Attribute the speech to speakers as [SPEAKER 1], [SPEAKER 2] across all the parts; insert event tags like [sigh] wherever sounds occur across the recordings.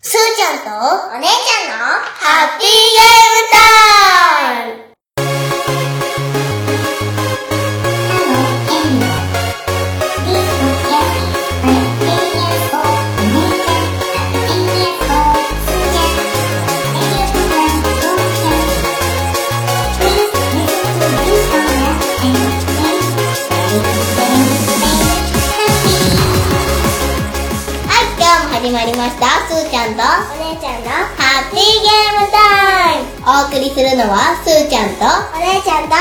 [SPEAKER 1] すーちゃんとお姉ちゃんのハッピーゲームタイムはい、今日も始まりました。すーちゃんとお姉ちゃんのハッピーゲームタイム。お送りするのはすーちゃんとお姉ちゃんと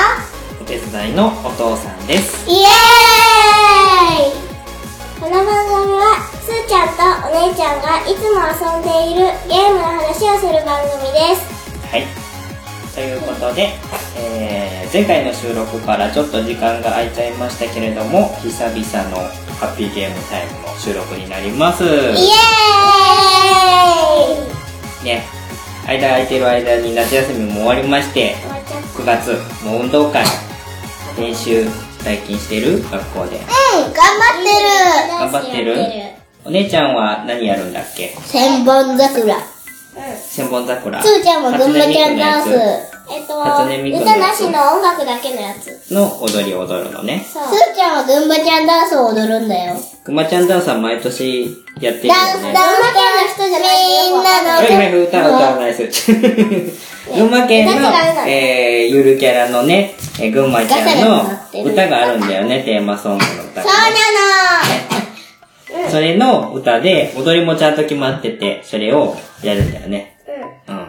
[SPEAKER 2] お手伝いのお父さんです
[SPEAKER 1] イエーイ。この番組はすーちゃんとお姉ちゃんがいつも遊んでいるゲームの話をする番組です。
[SPEAKER 2] はいということで、えー前回の収録からちょっと時間が空いちゃいましたけれども久々のハッピーゲームタイムの収録になりま
[SPEAKER 1] イ
[SPEAKER 2] す
[SPEAKER 1] エーイ。
[SPEAKER 2] ね間空いてる間に夏休みも終わりまして
[SPEAKER 1] 終わっちゃっ
[SPEAKER 2] 9月もう運動会練習最近してる学校で
[SPEAKER 1] た。うん、頑張
[SPEAKER 2] 頑張ってるお姉ちゃんは何やるんだっけ
[SPEAKER 1] ってる。千本桜。
[SPEAKER 2] 千本桜
[SPEAKER 1] すーちゃんも群馬ちゃんダンス。
[SPEAKER 2] 初音ミクのや
[SPEAKER 3] えっと、
[SPEAKER 2] 初音ミクのやつ
[SPEAKER 3] 歌なしの音楽だけのやつ。
[SPEAKER 2] つの踊りを踊るのね
[SPEAKER 3] そう。
[SPEAKER 1] すーちゃんは群馬ちゃんダンスを踊るんだよ。
[SPEAKER 2] くまちゃんダンスは毎年やってるよ
[SPEAKER 1] ダンス、ダンス、ダ
[SPEAKER 2] ね。
[SPEAKER 1] ンス、みんなの
[SPEAKER 2] はいはい、歌う歌わない
[SPEAKER 1] [laughs]
[SPEAKER 2] です。群馬県の
[SPEAKER 3] 歌違う、から
[SPEAKER 2] えー、ゆるキャラのね、えー群馬ちゃん
[SPEAKER 1] ガサガサなって
[SPEAKER 2] の
[SPEAKER 1] る
[SPEAKER 2] 歌があるんだよね、テーマソングの歌
[SPEAKER 1] そうな
[SPEAKER 2] が。それの歌で、踊りもちゃんと決まってて、それをやるんだよね。うん。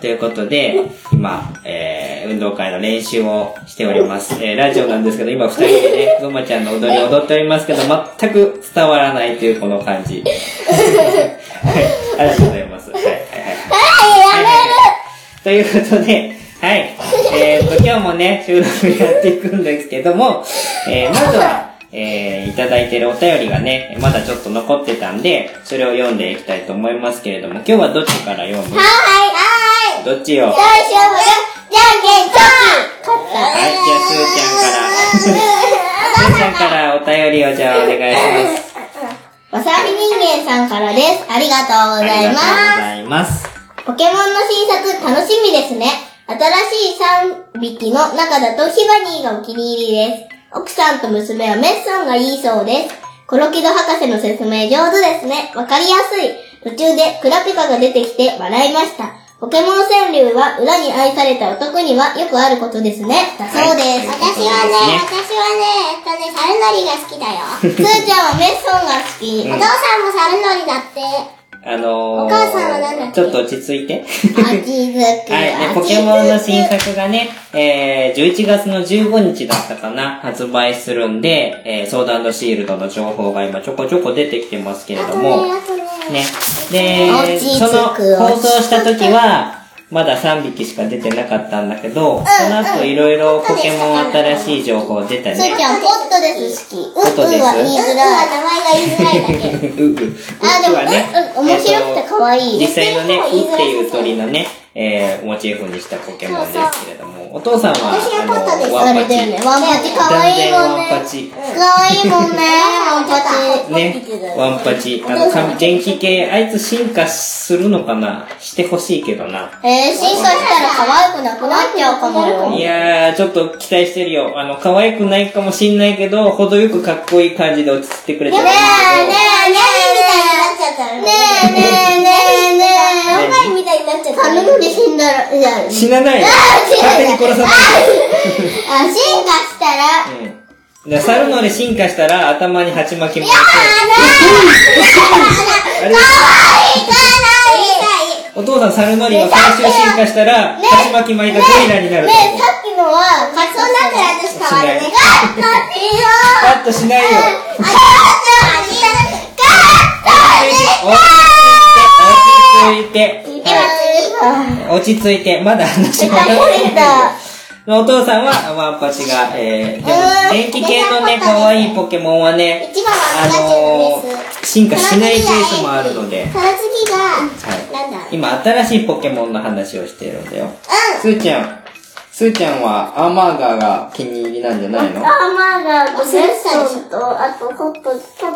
[SPEAKER 2] ということで、今、えー、運動会の練習をしております。えー、ラジオなんですけど、今二人でね、群馬ちゃんの踊りを踊っておりますけど、全く伝わらないというこの感じ。はい、ありがとうございます。はい、はい、はい。
[SPEAKER 1] のや
[SPEAKER 2] ということで、はい。えっ、と、今日もね、収録やっていくんですけども、えーまずは、えーいただいてるお便りがね、まだちょっと残ってたんで、それを読んでいきたいと思いますけれども、今日はどっちから読む
[SPEAKER 1] はい、はい。
[SPEAKER 2] どっちよ。はい、
[SPEAKER 1] 大丈夫じゃんけんぽん勝っ
[SPEAKER 2] じゃあ、すーちゃんから。すーちゃんからお便りをじゃあお願いします。
[SPEAKER 1] たわさび人間さんからです。ありがとうございます。
[SPEAKER 2] ありがとうございます。
[SPEAKER 1] ポケモンの新作楽しみですね。新しい3匹の中だとヒバニーがお気に入りです。奥さんと娘はメッサンがいいそうです。コロキド博士の説明上手ですね。わかりやすい。途中でクラピカが出てきて笑いました。ポケモン川柳は裏に愛された男にはよくあることですね。だそうです。
[SPEAKER 2] はい
[SPEAKER 3] 私はね、私はね、えっとね、サルノリが好きだよ。
[SPEAKER 1] すーちゃんはメッソンが好き。
[SPEAKER 3] お父さんもサルノリだって。
[SPEAKER 2] あのー、
[SPEAKER 3] お母さんは何だっけ
[SPEAKER 2] ちょっと落ち着いて。
[SPEAKER 1] 味づく。
[SPEAKER 2] はい、ねポケモンの新作がね、えー、11月の15日だったかな、発売するんで、えー、ソードアンドシールドの情報が今ちょこちょこ出てきてますけれ
[SPEAKER 3] あ
[SPEAKER 2] ど
[SPEAKER 3] と
[SPEAKER 2] も
[SPEAKER 3] ね、、あとね。
[SPEAKER 2] ね。で、
[SPEAKER 1] 落ち着
[SPEAKER 2] そ
[SPEAKER 1] く
[SPEAKER 2] の放送した時は、まだ3匹しか出てなかったんだけど、その後いろいろポケモン新しい情報出た
[SPEAKER 1] すー
[SPEAKER 2] ね。
[SPEAKER 1] ちゃんポットです好き。う
[SPEAKER 2] ポット
[SPEAKER 1] ん
[SPEAKER 2] です
[SPEAKER 1] うんは言い
[SPEAKER 3] う
[SPEAKER 1] づ
[SPEAKER 3] んこ
[SPEAKER 1] らい
[SPEAKER 3] は。名前が言いづらいだけ。
[SPEAKER 2] うう。う
[SPEAKER 1] あ、でも、
[SPEAKER 2] はね
[SPEAKER 1] ね、面白くて可愛い。
[SPEAKER 2] 実際のね、
[SPEAKER 3] 言いづ
[SPEAKER 2] ウっ
[SPEAKER 3] ら
[SPEAKER 2] て
[SPEAKER 3] い
[SPEAKER 2] いう鳥のね、えー、モチーフにしたポケモンですけれども、お父さんは、
[SPEAKER 3] 私がポットです
[SPEAKER 2] あのワ
[SPEAKER 1] あ
[SPEAKER 2] ン
[SPEAKER 1] れ
[SPEAKER 2] パチ。
[SPEAKER 1] だよね。ワンパチ可
[SPEAKER 2] 断
[SPEAKER 1] 愛い
[SPEAKER 2] 然
[SPEAKER 1] もん
[SPEAKER 2] ワン
[SPEAKER 1] ね
[SPEAKER 2] パ。チ。
[SPEAKER 1] 可愛いもん
[SPEAKER 2] [laughs]
[SPEAKER 1] ね、ワンパチ。
[SPEAKER 2] ね、ワンパチ。あの、か電気系、あいつ進化するのかなしてほしいけどな。
[SPEAKER 1] えー、進化したら可愛くなくなっちゃうかも
[SPEAKER 2] い
[SPEAKER 1] よ。
[SPEAKER 2] やー、ちょっと期待してるよ。あの、可愛くないかもしんないけど、程よくかっこいい感じで落ち着いてくれてるんだ
[SPEAKER 1] ねえ、ねえ、ね
[SPEAKER 3] なっちゃった
[SPEAKER 1] え、
[SPEAKER 3] よ
[SPEAKER 1] ね
[SPEAKER 3] ね。
[SPEAKER 1] え、ねえ、ねえ、ねえ。
[SPEAKER 3] ワンみたいになっちゃった
[SPEAKER 1] 頼
[SPEAKER 3] よ
[SPEAKER 1] む
[SPEAKER 3] ね。
[SPEAKER 1] で死んだら、いや、あ、
[SPEAKER 2] けど
[SPEAKER 1] 進
[SPEAKER 2] 死なないよ。勝手に殺さ
[SPEAKER 1] 化した
[SPEAKER 2] [laughs]
[SPEAKER 1] ら、
[SPEAKER 2] ない。うん。で、猿ので進化したら、頭に鉢巻きも。
[SPEAKER 1] 行
[SPEAKER 2] あれお父さん猿のりが最終進化したら、
[SPEAKER 1] ね
[SPEAKER 2] 鉢巻き巻いたゴリラにな
[SPEAKER 1] かないねえ、
[SPEAKER 2] ると思う。
[SPEAKER 1] さっきのは、カツオだから私可愛いね。ガッタピ
[SPEAKER 2] パッとしないよ。
[SPEAKER 1] ーガッタピーガッタ
[SPEAKER 2] 落ち着いて、
[SPEAKER 1] ピー今次
[SPEAKER 2] 落ち着いて、落ち着いて、まだ話が。
[SPEAKER 1] 疲れた。
[SPEAKER 2] お父さんはワンパチが、えー、でも電気系のね、可愛いポケモンはね、
[SPEAKER 3] 一番
[SPEAKER 2] あ
[SPEAKER 3] はガチ
[SPEAKER 2] の
[SPEAKER 3] ュウのメス。
[SPEAKER 2] ー、進化しないケースもあるので、
[SPEAKER 3] その次が、
[SPEAKER 2] は
[SPEAKER 3] なんだろう
[SPEAKER 2] い。今、新しいポケモンの話をしてるんだよ。すーちゃん、すーちゃんはアーマーガーが気に入りなんじゃない
[SPEAKER 1] アー
[SPEAKER 2] の
[SPEAKER 1] マーガーとセッソンと、あとコットン、コッ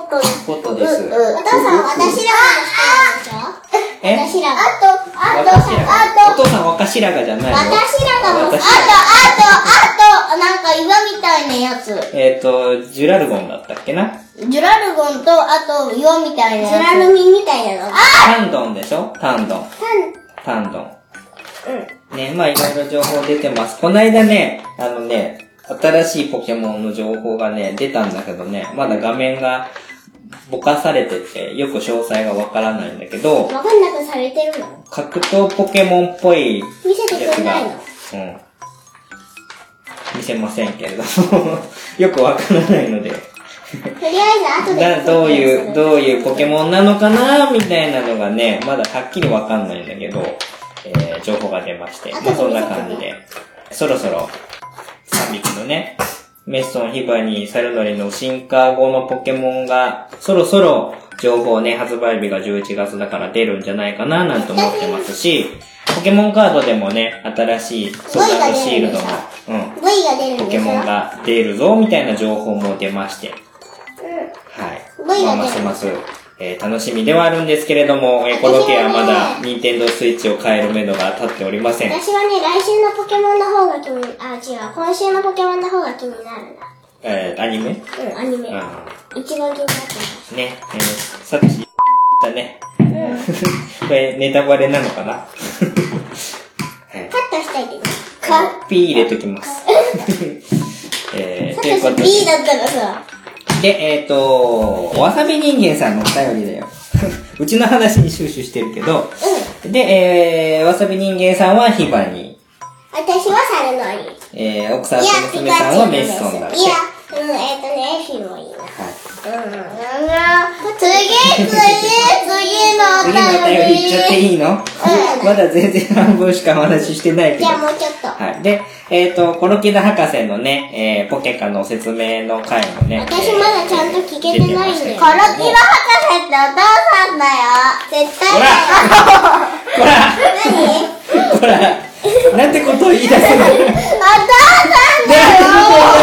[SPEAKER 1] トン。
[SPEAKER 2] ポットです。
[SPEAKER 1] うんうん
[SPEAKER 3] お父さんは私だから来たんでしょ
[SPEAKER 2] え
[SPEAKER 3] 私ら
[SPEAKER 1] あ
[SPEAKER 3] が。
[SPEAKER 1] と、あと、あ
[SPEAKER 2] 若白髪お
[SPEAKER 1] と、
[SPEAKER 2] 父さん若白髪じゃないの
[SPEAKER 3] 私らがもう、
[SPEAKER 1] あと、あと、あと、なんか岩みたいなやつ。
[SPEAKER 2] えっ、と、ジュラルゴンだったっけな
[SPEAKER 1] ジュラルゴンと、あと、岩みたいな
[SPEAKER 3] ズラ
[SPEAKER 1] や
[SPEAKER 3] ルミみたいなの。あ
[SPEAKER 2] タンドンでしょタンドン。タンドン。ね、まあいろいろ情報出てます。この間ね、あのね、新しいポケモンの情報がね、出たんだけどね、まだ画面がぼかされてて、よく詳細がわからないんだけど、
[SPEAKER 3] わかんなくされてるの
[SPEAKER 2] 格闘ポケモンっぽい
[SPEAKER 3] 見せて
[SPEAKER 2] や
[SPEAKER 3] く
[SPEAKER 2] つ
[SPEAKER 3] れ
[SPEAKER 2] が、
[SPEAKER 3] ない
[SPEAKER 2] うん
[SPEAKER 3] の。
[SPEAKER 2] 見せませんけれども、 [laughs] よくわからないので、
[SPEAKER 3] とりあえず後で
[SPEAKER 2] などういう、どういうポケ
[SPEAKER 3] モ
[SPEAKER 2] モンなのかなみたいなのがね、まだはっきりわかんないんだけど、えー、情報が出まして、まあそんな感じで、そろそろ、3匹のね、メッソン、ヒバニー、サルノリの進化後のポケモンが、そろそろ情報ね、発売日が11月だから出るんじゃないかななんて思ってますし、ポケモンカードでもね、新しいソーダとシールドの、うん、
[SPEAKER 3] ン ?V が出る
[SPEAKER 2] ポ
[SPEAKER 3] んで
[SPEAKER 2] ケ
[SPEAKER 3] しょ
[SPEAKER 2] モンが出るぞ、みたいな情報も出まして。は
[SPEAKER 3] 声
[SPEAKER 2] い。
[SPEAKER 3] が
[SPEAKER 2] まあ、
[SPEAKER 3] 出る
[SPEAKER 2] ますます、えー楽しみではあるんですけれども、えーこの件はまだ、任天堂スイッチを変える目処が立っておりません。
[SPEAKER 3] 私はね、来週のポケモンの方が気に、あ、違う、今週のポケモンの方が気になるな。
[SPEAKER 2] えーアニメ
[SPEAKER 3] うん、アニメ。
[SPEAKER 2] う
[SPEAKER 3] 一番気になって
[SPEAKER 2] ん。ね、えーさっき、だね。 [laughs] これ、ネタバレなのかな [laughs] は
[SPEAKER 3] カ
[SPEAKER 2] い
[SPEAKER 3] ットしたいけど。
[SPEAKER 1] か、
[SPEAKER 2] ピー入れときます。えー、ということで。
[SPEAKER 1] B だったらさ、
[SPEAKER 2] で、えっ、と、おわさび人間さんのお便りだよ。 [laughs] うちの話に収集してるけど、で、えー、わさび人間さんはヒバに、
[SPEAKER 3] 私はサルノリ。
[SPEAKER 2] えー、奥さん
[SPEAKER 3] い
[SPEAKER 2] と
[SPEAKER 3] や、ピ
[SPEAKER 2] 娘
[SPEAKER 3] カ
[SPEAKER 2] さ
[SPEAKER 3] チ
[SPEAKER 2] ん
[SPEAKER 3] ュ
[SPEAKER 2] は
[SPEAKER 3] ウ
[SPEAKER 2] メッ
[SPEAKER 3] です。い
[SPEAKER 2] ソンだって。
[SPEAKER 3] や、うん、えっ、とね、エフィもいいな。うん、うん、うん。
[SPEAKER 1] 次、次、次のお
[SPEAKER 2] 次のお
[SPEAKER 1] 便
[SPEAKER 2] 便りいっちゃって
[SPEAKER 1] り。
[SPEAKER 2] いいのまだ全然半分しかお話ししてないけ
[SPEAKER 3] じ
[SPEAKER 2] ど
[SPEAKER 3] ゃあ。もうちょっと。
[SPEAKER 2] はい。で、えっ、と、コロキダ博士のね、えー、ポケカの説明の回もね。
[SPEAKER 3] 私まだちゃんと聞けてないんだよ
[SPEAKER 2] 聞けてましたけど
[SPEAKER 1] コロキロ博士ってお父さんだよ。絶対
[SPEAKER 2] こらこらこらなんてことを言い出すのなんてことを言い出
[SPEAKER 1] お父さんだ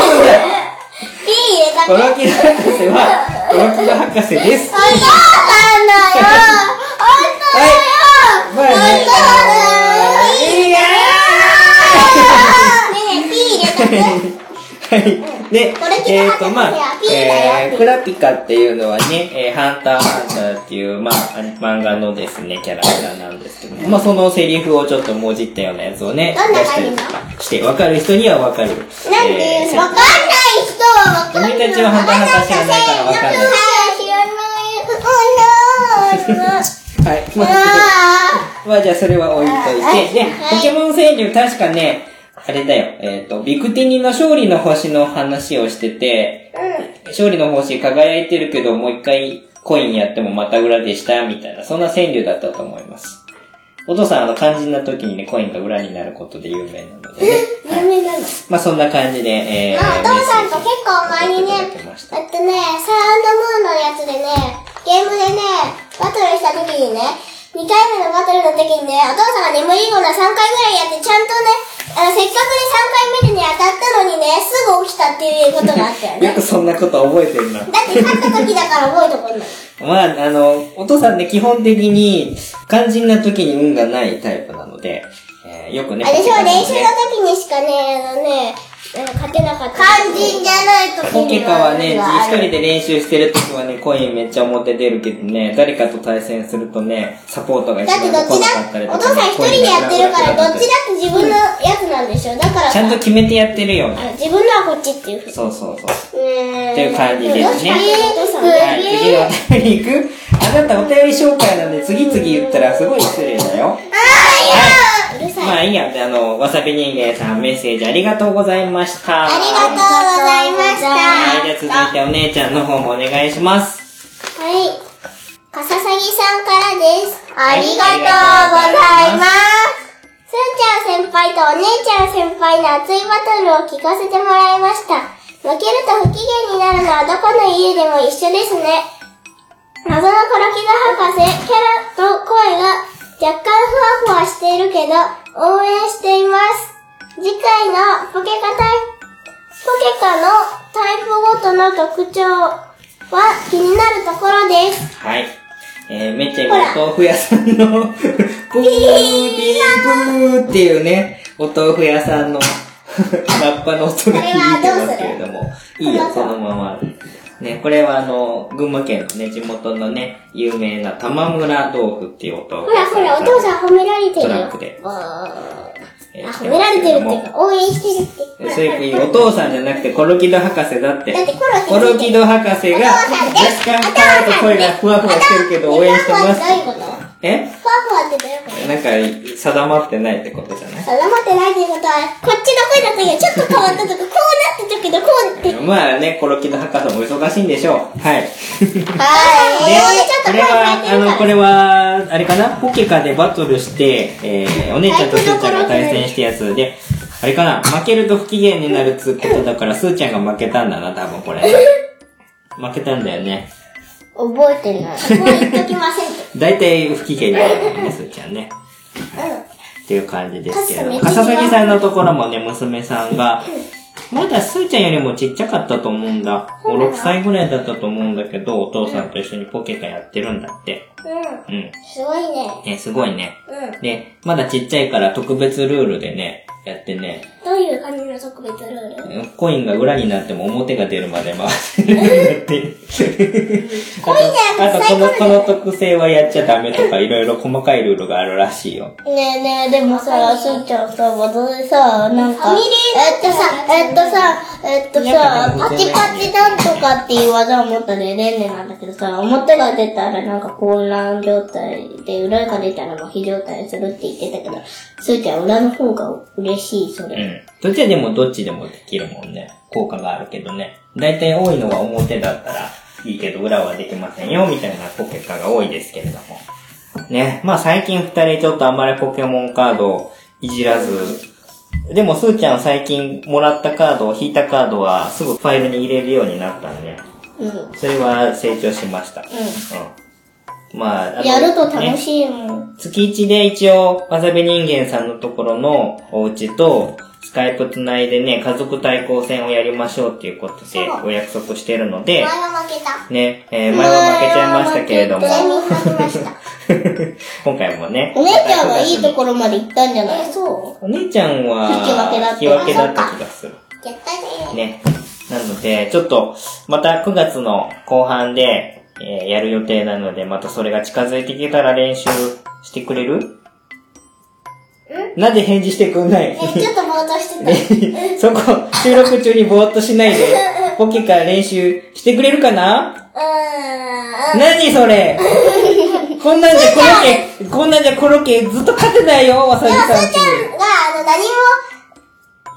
[SPEAKER 2] すんだよ
[SPEAKER 1] !B 入れた
[SPEAKER 2] コロキラ博士は、コロキラ博士です。
[SPEAKER 1] お父さんだよ
[SPEAKER 2] はい。まあねいや
[SPEAKER 3] ねえねえ、ピー入れたく
[SPEAKER 2] ーはい。で
[SPEAKER 3] コロ、キラ
[SPEAKER 2] えっ、
[SPEAKER 3] 博士
[SPEAKER 2] と、まあ
[SPEAKER 3] は、ピーだよ
[SPEAKER 2] えー、クラピカっていうのはね、えー、ハンターハンターっていう、まあ、漫画のですね、キャラクターなんですけども、まあ、そのセリフをちょっともじったようなやつをね、
[SPEAKER 3] どんな
[SPEAKER 2] 出したりとかして、わかる人にはわかる。
[SPEAKER 3] なんで
[SPEAKER 2] えー
[SPEAKER 3] わ
[SPEAKER 1] わかんない人はわかんない。
[SPEAKER 2] 君たちはハンターハンター知らないからわかんない。
[SPEAKER 1] 知らない。知らない。
[SPEAKER 2] はい。まあまあじゃあそれは置いといて。で、ポケモン川柳確かね、あれだよ、えっ、と、ビクティニの勝利の星の話をしてて、勝利の星輝いてるけど、もう一回コインやってもまた裏でした、みたいな、そんな川柳だったと思います。お父さん、あの、肝心な時にね、コインが裏になることで有名なのでね。
[SPEAKER 3] 有名なの。
[SPEAKER 2] まあそんな感じで、えー、
[SPEAKER 3] まあ、お父さんと結構前に
[SPEAKER 2] メッセー
[SPEAKER 3] ね、
[SPEAKER 2] ジをいただきました
[SPEAKER 3] えっとね、サウンドムーンのやつでね、ゲームでね、バトルした時にね、2回目のバトルの時にね、お父さんが眠りゴな3回ぐらいやって、ちゃんとね、あの、せっかくに3回目でね、当たったのにね、すぐ起きたっていうことがあったよ
[SPEAKER 2] よ
[SPEAKER 3] ね。
[SPEAKER 2] くそんなこと覚えてるな。
[SPEAKER 3] だって勝った時だから覚えとこ
[SPEAKER 2] [laughs]
[SPEAKER 3] んない。
[SPEAKER 2] まあ、あの、お父さんね、基本的に、肝心な時に運がないタイプなので、えーよくね。
[SPEAKER 3] 私は練習
[SPEAKER 2] ね
[SPEAKER 3] の時にしかね、あのね、あの勝てなかった。
[SPEAKER 1] 肝心じゃない時
[SPEAKER 2] ポケ
[SPEAKER 1] に
[SPEAKER 2] カはね、一人で練習してる時はね、コインめっちゃ表出るけどね、誰かと対戦するとね、サポートが一
[SPEAKER 3] だって
[SPEAKER 2] 番
[SPEAKER 3] どっ
[SPEAKER 2] 来
[SPEAKER 3] ち
[SPEAKER 2] な
[SPEAKER 3] だ
[SPEAKER 2] かったりと
[SPEAKER 3] お
[SPEAKER 2] か、
[SPEAKER 3] 父さん一人でやってるから、どっちだって自分のやつなんでしょ。だから
[SPEAKER 2] ち
[SPEAKER 3] さ、
[SPEAKER 2] ゃんと決めてやってるよ
[SPEAKER 3] あ
[SPEAKER 2] ね。
[SPEAKER 3] の自分のはこっちっていうふうに。
[SPEAKER 2] そうそうそう。
[SPEAKER 3] っ
[SPEAKER 2] っていう感じですね
[SPEAKER 3] お父さんが
[SPEAKER 2] はい、次のお便り行くあなたお便り紹介なんで次々言ったらすごい失礼だよ。
[SPEAKER 3] うる
[SPEAKER 2] ま
[SPEAKER 3] さい。
[SPEAKER 2] あいいや、であの、わさび人間さんメッセージありがとうございました。あり
[SPEAKER 3] ありがとうございました。
[SPEAKER 2] はい、じゃあ続いてお姉ちゃんの方もお願いします。
[SPEAKER 3] はい。かささぎさんからです。
[SPEAKER 1] ありがとうございます。
[SPEAKER 3] すんちゃん先輩とお姉ちゃん先輩の熱いバトルを聞かせてもらいました。負けると不機嫌になるのはどこの家でも一緒ですね。謎のコロキザ博士、キャラと声が若干ふわふわしているけど、応援しています。次回のポケカタイプポケカのタイプごとの特徴は気になるところです。
[SPEAKER 2] はい。えー、めっちゃ今お豆腐屋さんの、プーピープーっていうね、お豆腐屋さんのラッパの音が響いてますけれども、いいよ、そのまま。ね、これはあの、群馬県のね、地元のね、有名な玉村豆腐っていうお
[SPEAKER 3] ほ
[SPEAKER 2] 豆腐屋
[SPEAKER 3] ら
[SPEAKER 2] さん
[SPEAKER 3] ほら、お父さん褒められてる
[SPEAKER 2] ト
[SPEAKER 3] よ。
[SPEAKER 2] ランクで
[SPEAKER 3] わー
[SPEAKER 2] えー
[SPEAKER 3] あ、褒められてるっていうか、応援してるっていうか。
[SPEAKER 2] そういうお父さんじゃなくてコロキド博士だって。
[SPEAKER 3] だってコ
[SPEAKER 2] コ
[SPEAKER 3] ロ
[SPEAKER 2] ロ
[SPEAKER 3] キ
[SPEAKER 2] キド博士
[SPEAKER 3] お
[SPEAKER 2] が、
[SPEAKER 3] 父さんです
[SPEAKER 2] 若干パーと声がふわふわしてるけど応援してま
[SPEAKER 3] ふわふわってどういう
[SPEAKER 2] す。
[SPEAKER 3] こと
[SPEAKER 2] え
[SPEAKER 3] ふわふわってどういうこと
[SPEAKER 2] なんか、定まってないってことじゃない
[SPEAKER 3] 定まってないっていうことは、こっちの声だったけど、ちょっと変わったとか、こうなった時のこうって。
[SPEAKER 2] まあね、コロキド博士も忙しいんでしょう。はい。
[SPEAKER 3] は俺
[SPEAKER 2] で
[SPEAKER 3] ちょっと
[SPEAKER 2] こ
[SPEAKER 3] 声
[SPEAKER 2] れは、
[SPEAKER 3] 変
[SPEAKER 2] あ
[SPEAKER 3] えて
[SPEAKER 2] の、
[SPEAKER 3] る
[SPEAKER 2] こ
[SPEAKER 3] から。
[SPEAKER 2] れは、あれかなポケカでバトルして、えー、お姉ちゃんとスーちゃんが対戦したやつで、あれかな負けると不機嫌になるっつうことだから、スーちゃんが負けたんだな、多分
[SPEAKER 3] [laughs]
[SPEAKER 2] これ。負けたんだよね。
[SPEAKER 1] 覚えてない。
[SPEAKER 3] もう言っときませんと。
[SPEAKER 2] 大体不機嫌になるよね、スーちゃんね。っていう感じですけど。笠崎さんのところもね、娘さんが、まだスーちゃんよりもちっちゃかったと思うんだ。5、6歳ぐらいだったと思うんだけど、お父さんと一緒にポケカやってるんだって。
[SPEAKER 3] うん。
[SPEAKER 2] うん。
[SPEAKER 3] すごいね。
[SPEAKER 2] ね、すごいね。
[SPEAKER 3] うん。
[SPEAKER 2] で、まだちっちゃいから特別ルールでね、やってね、
[SPEAKER 3] どういう感じの特別ルール
[SPEAKER 2] コインが裏になっても表が出るまで回せるようになって。
[SPEAKER 3] コイン
[SPEAKER 2] あ
[SPEAKER 3] が
[SPEAKER 2] と、あとこの、この特性はやっちゃダメとか、いろいろ細かいルールがあるらしいよ。
[SPEAKER 1] ねえねえ、でもさ、すーちゃんさ、またさ、なんか、
[SPEAKER 3] ファミリ
[SPEAKER 1] えっとさ、えっとさ、えっとさ、
[SPEAKER 2] なんか
[SPEAKER 1] パ
[SPEAKER 2] ね
[SPEAKER 1] チパチなんとかっていう技を持ったでレンネなんだけどさ、表が出たらなんか混乱状態で、裏が出たら麻痺状態にするって言ってたけど、すーちゃん裏の方が嬉しい、そうれ。
[SPEAKER 2] ん。どっちでもどっちでもできるもんね。効果があるけどね。だいたい多いのが表だったらいいけど、裏はできませんよ、みたいなポケカが多いですけれども。ね。まあ最近二人ちょっとあんまりポケモンカードをいじらず、でもすーちゃん最近もらったカードを引いたカードはすぐファイルに入れるようになったんで、
[SPEAKER 1] うん。
[SPEAKER 2] それは成長しました。うん。まあ、あの
[SPEAKER 1] やると楽
[SPEAKER 2] ね
[SPEAKER 1] しいもん。
[SPEAKER 2] 月一で一応、わさび人間さんのところのお家と、スカイプつないでね、家族対抗戦をやりましょうっていうことで
[SPEAKER 3] そう
[SPEAKER 2] お約束してるので、
[SPEAKER 3] が負けた。
[SPEAKER 2] ね、えー前は負けちゃいましたけれども、
[SPEAKER 3] 全員負けました。
[SPEAKER 2] [laughs] 今回もね、
[SPEAKER 1] お姉ちゃんはいいところまで行ったんじゃない
[SPEAKER 3] え、そう
[SPEAKER 2] お姉ちゃんは
[SPEAKER 1] 引き分けだった
[SPEAKER 2] 引き分けだった気がする。
[SPEAKER 3] やったね。
[SPEAKER 2] ね。なので、ちょっと、また9月の後半で、えーやる予定なので、またそれが近づいてきたら練習してくれるなんで返事してくんない
[SPEAKER 3] え、ちょっとぼーっとしてた。
[SPEAKER 2] ねそこ、収録中にぼーっとしないで、ポケから練習してくれるかな
[SPEAKER 3] うーん。
[SPEAKER 2] 何それこんなんじゃコロケ、こんなんじゃコロケずっと勝てないよ、わさびさんちに。
[SPEAKER 3] が、あの、何も、っ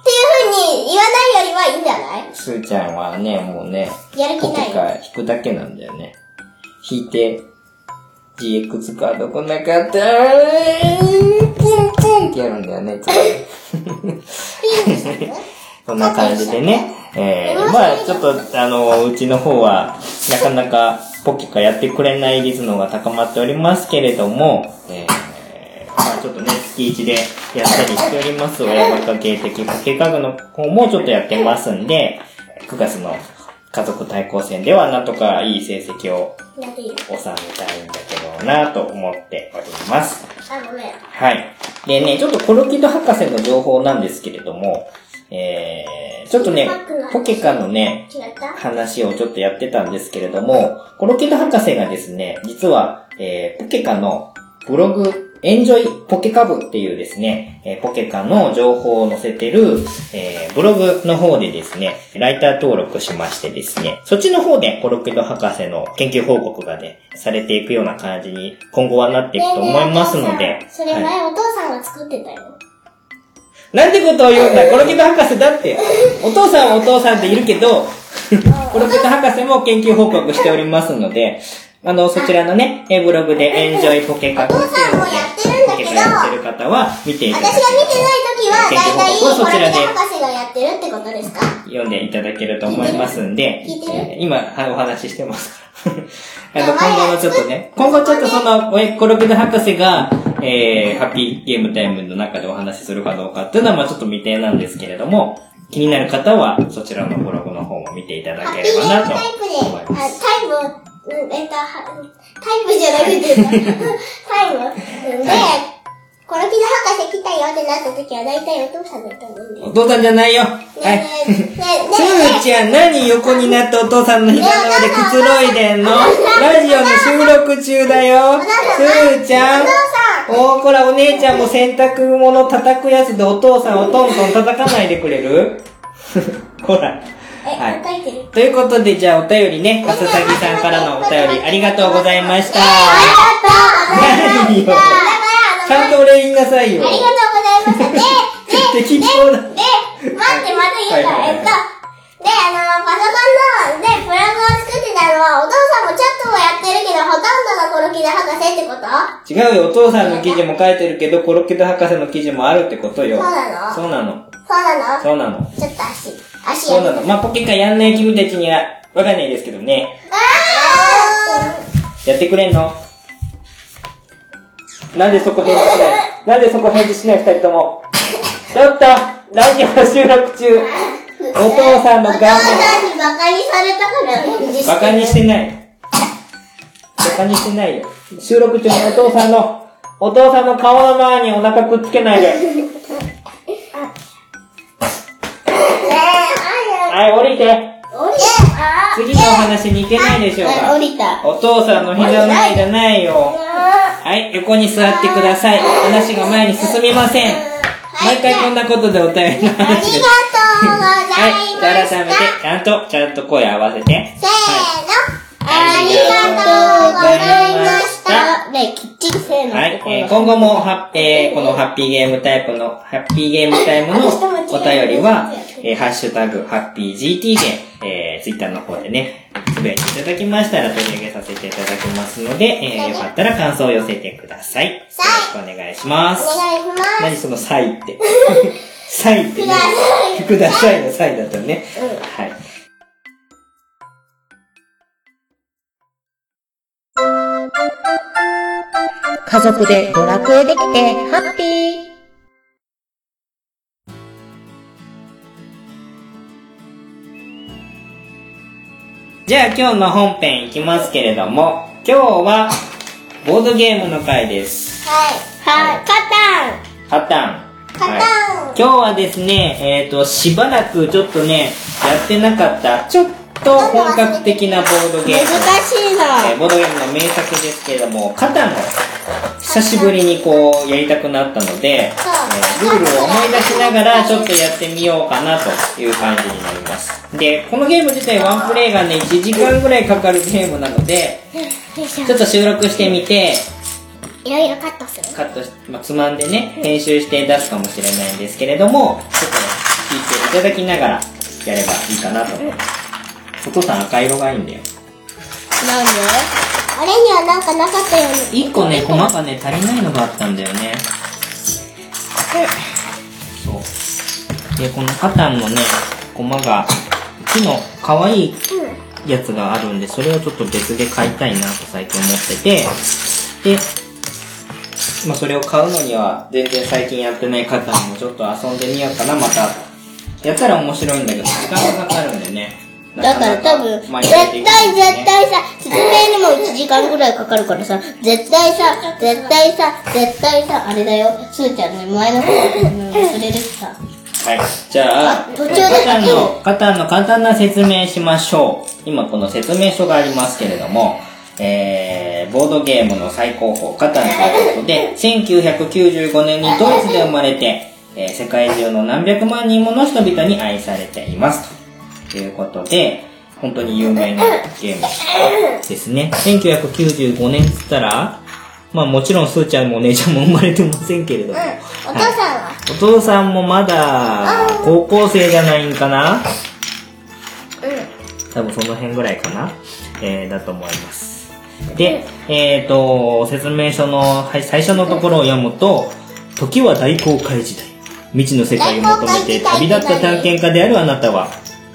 [SPEAKER 3] ていう風に言わないよりはいいんじゃない
[SPEAKER 2] すーちゃんはね、もうね、
[SPEAKER 3] やる気
[SPEAKER 2] ポ
[SPEAKER 3] ない
[SPEAKER 2] ケカ引くだけなんだよね。引いて、GX カード来なかったってやるんだよね、いつ
[SPEAKER 3] [laughs]
[SPEAKER 2] も [laughs] そんな感じでね。えー、まあちょっと、あの、うちの方は、なかなかポケカやってくれない率の方が高まっておりますけれども、えー、まあちょっとね、月1でやったりしております。親バカ系的ポケカグの方もちょっとやってますんで、9月の家族対抗戦ではなんとかいい成績を
[SPEAKER 3] やっていい
[SPEAKER 2] 収めたいんだけどなと思っております。
[SPEAKER 3] あ、ごめん。
[SPEAKER 2] はい。でね、ちょっとコロキド博士の情報なんですけれども、えー、ちょっとね、ポケカのね、
[SPEAKER 3] 違った
[SPEAKER 2] 話をちょっとやってたんですけれども、コロキド博士がですね、実は、えー、ポケカのブログ、エンジョイポケカブっていうですね、えーポケカの情報を載せてる、えー、ブログの方でですね、ライター登録しましてですね、そっちの方でコロキド博士の研究報告がね、されていくような感じに今後はなっていくと思いますの
[SPEAKER 3] ねえねえお
[SPEAKER 2] で
[SPEAKER 3] 父、さんそれ
[SPEAKER 2] はい
[SPEAKER 3] 前お父さんが作ってたよ。
[SPEAKER 2] なんてことを言うんだ、コロケット博士だって。お父さんはお父さんっているけど、 [laughs] コロケット博士も研究報告しておりますので、あの、そちらのね、えブログでエンジョイポケカブっていうの
[SPEAKER 3] お父さん
[SPEAKER 2] をね
[SPEAKER 3] もやってるんだ
[SPEAKER 2] ポ
[SPEAKER 3] け
[SPEAKER 2] ケ
[SPEAKER 3] ど
[SPEAKER 2] カやってる方は見ていた
[SPEAKER 3] 私
[SPEAKER 2] だ
[SPEAKER 3] が見てない時は、
[SPEAKER 2] 研究
[SPEAKER 3] だい
[SPEAKER 2] 報告をそち
[SPEAKER 3] た
[SPEAKER 2] ら
[SPEAKER 3] い、
[SPEAKER 2] で
[SPEAKER 3] これ博士がやってるってことですか
[SPEAKER 2] 読んでいただけると思いますんで、
[SPEAKER 3] 聞いてる
[SPEAKER 2] えー今はお話ししてます
[SPEAKER 3] [laughs]
[SPEAKER 2] から。あ
[SPEAKER 3] や
[SPEAKER 2] の、
[SPEAKER 3] ばい
[SPEAKER 2] 今後のちょっとね、今後ちょっとその、おえコロケド博士が、えー、ハッピーゲームタイムの中でお話しするかどうかっていうのは、まあちょっと未定なんですけれども、気になる方は、そちらのブログの方も見ていただ
[SPEAKER 3] ハッ
[SPEAKER 2] け
[SPEAKER 3] ピー
[SPEAKER 2] れ
[SPEAKER 3] ゲー
[SPEAKER 2] ばな
[SPEAKER 3] ム
[SPEAKER 2] と
[SPEAKER 3] タイプで、
[SPEAKER 2] 思います。
[SPEAKER 3] あタイムうんえっと、はタイプじゃなくて、タイム。うんで、コロキド博士来たよってなった時は大体お父さんだったもんね。
[SPEAKER 2] お父さんじゃないよはい。
[SPEAKER 3] ねねねね
[SPEAKER 2] つむちゃん、何横になってお父さんの膝の上でくつろいでんのラジオの収録中だよつむちゃんおー、こら、お姉ちゃんも洗濯物叩くやつでお父さんをトントン叩かないでくれる [laughs] こら。
[SPEAKER 3] え、
[SPEAKER 2] は
[SPEAKER 3] 叩いてる。
[SPEAKER 2] ということで、じゃあお便りね、かささぎさんからのお便りありがとうございました。何よ。ちゃんとお礼言いなさいよ
[SPEAKER 3] あ。りがとうございました。で、で、
[SPEAKER 2] 適当
[SPEAKER 3] で、待っ
[SPEAKER 2] だ。
[SPEAKER 3] て、また言うから、
[SPEAKER 2] はいはいはい
[SPEAKER 3] えっと、で、あの、パソコンの、で、プラグを作ってたのは、お父さんもちょっとはやってるけど、ほとんどがコロキド博士ってこと
[SPEAKER 2] 違うよ、お父さんの記事も書いてるけど、コロッケと博士の記事もあるってことよ。
[SPEAKER 3] そうなの
[SPEAKER 2] そうなの。
[SPEAKER 3] そうなの
[SPEAKER 2] そうなの。
[SPEAKER 3] ちょっと足、足
[SPEAKER 2] そう
[SPEAKER 3] や
[SPEAKER 2] なの。まあ、ポケカやんない君たちには、わかんないですけどね。
[SPEAKER 3] あ
[SPEAKER 2] やってくれんのなんでそこ返事しないなんでそこ返事しない二人とも。ちょっとラジオ収録中お父さんの
[SPEAKER 3] お父さんにバカ
[SPEAKER 2] 顔面
[SPEAKER 3] にされたから返事して。
[SPEAKER 2] バカにしてない。バカにしてないよ。収録中にお父さんの、お父さんの顔の前にお腹くっつけないで。
[SPEAKER 3] ねえ、あ
[SPEAKER 2] はい、降りて。
[SPEAKER 3] や、おいえ、あ
[SPEAKER 2] 次のお話に行けないでしょう
[SPEAKER 1] はい、降
[SPEAKER 2] か
[SPEAKER 1] りた。
[SPEAKER 2] お父さんの膝の上じゃないよ。はい、横に座ってください。話が前に進みません。毎回こんなことでお便りの
[SPEAKER 3] ありがとう
[SPEAKER 2] 話です。
[SPEAKER 3] ございま
[SPEAKER 2] はい、
[SPEAKER 3] し
[SPEAKER 2] じ
[SPEAKER 3] た。
[SPEAKER 2] ゃあ改めて、ちゃんと、ちゃんと声合わせて。
[SPEAKER 3] せーの。
[SPEAKER 1] ありがとうございました。ね、きっちりせーの。
[SPEAKER 2] はい、えー今後もは、えーこのハッピーゲームタイプの、ハッピーゲームタイムのお便りは、えーハッシュタグ、ハッピー GT で、えー、ツイッターの方でね、つぶやいていただきましたら取り上げさせていただきますので、えーよかったら感想を寄せてください。よろしくお願いします。
[SPEAKER 3] お願いします。
[SPEAKER 2] 何そのサイって。サイってね。くださいのサイだったね。はい。
[SPEAKER 4] 家族で娯楽へできてハッピー
[SPEAKER 2] じゃあ今日の本編いきますけれども、今日は、ボードゲームの回です。
[SPEAKER 3] はい。
[SPEAKER 1] はい、カ
[SPEAKER 2] パター
[SPEAKER 3] パ
[SPEAKER 2] ン。
[SPEAKER 3] ターン
[SPEAKER 2] はい今日はですね、えっ、と、しばらくちょっとね、やってなかった、ちょっと本格的なボードゲー
[SPEAKER 1] タン
[SPEAKER 2] ム。
[SPEAKER 1] 難しい
[SPEAKER 2] えー
[SPEAKER 1] な。
[SPEAKER 2] ボードゲームの名作ですけれども、カタンを久しぶりにこうやりたくなったので、えールールを思い出しながらちょっとやってみようかなという感じになります。で、このゲーム自体ワンプレイがね、1時間ぐらいかかるゲームなので、ちょっと収録してみて、
[SPEAKER 3] いろいろカットする。
[SPEAKER 2] カットし、まあ、つまんでね、編集して出すかもしれないんですけれども、ちょっと聞いていただきながらやればいいかなと思います。お父さん赤色がいいんだよ。
[SPEAKER 1] なんで
[SPEAKER 3] あれにはなんかなかったように。
[SPEAKER 2] 一個ね、細かね、足りないのがあったんだよね。そう。で、このカタンのね、駒が、木の可愛いやつがあるんで、それをちょっと別で買いたいなと最近思ってて、で、まあそれを買うのには全然最近やってないカタンもちょっと遊んでみようかな、また。やったら面白いんだけど、時間がかかるんでね。
[SPEAKER 1] だから多分、絶
[SPEAKER 2] 毎
[SPEAKER 1] 対
[SPEAKER 2] 回でき
[SPEAKER 1] 絶
[SPEAKER 2] ないんでね
[SPEAKER 1] 対さ、説明にも1時間ぐらいかかるからさ、絶対さ、絶対さ、絶対さ、あれだよ、すーちゃんね、前の方うん忘れるしさ。
[SPEAKER 2] はい。じゃあ、
[SPEAKER 1] 途中で
[SPEAKER 2] カタンの、カタンの簡単な説明しましょう。今この説明書がありますけれども、えー、ボードゲームの最高峰、カタンということで、1995年にドイツで生まれて、えー世界中の何百万人もの人々に愛されています。ということで、本当に有名なゲームですね。1995年っつったら、まあもちろんスーちゃんもお姉ちゃんも生まれてませんけれども。
[SPEAKER 3] お父さんは、
[SPEAKER 2] お父さんもまだ高校生じゃないんかな多分その辺ぐらいかな、えーだと思います。で、えっ、と、説明書の、はい、最初のところを読むと、時は大航海時代。未知の世界を求めて旅立った探検家であるあなたは、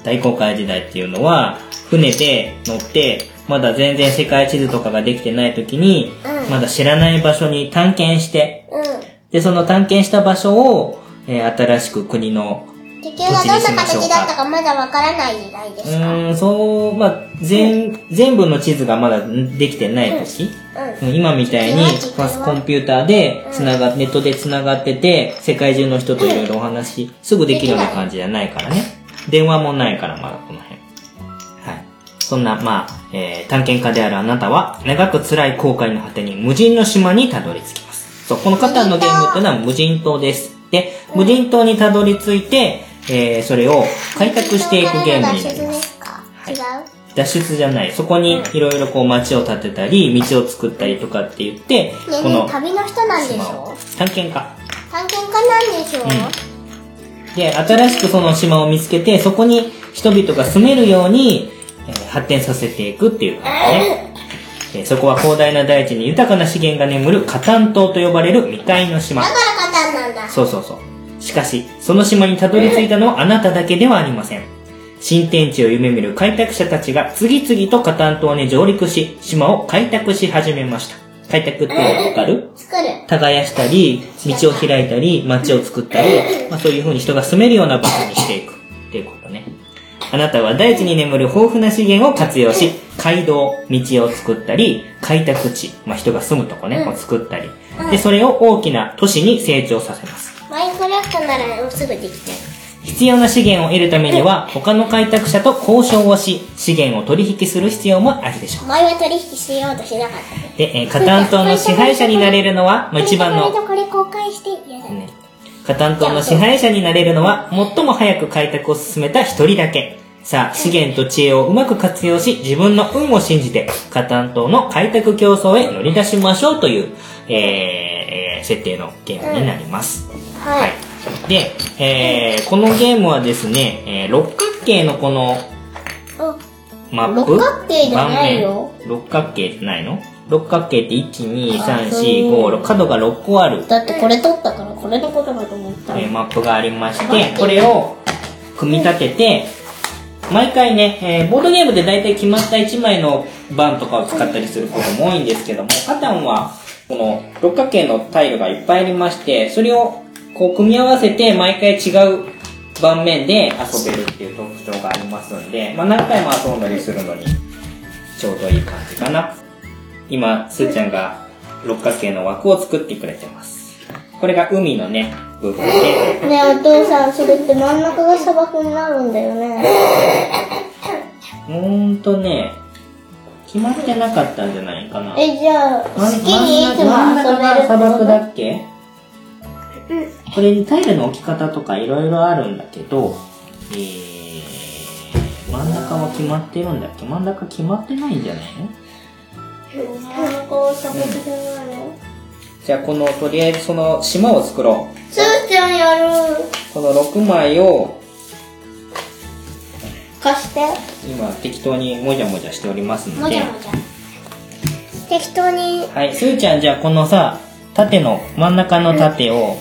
[SPEAKER 2] 大航海時代っていうのは、船で乗って、まだ全然世界地図とかができてない時に、まだ知らない場所に探検して、
[SPEAKER 3] うん。
[SPEAKER 2] で、その探検した場所を、えー新しく国の
[SPEAKER 3] 地球がどんな形だったかまだわからない時代で
[SPEAKER 2] う
[SPEAKER 3] すか。うん。
[SPEAKER 2] ーん、そう、まあ、全、全部の地図がまだできてない時、うん今みたいに
[SPEAKER 3] 地球は地球は
[SPEAKER 2] コンピューターでつなが、ネットでつながってて、世界中の人といろいろお話、すぐできるような感じじゃないからね。電話もないから、まだこの辺。はい。そんな、まあ、えー探検家であるあなたは、長く辛い航海の果てに無人の島にたどり着きます。そう、この方のゲームというのは無人島です。で、無人島にたどり着いて、えーそれを開拓していくゲームになります
[SPEAKER 3] で。すか
[SPEAKER 2] は
[SPEAKER 3] 違
[SPEAKER 2] いう脱出じゃない。そこにいろいろこう街を建てたり、道を作ったりとかって言って、
[SPEAKER 3] ねえ
[SPEAKER 2] こ
[SPEAKER 3] ね
[SPEAKER 2] の
[SPEAKER 3] え、旅の人なんでし
[SPEAKER 2] 島を
[SPEAKER 3] ょ
[SPEAKER 2] 探検家。
[SPEAKER 3] 探検家なんでしょ
[SPEAKER 2] うで、新しくその島を見つけて、そこに人々が住めるように、えー発展させていくっていう感じね。でそこは広大な大地に豊かな資源が眠るカタン島と呼ばれる未開の島
[SPEAKER 3] だか。らカタンなんだ。
[SPEAKER 2] そうそうそう。しかし、その島にたどり着いたのはあなただけではありません。新天地を夢見る開拓者たちが次々とカタン島に上陸し、島を開拓し始めました。開拓ってわかる
[SPEAKER 3] 作る。
[SPEAKER 2] 耕したり、道を開いたり、街を作ったり、まあ、そういう風に人が住めるような場所にしていくっていうことね。あなたは大地に眠る豊富な資源を活用し、街道、道を作ったり、開拓地、まあ、人が住むとこね、を作ったり。で、それを大きな都市に成長させます。
[SPEAKER 3] マインクラフトならすぐできてる。
[SPEAKER 2] 必要な資源を得るためには、他の開拓者と交渉をし、資源を取引する必要もあるでしょう。
[SPEAKER 3] 前は取引しようとしなかったね。
[SPEAKER 2] で、えー、カタン島の支配者になれるのは、まあ、一番の
[SPEAKER 3] これとこれ公開して、嫌だ。
[SPEAKER 2] ねカタン島の支配者になれるのは、最も早く開拓を進めた一人だけ。さあ、資源と知恵をうまく活用し、自分の運を信じて、カタン島の開拓競争へ乗り出しましょうという、えーえー設定のゲームになります。
[SPEAKER 3] はい。
[SPEAKER 2] で、えーこのゲームはですね、えー六角形のこの
[SPEAKER 3] お、
[SPEAKER 2] マップ
[SPEAKER 1] 六角形じゃないよ
[SPEAKER 2] 盤面六角形じゃないの六角形って1、2、3、4、
[SPEAKER 1] そう
[SPEAKER 2] 5、6、角が6個ある
[SPEAKER 1] だってこれ取ったからこれのことだと思った。
[SPEAKER 2] えーマップがありまして、これを組み立てて、毎回ね、えーボードゲームで大体決まった1枚の盤とかを使ったりすることも多いんですけども、カタンは、この六角形のタイルがいっぱいありまして、それをこう組み合わせて毎回違う盤面で遊べるっていう特徴がありますので、まあ何回も遊んだりするのにちょうどいい感じかな。今、すーちゃんが六角形の枠を作ってくれてます。これが海のね、部分で、
[SPEAKER 1] ねえお父さん、それって真ん中が砂漠になるんだよね。
[SPEAKER 2] うーんとね、決まってなかったんじゃないかな。
[SPEAKER 1] え、じゃあ、好
[SPEAKER 2] 真ん
[SPEAKER 1] きにいつも
[SPEAKER 2] 真ん中
[SPEAKER 1] 遊べ
[SPEAKER 2] が
[SPEAKER 1] る
[SPEAKER 2] 砂漠
[SPEAKER 1] っ
[SPEAKER 2] だっけこれにタイルの置き方とかいろいろあるんだけど、えー、真ん中は決まってるんだっけ真ん中決まってないんじゃないの
[SPEAKER 1] てこと砂漠じゃないの
[SPEAKER 2] じゃあこの、とりあえずその島を作ろう。
[SPEAKER 1] すーちゃんやる。
[SPEAKER 2] この6枚を
[SPEAKER 1] 貸して。
[SPEAKER 2] 今適当にもじゃもじゃしておりますの
[SPEAKER 3] もじ
[SPEAKER 2] で
[SPEAKER 3] ゃもじゃ。適当に、
[SPEAKER 2] はいすーちゃんじゃあこのさ縦の真ん中の縦を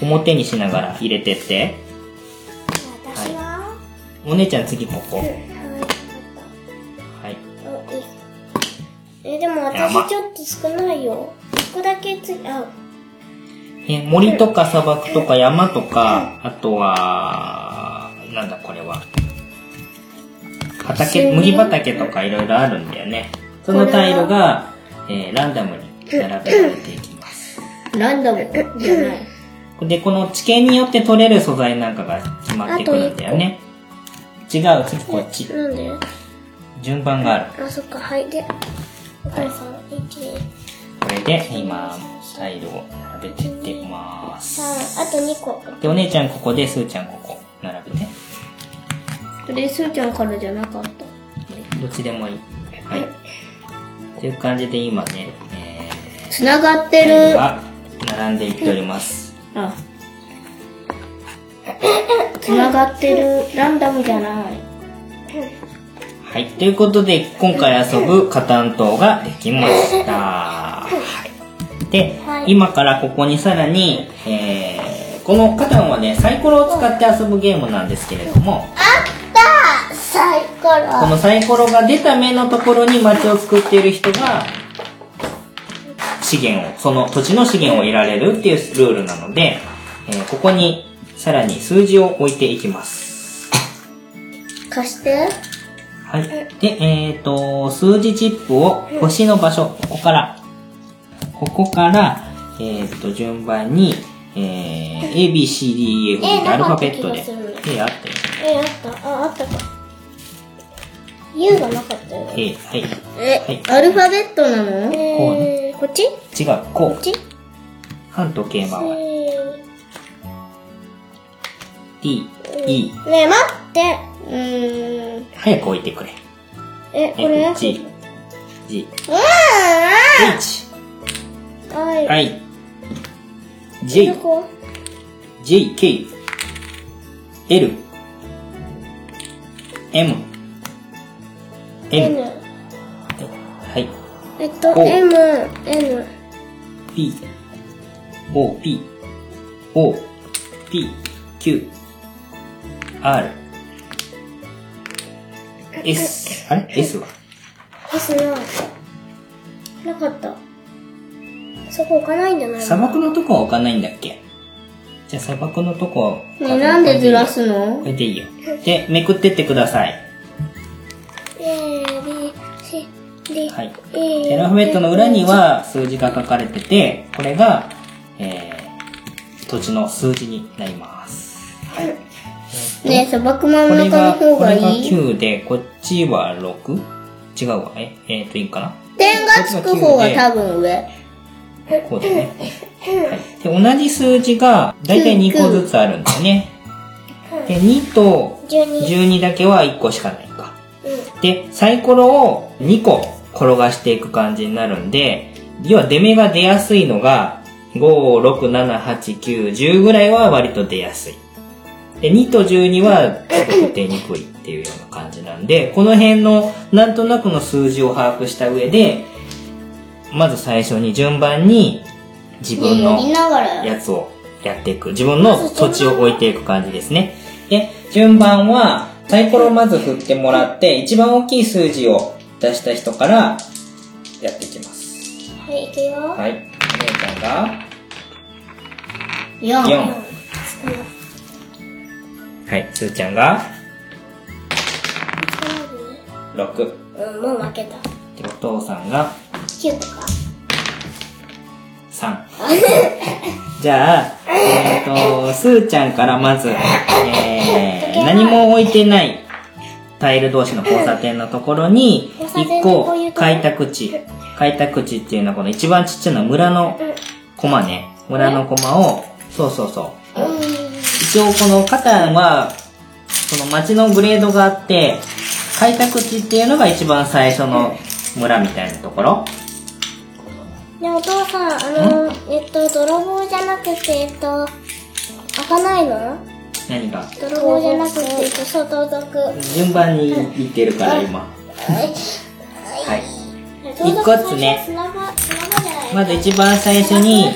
[SPEAKER 2] 表にしながら入れてって
[SPEAKER 3] 私は、
[SPEAKER 2] お姉ちゃん次ここはい
[SPEAKER 3] おいえ、でも
[SPEAKER 2] やば
[SPEAKER 3] 私ちょっと少ないよ。一個だけつ、あ、
[SPEAKER 2] え森とか砂漠とか山とかあとはなんだこれは畑麦畑とかいろいろあるんだよねそのタイルが、えーランダムに並べられていきます
[SPEAKER 1] ランダムじゃない。
[SPEAKER 2] で、この地形によって取れる素材なんかが決まってくるんだよね。違う、次こっち。
[SPEAKER 3] なんで
[SPEAKER 2] 順番がある。
[SPEAKER 3] あ、そっか、はい。で、お母さん、1、
[SPEAKER 2] これで、今、タイルを並べてってます。
[SPEAKER 3] 3、あと2個。
[SPEAKER 2] で、お姉ちゃんここで、すーちゃんここ、並べて。
[SPEAKER 1] それ、すーちゃんからじゃなかった。
[SPEAKER 2] どっちでもいい。はい。という感じで今ね、えー、
[SPEAKER 1] つながって
[SPEAKER 2] タイル
[SPEAKER 1] る。
[SPEAKER 2] が並んでいっております。
[SPEAKER 1] あ。つながってる。ランダムじゃない。
[SPEAKER 2] はい。ということで、今回遊ぶカタン島ができました。はい。で、
[SPEAKER 3] はい
[SPEAKER 2] 今からここにさらに、えー、このカタンはね、サイコロを使って遊ぶゲームなんですけれども、
[SPEAKER 3] あサイコ
[SPEAKER 2] こ
[SPEAKER 3] ロ。
[SPEAKER 2] のサイコロが出た目のところに街を作っている人が、資源を、その土地の資源を得られるっていうルールなので、えーここにさらに数字を置いていきます。
[SPEAKER 3] 貸して。
[SPEAKER 2] はい。で、えっ、と、数字チップを星の場所、ここから、ここから、えっ、と、順番に、えー、A, B, C, D, E, F
[SPEAKER 3] え
[SPEAKER 2] アルファベット
[SPEAKER 3] な
[SPEAKER 2] で
[SPEAKER 3] んかあった気が。
[SPEAKER 2] A あったよね。
[SPEAKER 3] え、あった。あ、あったか。U がなかったよ。
[SPEAKER 2] A、はい。
[SPEAKER 1] え、アルファベットなの
[SPEAKER 2] こうね。
[SPEAKER 3] えー、こっち
[SPEAKER 2] 違う、こう
[SPEAKER 3] ち。
[SPEAKER 2] 反時計
[SPEAKER 3] え
[SPEAKER 2] 回り。
[SPEAKER 3] ー
[SPEAKER 2] D、E。
[SPEAKER 3] ねえ、待って。うーん。
[SPEAKER 2] 早く置いてくれ。
[SPEAKER 3] え、これ
[SPEAKER 2] F、G、G、
[SPEAKER 3] うわ
[SPEAKER 2] H。
[SPEAKER 3] ーはい。
[SPEAKER 2] は
[SPEAKER 3] ど
[SPEAKER 2] い。J、
[SPEAKER 3] こ
[SPEAKER 2] J、K、L、M、
[SPEAKER 3] N
[SPEAKER 2] M、。はい、
[SPEAKER 3] えっと、
[SPEAKER 2] O
[SPEAKER 3] M、N。
[SPEAKER 2] P、O、P、O、P、Q、R、S、あれ ?S は
[SPEAKER 3] S な。なかった。そこ置かないんじゃない
[SPEAKER 2] 砂
[SPEAKER 3] の
[SPEAKER 2] 漠のとこは置かないんだっけじゃあ砂漠のとこは置か
[SPEAKER 1] ね、なんでずらすの
[SPEAKER 2] これでいいよ。で、めくってってください。
[SPEAKER 3] A, B, C, D,
[SPEAKER 2] はい。
[SPEAKER 3] E,
[SPEAKER 2] アルファベットの裏には数字が書かれてて、これが、えー、土地の数字になります。
[SPEAKER 1] ね、砂漠真
[SPEAKER 2] こ
[SPEAKER 1] ん
[SPEAKER 2] れ
[SPEAKER 1] 中
[SPEAKER 2] が、
[SPEAKER 1] の方
[SPEAKER 2] こ
[SPEAKER 1] が
[SPEAKER 2] れが
[SPEAKER 1] いい
[SPEAKER 2] 9で、こっちは 6? 違うわ。え、えっ、と、いいかな
[SPEAKER 1] 点がつく方が多分上。
[SPEAKER 2] こうだね。はい、で、同じ数字が、だいたい2個ずつあるんだよね。で、2と
[SPEAKER 3] 12。
[SPEAKER 2] 12だけは1個しかないか。で、サイコロを2個転がしていく感じになるんで、要は出目が出やすいのが、5、6、7、8、9、10ぐらいは割と出やすい。で、2と12はちょっと出にくいっていうような感じなんで、この辺のなんとなくの数字を把握した上で、まず最初に順番に自分
[SPEAKER 1] ね、
[SPEAKER 2] の
[SPEAKER 1] やりながら。
[SPEAKER 2] やつをやっていく。自分の土地を置いていく感じですね。で、順番は、サイコロをまず振ってもらって、一番大きい数字を出した人からやっていきます。
[SPEAKER 3] はい、いくよ。
[SPEAKER 2] はい。お姉ちゃんが4。
[SPEAKER 1] 4。
[SPEAKER 2] はい。すーちゃんが6。
[SPEAKER 3] うん、もう負けた。
[SPEAKER 2] で、お父さんが
[SPEAKER 3] 9とか。
[SPEAKER 2] 3。じゃあ、えっ、と、すーちゃんからまず、えー、何も置いてないタイル同士の交差点のところに、
[SPEAKER 3] 交差点
[SPEAKER 2] 1
[SPEAKER 3] にこういうと
[SPEAKER 2] 個
[SPEAKER 3] こ
[SPEAKER 2] 開拓地。開拓地っていうのはこの一番ちっちゃな村のコマね。村のコマを、そうそうそう。一応この肩は、その町のグレードがあって、開拓地っていうのが一番最初の村みたいなところ。
[SPEAKER 3] で、お父さん、あの、えっと、泥棒じゃなくて、えっと、開かないの
[SPEAKER 2] 何が
[SPEAKER 3] 泥棒じゃなくて、えっと、外族。
[SPEAKER 2] 順番に言ってるから今。はい。一個ずつね
[SPEAKER 3] 砂場、砂場じゃない
[SPEAKER 2] まず一番最初に、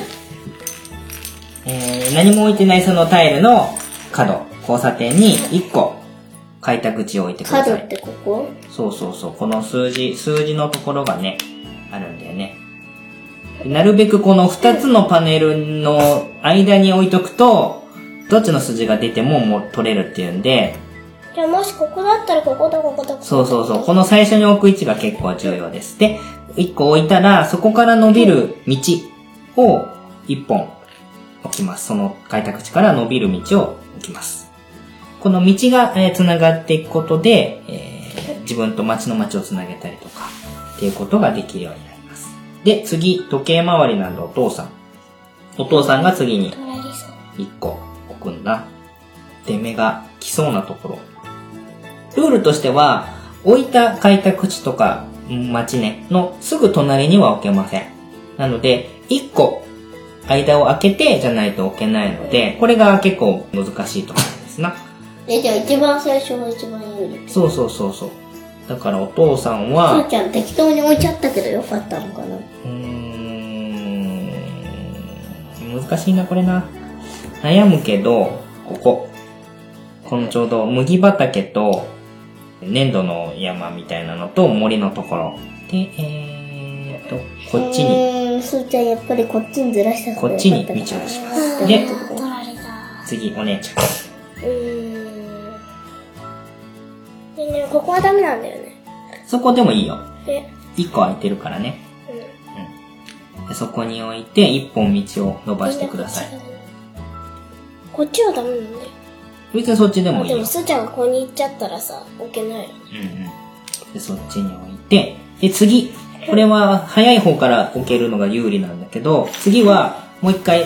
[SPEAKER 2] えー、何も置いてないそのタイルの角、交差点に1個開拓地を置いてくだ
[SPEAKER 1] 角
[SPEAKER 2] さ
[SPEAKER 1] っ
[SPEAKER 2] い。
[SPEAKER 1] てここ
[SPEAKER 2] そうそうそう。この数字、数字のところがね、あるんだよね。なるべくこの2つのパネルの間に置いとくと、どっちの数字が出てももう取れるっていうんで、
[SPEAKER 3] じゃあ、もしここだったら、こことこことここ。
[SPEAKER 2] そうそうそう。この最初に置く位置が結構重要です。で、1個置いたら、そこから伸びる道を1本置きます。その開拓地から伸びる道を置きます。この道が、えー繋がっていくことで、えー自分と町の町を繋げたりとか、っていうことができるようになります。で、次、時計回りなんでお父さん。お父さんが次に
[SPEAKER 3] 隣さん。
[SPEAKER 2] 1個置くんだ。出目が来そうなところ。ルールとしては、置いた開拓地とかうん町ね、のすぐ隣には置けません。なので、1個間を空けてじゃないと置けないので、これが結構難しいところですな。
[SPEAKER 1] え、じゃあ一番最初が一番有利。
[SPEAKER 2] そうそうそうそう。だからお父さん
[SPEAKER 1] す
[SPEAKER 2] は、
[SPEAKER 1] ーちゃん適当に置いちゃったけどよかったのかな
[SPEAKER 2] うーん難しいなこれな悩むけどこここのちょうど麦畑と粘土の山みたいなのと森のところでえー、とこっちに
[SPEAKER 1] うーん、すーちゃんやっぱりこっちにずらした
[SPEAKER 2] こっちに道を出しますで
[SPEAKER 3] 隣さん。
[SPEAKER 2] 次、お姉ちゃん。
[SPEAKER 3] うーん。でね、ここはダメなんだよね。
[SPEAKER 2] そこでもいいよ。
[SPEAKER 3] え、
[SPEAKER 2] 一個空いてるからね。
[SPEAKER 3] う
[SPEAKER 2] でそこに置いて、一本道を伸
[SPEAKER 3] ん。
[SPEAKER 2] ばしてください。。
[SPEAKER 3] こっちはダメなんだよ。
[SPEAKER 2] 別にそっちでもいい
[SPEAKER 3] で
[SPEAKER 2] よ。
[SPEAKER 3] も、すーちゃんがここに行っちゃったらさ、置けないよ。
[SPEAKER 2] うんうん。で、そっちに置いて、で、次。これは、早い方から置けるのが有利なんだけど、次は、もう一回、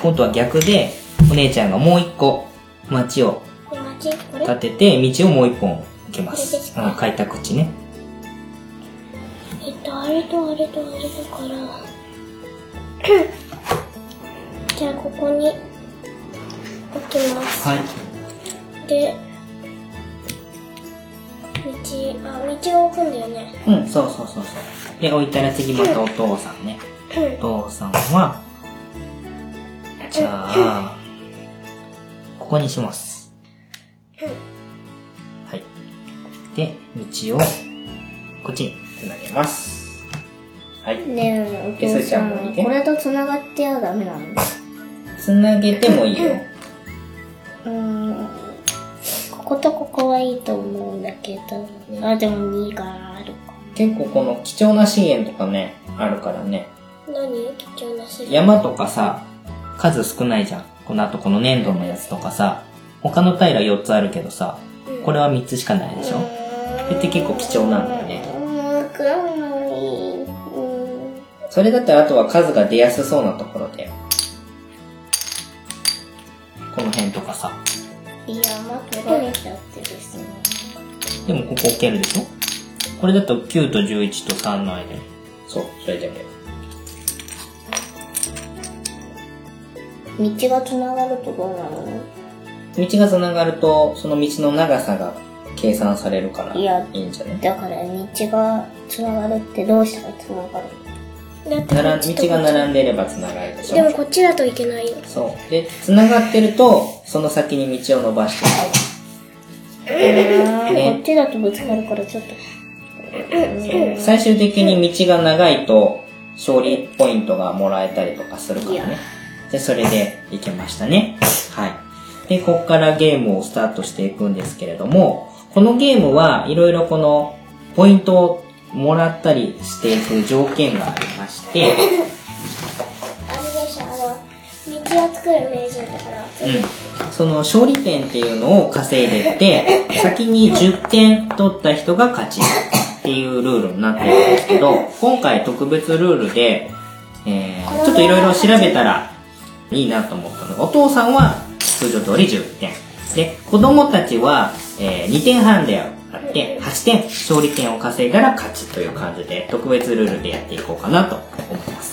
[SPEAKER 2] 今度は逆で、お姉ちゃんがもう一個、町を
[SPEAKER 3] これ待ち、これ
[SPEAKER 2] 立てて、道をもう一本置けま
[SPEAKER 3] これです
[SPEAKER 2] す。
[SPEAKER 3] か
[SPEAKER 2] うん、開拓地ね。
[SPEAKER 3] えっと、あれとあれとあれだから。じゃあ、ここに置きます。
[SPEAKER 2] はい。
[SPEAKER 3] で、道、あ、道を置くんだよね。
[SPEAKER 2] うん、そうそうそうそう。で、置いたら次またお父さんね。
[SPEAKER 3] うん
[SPEAKER 2] お父さんは、じゃあ、ここにします。はい。で、道を、こっちにつなげます。はい。
[SPEAKER 1] ねえ、お
[SPEAKER 2] えそれ
[SPEAKER 1] 父
[SPEAKER 2] じゃ
[SPEAKER 1] さ
[SPEAKER 2] あ
[SPEAKER 1] ん
[SPEAKER 2] もういい、ね
[SPEAKER 1] これと繋がってはダメなの
[SPEAKER 2] つなげてもいいよ。
[SPEAKER 1] うーん、こことここはいいと思うんだけど、あ、でも2があるか。
[SPEAKER 2] 結構この貴重な資源とかね、あるからね。
[SPEAKER 3] 何貴重な資料。
[SPEAKER 2] 山とかさ、数少ないじゃん。この後この粘土のやつとかさ、他の平ら4つあるけどさ、これは3つしかないでしょ。これって結構貴重なんだよね。
[SPEAKER 1] わかんない。うん
[SPEAKER 2] それだったらあとは数が出やすそうなところで。この辺とかさ。
[SPEAKER 1] いや、まあ、取られちゃってですね。
[SPEAKER 2] でもここ置けるでしょこれだと9と11と3の間に。そう、それだけ。
[SPEAKER 1] 道が繋がるところなの
[SPEAKER 2] 道が繋がると、その道の長さが計算されるから、
[SPEAKER 1] いや
[SPEAKER 2] いいんじゃない
[SPEAKER 1] だから道が繋がるってどうしたら繋がる
[SPEAKER 3] だって
[SPEAKER 2] なら
[SPEAKER 3] こっちとこ
[SPEAKER 2] 道
[SPEAKER 3] っち
[SPEAKER 2] が並んでれば繋がるでし
[SPEAKER 3] でも
[SPEAKER 2] ょ
[SPEAKER 3] こっちだといけないよ。
[SPEAKER 2] そう。で、繋がってると、その先に道を伸ばしてい
[SPEAKER 1] の、
[SPEAKER 2] ね
[SPEAKER 1] こっちだとぶつかるからちょっと。
[SPEAKER 2] く。最終的に道が長いと、勝利ポイントがもらえたりとかするからね。で、それで、いけましたね。はい。で、こっからゲームをスタートしていくんですけれども、このゲームはいろいろこの、ポイントをもらったりしていく条件がありまして、
[SPEAKER 3] あれでしょ、あの、道を作る名人だから、
[SPEAKER 2] うん、その勝利点っていうのを稼いでって先に10点取った人が勝ちっていうルールになってるんですけど今回特別ルールで、えーちょっといろいろ調べたらいいなと思ったのがお父さんは通常通り10点で子供たちは、え2点半であって8点勝利点を稼いだら勝ちという感じで特別ルールでやっていこうかなと思います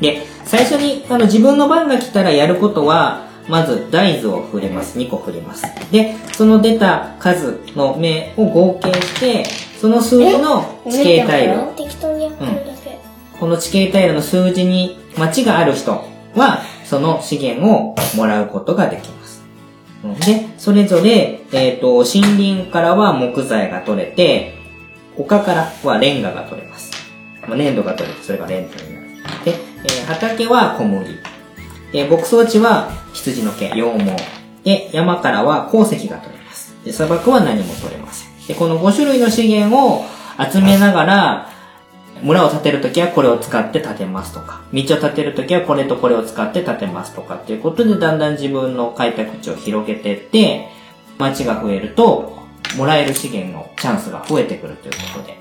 [SPEAKER 2] で、最初にあの自分の番が来たらやることは、まず大豆を振ります。2個振ります。で、その出た数の目を合計して、その数字の地形タイル、
[SPEAKER 3] 適当にやってるだけ。
[SPEAKER 2] この地形タイルの数字に町がある人は、その資源をもらうことができます。うんで、それぞれ、えっ、と、森林からは木材が取れて、丘からはレンガが取れます。まあ、粘土が取れて、それがレン土になる。で、えー畑は小麦。で、牧草地は羊の毛、羊毛。で、山からは鉱石が取れます。で、砂漠は何も取れません。で、この5種類の資源を集めながら、村を建てるときはこれを使って建てますとか、道を建てるときはこれとこれを使って建てますとかっていうことでだんだん自分の開拓地を広げてって、町が増えると、もらえる資源のチャンスが増えてくるということで、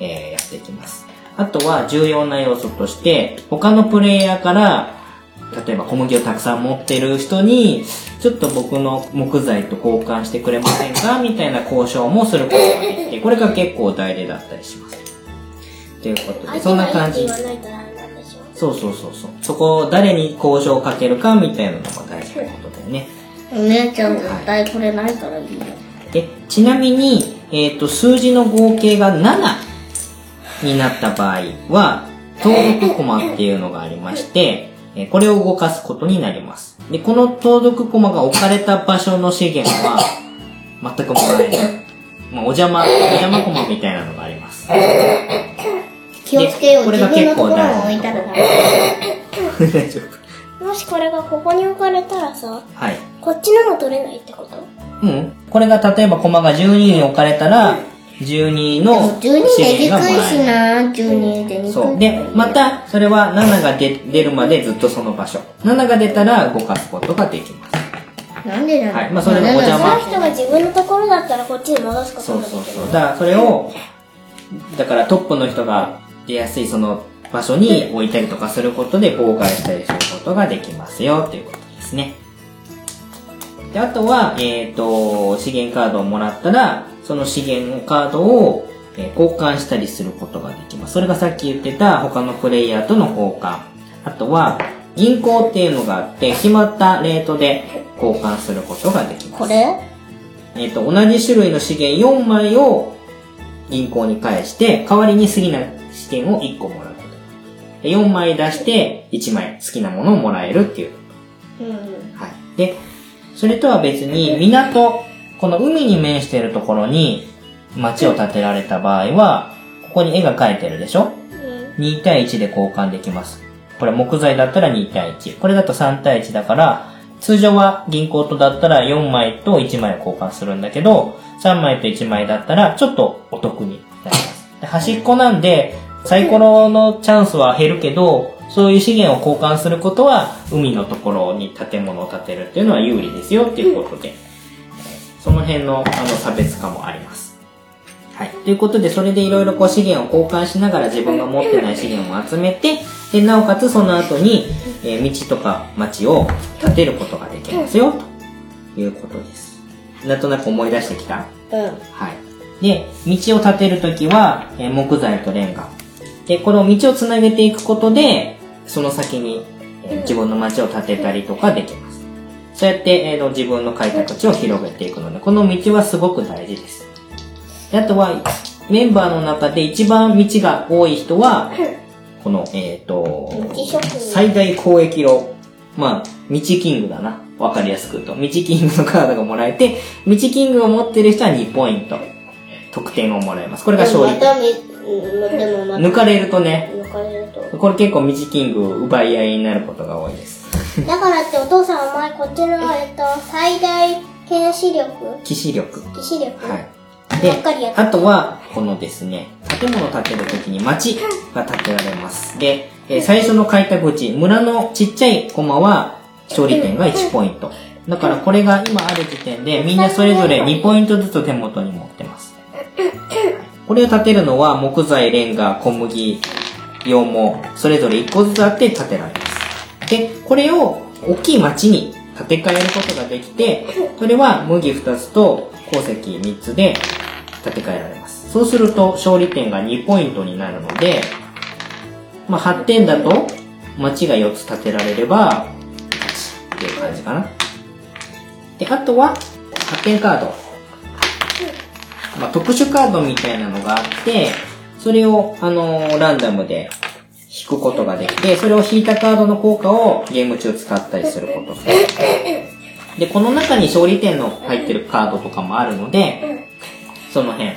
[SPEAKER 2] えーやっていきます。あとは重要な要素として、他のプレイヤーから、例えば小麦をたくさん持ってる人に、ちょっと僕の木材と交換してくれませんかみたいな交渉もすることができて、これが結構大例だったりします。ということで、そんな感じ
[SPEAKER 3] 相。手がいいって言わないとダメなんでしょ。
[SPEAKER 2] そうそうそうそう。そこを誰に交渉をかけるかみたいなのが大事なことだよね。
[SPEAKER 1] お姉ちゃん絶対これないからいいよ。
[SPEAKER 2] で、ちなみに、えっ、と、数字の合計が7になった場合は、盗読コマっていうのがありまして、えーこれを動かすことになります。で、この盗読コマが置かれた場所の資源は、全くもらえない。まあ、お邪魔、お邪魔コマみたいなのがあります。
[SPEAKER 1] 気をつけよう。
[SPEAKER 2] これ
[SPEAKER 1] 自
[SPEAKER 2] が
[SPEAKER 1] 分の
[SPEAKER 2] 結
[SPEAKER 1] とこ
[SPEAKER 2] 構
[SPEAKER 1] ろ
[SPEAKER 2] 大事
[SPEAKER 1] に置いたらダメ。
[SPEAKER 2] 大丈夫。
[SPEAKER 3] まもしこれがここに置かれたらさ、
[SPEAKER 2] はい。
[SPEAKER 3] こっちのも取れないってこと
[SPEAKER 2] うん。これが例えば駒が12に置かれたら、12
[SPEAKER 1] で
[SPEAKER 2] の
[SPEAKER 1] も12で
[SPEAKER 2] 紙
[SPEAKER 1] き
[SPEAKER 2] が
[SPEAKER 1] くい
[SPEAKER 2] も
[SPEAKER 1] し
[SPEAKER 2] らえる。
[SPEAKER 1] な12でにくい
[SPEAKER 2] そう。で、また、それは7が出出るまでずっとその場所。7が出たら動かすことができます。
[SPEAKER 1] なんでだろう、
[SPEAKER 2] はいまあそれもお邪
[SPEAKER 3] そ
[SPEAKER 2] 魔
[SPEAKER 3] の人が自分のところだったらこっちに戻すこと
[SPEAKER 2] そう
[SPEAKER 3] もでき
[SPEAKER 2] そうそ
[SPEAKER 3] る。
[SPEAKER 2] う。だからそれを、だからトップの人が出やすいその場所に置いたりとかすることで妨害したりすることができますよということですね。で、あとは、えっ、と、資源カードをもらったら、その資源のカードを、えー交換したりすることができます。それがさっき言ってた他のプレイヤーとの交換。あとは、銀行っていうのがあって、決まったレートで交換することができます。
[SPEAKER 1] これ
[SPEAKER 2] えっと同じ種類の資源4枚を銀行に返して代わりに好きな資源を1個もらうことで4枚出して1枚好きなものをもらえるっていう、
[SPEAKER 1] うん
[SPEAKER 2] はい、でそれとは別に港この海に面しているところに町を建てられた場合はここに絵が描いてるでしょ2対1で交換できます。これ木材だったら2対1。これだと3対1だから、通常は銀行とだったら4枚と1枚を交換するんだけど、3枚と1枚だったらちょっとお得になります。で端っこなんで、サイコロのチャンスは減るけど、そういう資源を交換することは、海のところに建物を建てるっていうのは有利ですよっていうことで、その辺のあの差別化もあります。はい。ということで、それでいろいろこう資源を交換しながら自分が持ってない資源を集めて、で、なおかつその後に、えー道とか町を建てることができますよ、ということです。なんとなく思い出してきた
[SPEAKER 1] うん
[SPEAKER 2] はい。で、道を建てるときは、えー木材とレンガ。で、この道をつなげていくことで、その先に、えー自分の町を建てたりとかできます。そうやって、えーと自分の開拓地を広げていくので、この道はすごく大事です。であとは、メンバーの中で一番道が多い人は、この、えっ、と
[SPEAKER 3] 道職人、
[SPEAKER 2] 最大交易路。まあ、道キングだな。わかりやすく言うと。道キングのカードがもらえて、道キングを持ってる人は2ポイント。得点をもらえます。これが
[SPEAKER 1] でもま
[SPEAKER 2] 勝利。
[SPEAKER 1] たみうんでもまた
[SPEAKER 2] 抜かれるとね、
[SPEAKER 1] 抜かれると
[SPEAKER 2] これ結構道キング奪い合いになることが多いです。
[SPEAKER 3] だからってお父さんお前こっちの、えっと、最大検視力
[SPEAKER 2] 騎士力。
[SPEAKER 3] 騎士力、
[SPEAKER 2] はい。で
[SPEAKER 3] ばっかりやっ、て
[SPEAKER 2] あとは、このですね、建物を建てるときに町が建てられます。で、えー最初の開拓地、村のちっちゃいコマは、勝利点が1ポイント。だからこれが今ある時点で、みんなそれぞれ2ポイントずつ手元に持ってます。これを建てるのは、木材、レンガ、小麦、羊毛、それぞれ1個ずつあって建てられます。で、これを大きい町に建て替えることができて、それは麦2つと鉱石3つで建て替えられます。そうすると勝利点が2ポイントになるので、まあ8点だと町が4つ建てられれば、っていう感じかな。で、あとは8点カード。まあ、特殊カードみたいなのがあって、それを、あのーランダムで引くことができて、それを引いたカードの効果をゲーム中使ったりすることができてで、この中に勝利点の入ってるカードとかもあるので、その辺、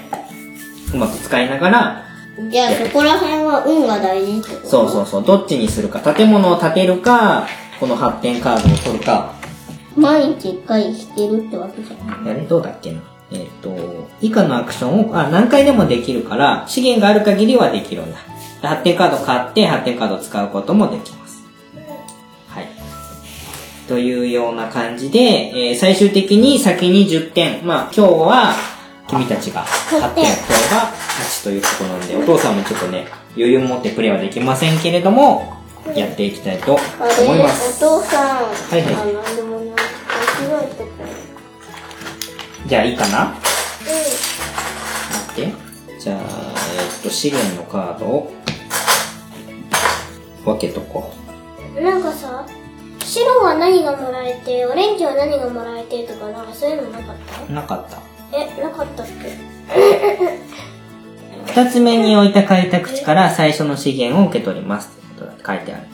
[SPEAKER 2] うまく使いながら、
[SPEAKER 1] じゃあそこら辺は運が大事ってこと
[SPEAKER 2] そうそうそう、どっちにするか、建物を建てるか、この発展カードを取るか、
[SPEAKER 1] 毎日一回してるってわけじゃない
[SPEAKER 2] あれどうだっけなえっ、と、以下のアクションを、あ、何回でもできるから、資源がある限りはできるんだ。で発展カード買って、発展カード使うこともできます。はい。というような感じで、えー最終的に先に10点。まあ、今日は、君たちが8点、今日が8ということなんで、お父さんもちょっとね、余裕を持ってプレイはできませんけれども、やっていきたいと
[SPEAKER 1] あれ
[SPEAKER 2] 思います。
[SPEAKER 1] お父さん、
[SPEAKER 2] いはい
[SPEAKER 1] あなんでもない間違えたから
[SPEAKER 2] じゃあいいかな待って。じゃあ、えっと、資源のカードを分けとこ
[SPEAKER 3] なんかさ白は何がもらえてオレンジは何がもらえてとかなんかそういうのなかっ
[SPEAKER 2] う。なかった。
[SPEAKER 3] たえなかったっけ
[SPEAKER 2] 二つ目に置いた開拓地から最初の資源を受け取りますってことだ書いてある。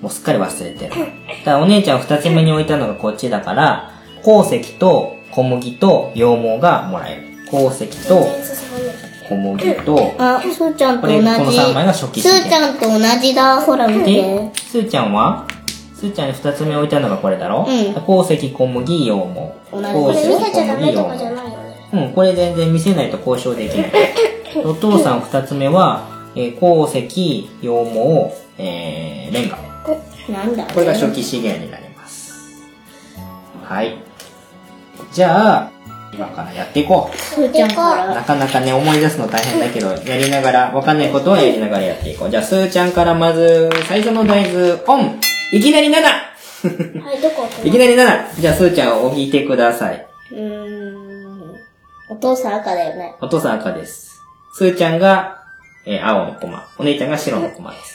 [SPEAKER 2] もうすっかり忘れてる。だからお姉ちゃんは二つ目に置いたのがこっちだから、鉱石と小麦と羊毛がもらえる。鉱石
[SPEAKER 3] 全
[SPEAKER 2] と
[SPEAKER 3] 然進まない
[SPEAKER 2] 小麦と、
[SPEAKER 1] あ、すーちゃんと
[SPEAKER 2] こ
[SPEAKER 1] 同
[SPEAKER 2] れ、
[SPEAKER 1] じ。
[SPEAKER 2] この3枚が初期
[SPEAKER 1] す
[SPEAKER 2] 資
[SPEAKER 1] ーちゃ
[SPEAKER 2] 源。
[SPEAKER 1] んと同じだ。ほら見て。
[SPEAKER 2] で、すーちゃんはすーちゃんに二つ目置いてあるのがこれだろ
[SPEAKER 1] うん
[SPEAKER 2] 鉱石、小麦、羊毛。
[SPEAKER 1] 同じ
[SPEAKER 2] 鉱
[SPEAKER 3] これ
[SPEAKER 2] 石
[SPEAKER 3] 見せちゃダメと
[SPEAKER 2] 小
[SPEAKER 3] か
[SPEAKER 2] 麦
[SPEAKER 3] じゃ
[SPEAKER 2] 羊
[SPEAKER 3] ないよね。
[SPEAKER 2] 毛。うん、これ全然見せないと交渉できない。お父さん二つ目は、えー鉱石、羊毛、えー、レンガ。
[SPEAKER 1] なんだ
[SPEAKER 2] これが初期資源になります。はい。じゃあ、今からやっていこう。
[SPEAKER 1] すーちゃんから
[SPEAKER 2] なかなかね、思い出すの大変だけど、やりながら、わかんないことはやりながらやっていこう。じゃあ、すーちゃんからまず、最初の大豆、オンいきなり 7!
[SPEAKER 3] はい、どこ置く
[SPEAKER 2] い
[SPEAKER 3] の
[SPEAKER 2] きなり 7! じゃあ、すーちゃんを引いてください。
[SPEAKER 1] うーんお父さん赤だよね
[SPEAKER 2] お父さん赤です。すーちゃんが、えー青のコマ。お姉ちゃんが白のコマです。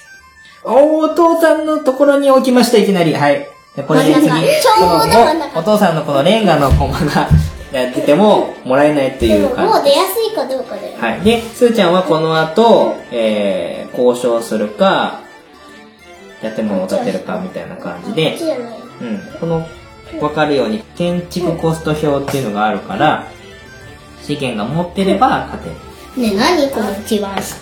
[SPEAKER 2] おーお父さんのところに置きました、いきなり。はい。でこれで次、
[SPEAKER 3] 真ん中
[SPEAKER 2] その
[SPEAKER 3] ちょうど真ん中
[SPEAKER 2] お父さんのこのレンガのコマが [laughs] やってても、もらえないと
[SPEAKER 3] で
[SPEAKER 2] いう
[SPEAKER 3] も、
[SPEAKER 2] 感じ。
[SPEAKER 3] もう出やすいかどうかだよね。
[SPEAKER 2] はい。で、すーちゃんはこの後、えー、交渉するか、やってもを建てるかみたいな感じ
[SPEAKER 3] こっ
[SPEAKER 2] で
[SPEAKER 3] ち、じゃない。
[SPEAKER 2] うん。この、わかるように、建築コスト表っていうのがあるから、資源が持ってれば建てる。
[SPEAKER 1] ねえ何この一番下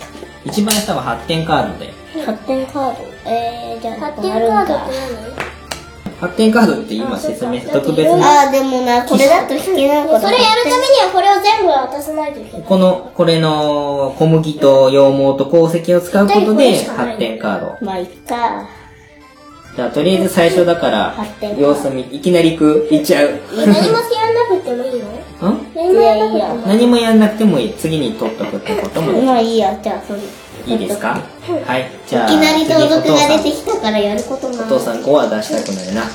[SPEAKER 2] 一番下は発展カードで。
[SPEAKER 1] 発展カードえー、じゃあ
[SPEAKER 3] 発
[SPEAKER 1] こう
[SPEAKER 3] 展
[SPEAKER 1] なるんだ
[SPEAKER 3] カードって何
[SPEAKER 2] 発展カードって今説明した特別な、
[SPEAKER 1] あーでもなこれだと引けないこと
[SPEAKER 3] それやるためにはこれを全部渡さないとい
[SPEAKER 2] [laughs]
[SPEAKER 3] けない。
[SPEAKER 2] この、これの小麦と羊毛と鉱石を使うことで
[SPEAKER 3] 絶対これしかない
[SPEAKER 2] 発展カード。
[SPEAKER 1] まあいっか
[SPEAKER 2] じゃあとりあえず最初だから
[SPEAKER 1] 発展、カード
[SPEAKER 2] 様子見、いきなり行く、行っちゃう。
[SPEAKER 3] 何もやんなくてもいいの
[SPEAKER 2] ん
[SPEAKER 3] 何もやんなくてもいいの
[SPEAKER 2] 何もやんなくてもいい。次に取っとくってことも
[SPEAKER 1] まあいいやじゃあそのい
[SPEAKER 2] いいですかはい。じゃあ、
[SPEAKER 1] きなり盗賊が出て
[SPEAKER 2] て
[SPEAKER 1] きたからやることない
[SPEAKER 2] お父さん、お父さん5は出したくないな。
[SPEAKER 1] さ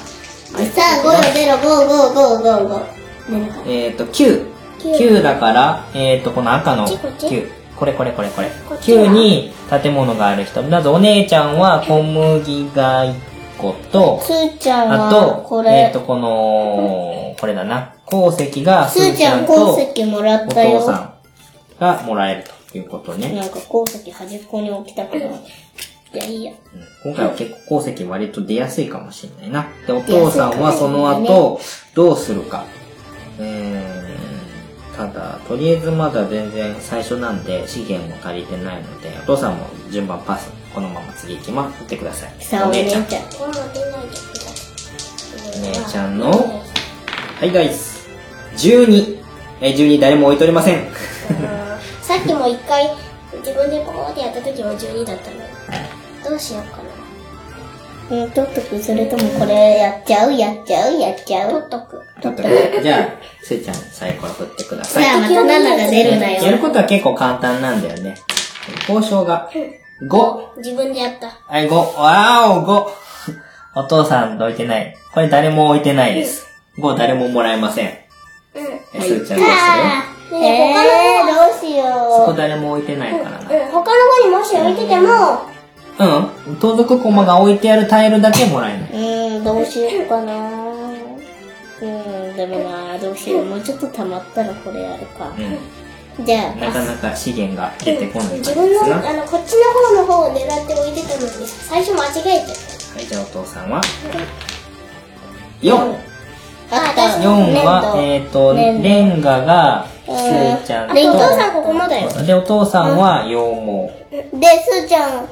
[SPEAKER 1] あ5055555
[SPEAKER 2] えっと、9。
[SPEAKER 3] 九
[SPEAKER 2] 9だから、えっと、この赤の
[SPEAKER 3] こっちこっち
[SPEAKER 2] 9。これこれこれこれ。
[SPEAKER 3] こっちは
[SPEAKER 2] 9に建物がある人。まずお姉ちゃんは小麦が1個と、
[SPEAKER 1] すーちゃん
[SPEAKER 2] あ、
[SPEAKER 1] はこと
[SPEAKER 2] えっ
[SPEAKER 1] れ
[SPEAKER 2] と、この、これだな。鉱石が
[SPEAKER 1] すーちゃん
[SPEAKER 2] と
[SPEAKER 1] 鉱石もら
[SPEAKER 2] お
[SPEAKER 1] ったよ
[SPEAKER 2] 父さんがもらえるということね。
[SPEAKER 1] なんか鉱石端っこに置きたくないいやいいや
[SPEAKER 2] うん今回は結構鉱石割と出やすいかもしれないな。で、お父さんはその後、どうするか。うーん。ただ、とりあえずまだ全然最初なんで資源も足りてないので、お父さんも順番パス。このまま次行きます。行ってください。
[SPEAKER 1] さあお姉ちゃん
[SPEAKER 3] これは出ないでください
[SPEAKER 2] お姉ちゃんの、はい、ガイズ。12。え、12誰も置いとりません。
[SPEAKER 3] さっきも一回自分でポーってやった時も12だったのどうしようかな
[SPEAKER 1] うん取っとくそれともこれやっちゃうやっちゃうやっちゃう取っとく
[SPEAKER 2] ちょっとねじゃあ、せいちゃん、最後振ってくださ
[SPEAKER 1] さ
[SPEAKER 2] い。
[SPEAKER 1] あまた7が出るんだ
[SPEAKER 2] やる
[SPEAKER 1] よ
[SPEAKER 2] ことは結構簡単なんだよね。交渉が、5。
[SPEAKER 3] 自分でやった
[SPEAKER 2] はい、5。わーお、5。お父さん置いてない。これ誰も置いてないです。5誰ももらえません。
[SPEAKER 3] うんね
[SPEAKER 2] え、すーちゃんどうする
[SPEAKER 3] え
[SPEAKER 1] えーどうし
[SPEAKER 2] そこ
[SPEAKER 1] よ
[SPEAKER 2] 誰も置いてないから
[SPEAKER 3] 他の、うん、他の子にもし置いてても
[SPEAKER 2] な。うん。盗賊駒が置いてあるタイルだけもらえな
[SPEAKER 1] う
[SPEAKER 2] い。
[SPEAKER 1] うんどうしようかなうんでもなどうしようもうちょっと溜まったらこれやるか
[SPEAKER 2] う
[SPEAKER 1] じゃあ
[SPEAKER 2] ん。なかなか資源が出てこない
[SPEAKER 3] 自
[SPEAKER 2] 感
[SPEAKER 3] 分
[SPEAKER 2] じで
[SPEAKER 3] の
[SPEAKER 2] すな。は
[SPEAKER 3] あのこっちの方の方を狙って置いてたのに最初間違えちゃった
[SPEAKER 2] い、じゃあお父さんは ?4。
[SPEAKER 1] あった
[SPEAKER 2] 4は、えっと、
[SPEAKER 1] 粘土
[SPEAKER 2] レンガが、す
[SPEAKER 1] ん
[SPEAKER 2] ーちゃん
[SPEAKER 3] あとお父さん
[SPEAKER 2] と、
[SPEAKER 3] ここまだよ
[SPEAKER 2] で、お父さんは羊毛。
[SPEAKER 1] で、すーち
[SPEAKER 2] [laughs]
[SPEAKER 1] ゃん。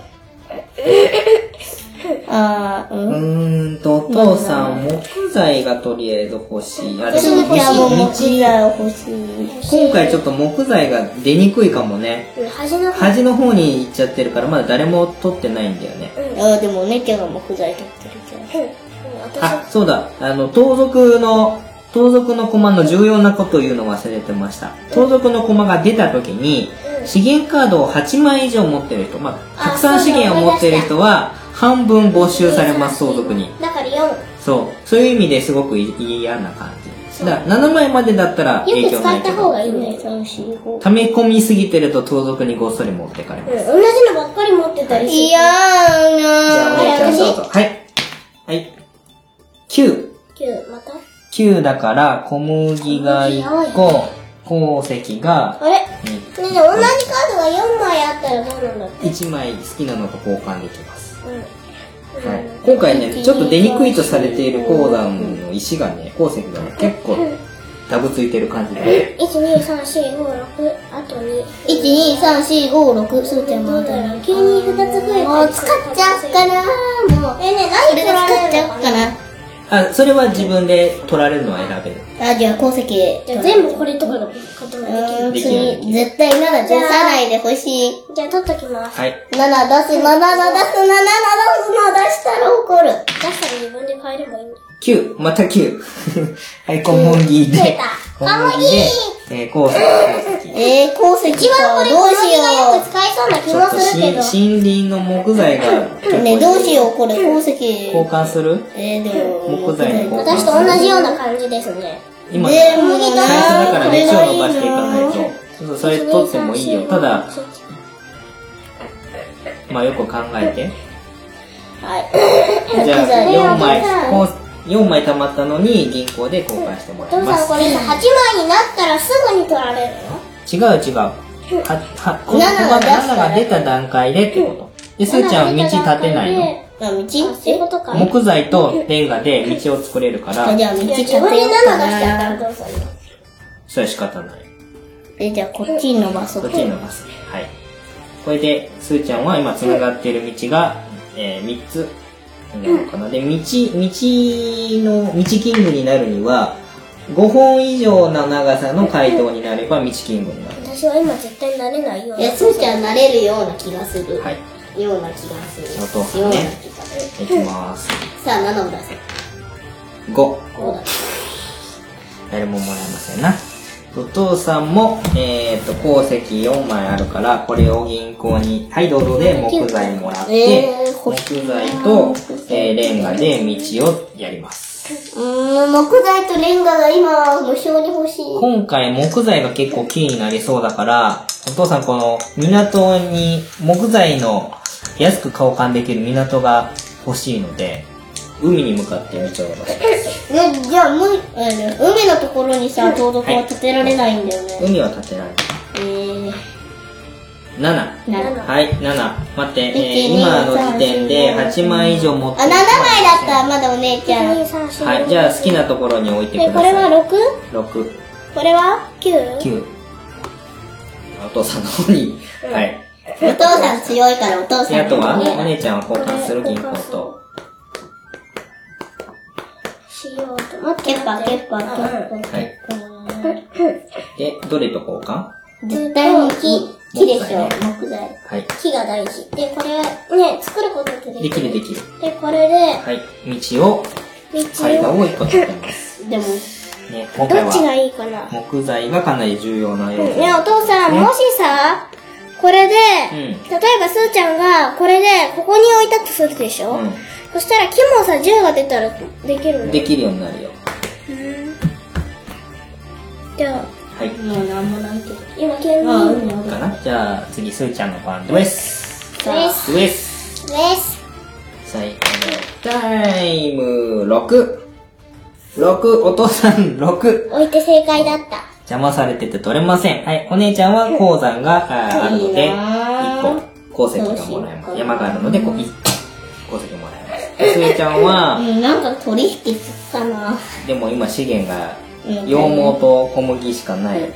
[SPEAKER 1] あー、
[SPEAKER 2] う
[SPEAKER 1] うん。
[SPEAKER 2] ーんと、お父さん、木材がとりあえず欲しい。あ、ですも
[SPEAKER 1] ーちゃんも
[SPEAKER 2] 道
[SPEAKER 1] 木材欲しい。
[SPEAKER 2] 今回ちょっと木材が出にくいかもね
[SPEAKER 3] うん端の方
[SPEAKER 2] 端の方に行っちゃってるからまだ誰も取ってないんだよね
[SPEAKER 1] あー、でもお姉ちゃんが木材取ってるじゃん。
[SPEAKER 3] うんうん私
[SPEAKER 2] あそうだあの盗賊の盗賊の駒の重要なことを言うの忘れてました盗賊の駒が出た時に資源カードを8枚以上持ってる人、まあ、
[SPEAKER 3] あ
[SPEAKER 2] たくさん資源を持ってる人は半分没収されます盗賊に
[SPEAKER 3] だから4
[SPEAKER 2] そうそういう意味ですごくい嫌な感じだから7枚までだったら影
[SPEAKER 3] よく
[SPEAKER 2] 響
[SPEAKER 3] 使
[SPEAKER 2] ない
[SPEAKER 3] っ
[SPEAKER 2] け
[SPEAKER 3] た方
[SPEAKER 2] ど
[SPEAKER 3] がいいんだよ
[SPEAKER 1] 三四五。
[SPEAKER 2] 溜め込みすぎてると盗賊にごっそり持ってかれます
[SPEAKER 3] うん同じのばっかり持ってたりする
[SPEAKER 1] いや
[SPEAKER 2] じゃあ、お
[SPEAKER 1] ーな
[SPEAKER 2] 姉ちゃんどうぞ。はい。はい。9。
[SPEAKER 3] 9また
[SPEAKER 2] 9だから、小麦が1個、鉱石が
[SPEAKER 3] あれねえ
[SPEAKER 2] 2
[SPEAKER 3] 同じカードが4枚あったらどうなんだって
[SPEAKER 2] 1枚好きなのと交換できます。
[SPEAKER 3] うん
[SPEAKER 2] はい、今回ね、ちょっと出にくいとされている鉱山の石がね、鉱石がね、結構ダブついてる感じで。
[SPEAKER 3] 1、2、3、4、5、6、あと2。
[SPEAKER 1] 1,2,3,4,5,6すーちゃんも当たる
[SPEAKER 3] 急に2つ増え
[SPEAKER 1] もう使っちゃうかなもう
[SPEAKER 3] えねえ、
[SPEAKER 1] そ
[SPEAKER 3] 何
[SPEAKER 1] れ
[SPEAKER 3] 取
[SPEAKER 1] で
[SPEAKER 3] ら
[SPEAKER 1] 使っち
[SPEAKER 3] れる
[SPEAKER 1] ゃお
[SPEAKER 3] のか
[SPEAKER 1] う
[SPEAKER 3] な
[SPEAKER 1] かな
[SPEAKER 2] あ、それは自分で取られるのは選べる。
[SPEAKER 1] あじゃあ鉱石
[SPEAKER 3] じゃあ全部これとかのことが
[SPEAKER 1] う
[SPEAKER 3] でき
[SPEAKER 1] ーん
[SPEAKER 3] る。
[SPEAKER 2] できる
[SPEAKER 1] 次絶対7出さないでほしい
[SPEAKER 3] じゃあ取っときます。
[SPEAKER 2] はい。
[SPEAKER 1] 7出す7出す7出す7出したら怒る
[SPEAKER 3] 出したら自分で変えればいいんだ。
[SPEAKER 2] 9、また9。はい、小麦で。
[SPEAKER 3] 増えた
[SPEAKER 2] 小麦で、えー、鉱石、鉱石。
[SPEAKER 1] えー、鉱石
[SPEAKER 3] 一番こ
[SPEAKER 1] か
[SPEAKER 3] れ、
[SPEAKER 1] どうし
[SPEAKER 3] がよ
[SPEAKER 1] よ
[SPEAKER 3] く使えそうな気
[SPEAKER 2] ちょ
[SPEAKER 3] も
[SPEAKER 2] っと
[SPEAKER 3] す
[SPEAKER 2] し
[SPEAKER 3] るけ
[SPEAKER 2] 森
[SPEAKER 3] ど。
[SPEAKER 2] 林の木材が結構いる
[SPEAKER 1] うねどうしようこれ鉱石
[SPEAKER 2] 交換する
[SPEAKER 1] えー、でも
[SPEAKER 2] 木材の交換
[SPEAKER 3] 私
[SPEAKER 2] する
[SPEAKER 3] と同じような感じですね。
[SPEAKER 2] 今、
[SPEAKER 1] で
[SPEAKER 2] 最
[SPEAKER 1] も
[SPEAKER 2] 初
[SPEAKER 1] な
[SPEAKER 2] だから1を伸ばしていかない
[SPEAKER 1] これがいい
[SPEAKER 2] と。そうそうそれ取ってもいいよ。ただ、まあよく考えて。
[SPEAKER 1] はい
[SPEAKER 2] じゃあ、
[SPEAKER 1] 木材
[SPEAKER 2] 4枚
[SPEAKER 1] 木材、
[SPEAKER 2] こう4枚貯まったのに銀行で交換しても
[SPEAKER 3] お
[SPEAKER 2] らい
[SPEAKER 3] 父
[SPEAKER 2] ま
[SPEAKER 3] さん
[SPEAKER 2] す
[SPEAKER 3] こ。れさ、8枚になったらすぐに取られるの
[SPEAKER 2] 違う違う。は、は、この
[SPEAKER 1] 7が
[SPEAKER 2] 7が
[SPEAKER 1] 出したら
[SPEAKER 2] 出た段階でってこと。で、すーちゃんは道立てないの。
[SPEAKER 1] あ道
[SPEAKER 3] あ、そういうことか。
[SPEAKER 2] 木材とレンガで道を作れるから
[SPEAKER 1] え、じゃあ道
[SPEAKER 3] い
[SPEAKER 1] 立
[SPEAKER 3] や
[SPEAKER 1] て
[SPEAKER 3] 自
[SPEAKER 1] よう
[SPEAKER 3] 分で7出し
[SPEAKER 1] か
[SPEAKER 3] ちゃった
[SPEAKER 1] な
[SPEAKER 3] らどうするの
[SPEAKER 2] それは仕方ない。
[SPEAKER 1] えじゃあこっちに伸ばそ
[SPEAKER 2] こっ
[SPEAKER 1] う
[SPEAKER 2] ちに伸ばす。はい。これで、すーちゃんは今繋がってる道が、えー、3つになるかな。で、道、道の、道キングになるには、5本以上の長さの街道になれば道キングになる。
[SPEAKER 3] 私は今絶対なれないよう
[SPEAKER 1] い
[SPEAKER 3] な。
[SPEAKER 1] やすーちゃん慣れるような気がする、
[SPEAKER 2] はい。
[SPEAKER 1] ような気がする
[SPEAKER 2] お父さんね
[SPEAKER 1] ような気がする
[SPEAKER 2] いきます。
[SPEAKER 1] さあ7を出せ
[SPEAKER 2] 5。
[SPEAKER 1] こうだ
[SPEAKER 2] 誰ももらえませんな。お父さんも、えっ、と、鉱石4枚あるから、これを銀行に、はい、どうぞで木材もらって、
[SPEAKER 1] えー欲
[SPEAKER 2] 木材と、えーレンガで道をやります。
[SPEAKER 1] うーん木材とレンガが今無償に欲しい
[SPEAKER 2] 今回木材が結構キーになりそうだから、お父さんこの港に木材の安く交換できる港が欲しいので、海に向かって道を伸ばします。
[SPEAKER 1] ね、じゃあ、む、あの海のところにさ、盗賊は立てられないんだよね。
[SPEAKER 2] 海は建てられない。
[SPEAKER 1] えー、
[SPEAKER 2] 7。
[SPEAKER 1] なる
[SPEAKER 2] はい、7。待って、えー
[SPEAKER 1] 1 2
[SPEAKER 2] 今の時点で8枚以上持っ
[SPEAKER 1] あ、
[SPEAKER 2] て
[SPEAKER 1] 7枚だったらまだお姉ちゃん。
[SPEAKER 3] 1、2、3、4、
[SPEAKER 2] はい、じゃあ好きなところに置いてく
[SPEAKER 3] え、
[SPEAKER 2] だ
[SPEAKER 3] こ
[SPEAKER 2] さい。
[SPEAKER 3] れは 6?
[SPEAKER 2] 6。
[SPEAKER 3] これは 9?
[SPEAKER 2] 9。お父さんの方に。はい。
[SPEAKER 1] お父さん強いからお父
[SPEAKER 2] で、
[SPEAKER 1] さ
[SPEAKER 2] あ
[SPEAKER 1] ん
[SPEAKER 2] と
[SPEAKER 1] の
[SPEAKER 2] は、
[SPEAKER 1] 方
[SPEAKER 2] お
[SPEAKER 1] ね。
[SPEAKER 2] 姉ちゃんは交換する銀行と。
[SPEAKER 3] しようと。待って。
[SPEAKER 1] ケッパー、ケッパー、ケ
[SPEAKER 3] う
[SPEAKER 1] ッパー。
[SPEAKER 2] はい。で、どれと交換
[SPEAKER 1] 絶対に木、木でしょ、木材。
[SPEAKER 2] はい。
[SPEAKER 3] 木が大事。で、これ、ね、作ることって
[SPEAKER 2] で
[SPEAKER 3] で
[SPEAKER 2] き
[SPEAKER 3] き
[SPEAKER 2] る
[SPEAKER 3] る。
[SPEAKER 2] できる。
[SPEAKER 3] で、これで、
[SPEAKER 2] はい。道を、階
[SPEAKER 3] 道
[SPEAKER 2] 段
[SPEAKER 3] を、
[SPEAKER 2] を一個作ります。
[SPEAKER 1] でも、
[SPEAKER 2] ね、今回
[SPEAKER 3] どっちが
[SPEAKER 2] は、
[SPEAKER 3] いいかな。ね、
[SPEAKER 2] 木材がかなり重要な要
[SPEAKER 3] お
[SPEAKER 2] 素。
[SPEAKER 3] 父さん、
[SPEAKER 2] ね
[SPEAKER 3] もしさ、これで、
[SPEAKER 2] うん
[SPEAKER 3] 例えばすーちゃんが、これで、ここに置いたとするでしょ、
[SPEAKER 2] う
[SPEAKER 3] そしたら木もさ、10が出たらできる
[SPEAKER 2] ん。
[SPEAKER 3] の。
[SPEAKER 2] できるようになるよ。
[SPEAKER 3] うんじゃあ、
[SPEAKER 2] はい。
[SPEAKER 1] もうなんもなんていう
[SPEAKER 3] 今、ケン
[SPEAKER 1] の。あ、
[SPEAKER 3] ミ
[SPEAKER 1] 海の
[SPEAKER 2] かなじゃあ、次、すーちゃんの番です。
[SPEAKER 1] さ、
[SPEAKER 2] です。
[SPEAKER 3] です。
[SPEAKER 2] 最後のタイム 6!6! お父さん 6!
[SPEAKER 3] 置いて正解だった。
[SPEAKER 2] 邪魔されてて取れません。はい、お姉ちゃんは鉱山が、あーあるの
[SPEAKER 1] いい
[SPEAKER 2] で、
[SPEAKER 1] なー
[SPEAKER 2] 1個鉱石がもらえま
[SPEAKER 1] どうしようか
[SPEAKER 2] す。山があるので、こう1個鉱石もらえます。すーちゃん
[SPEAKER 1] う
[SPEAKER 2] は、
[SPEAKER 1] ん、なんか取引つくかな。
[SPEAKER 2] でも今資源が
[SPEAKER 1] うん
[SPEAKER 2] 羊毛と小麦しかない。
[SPEAKER 1] うん、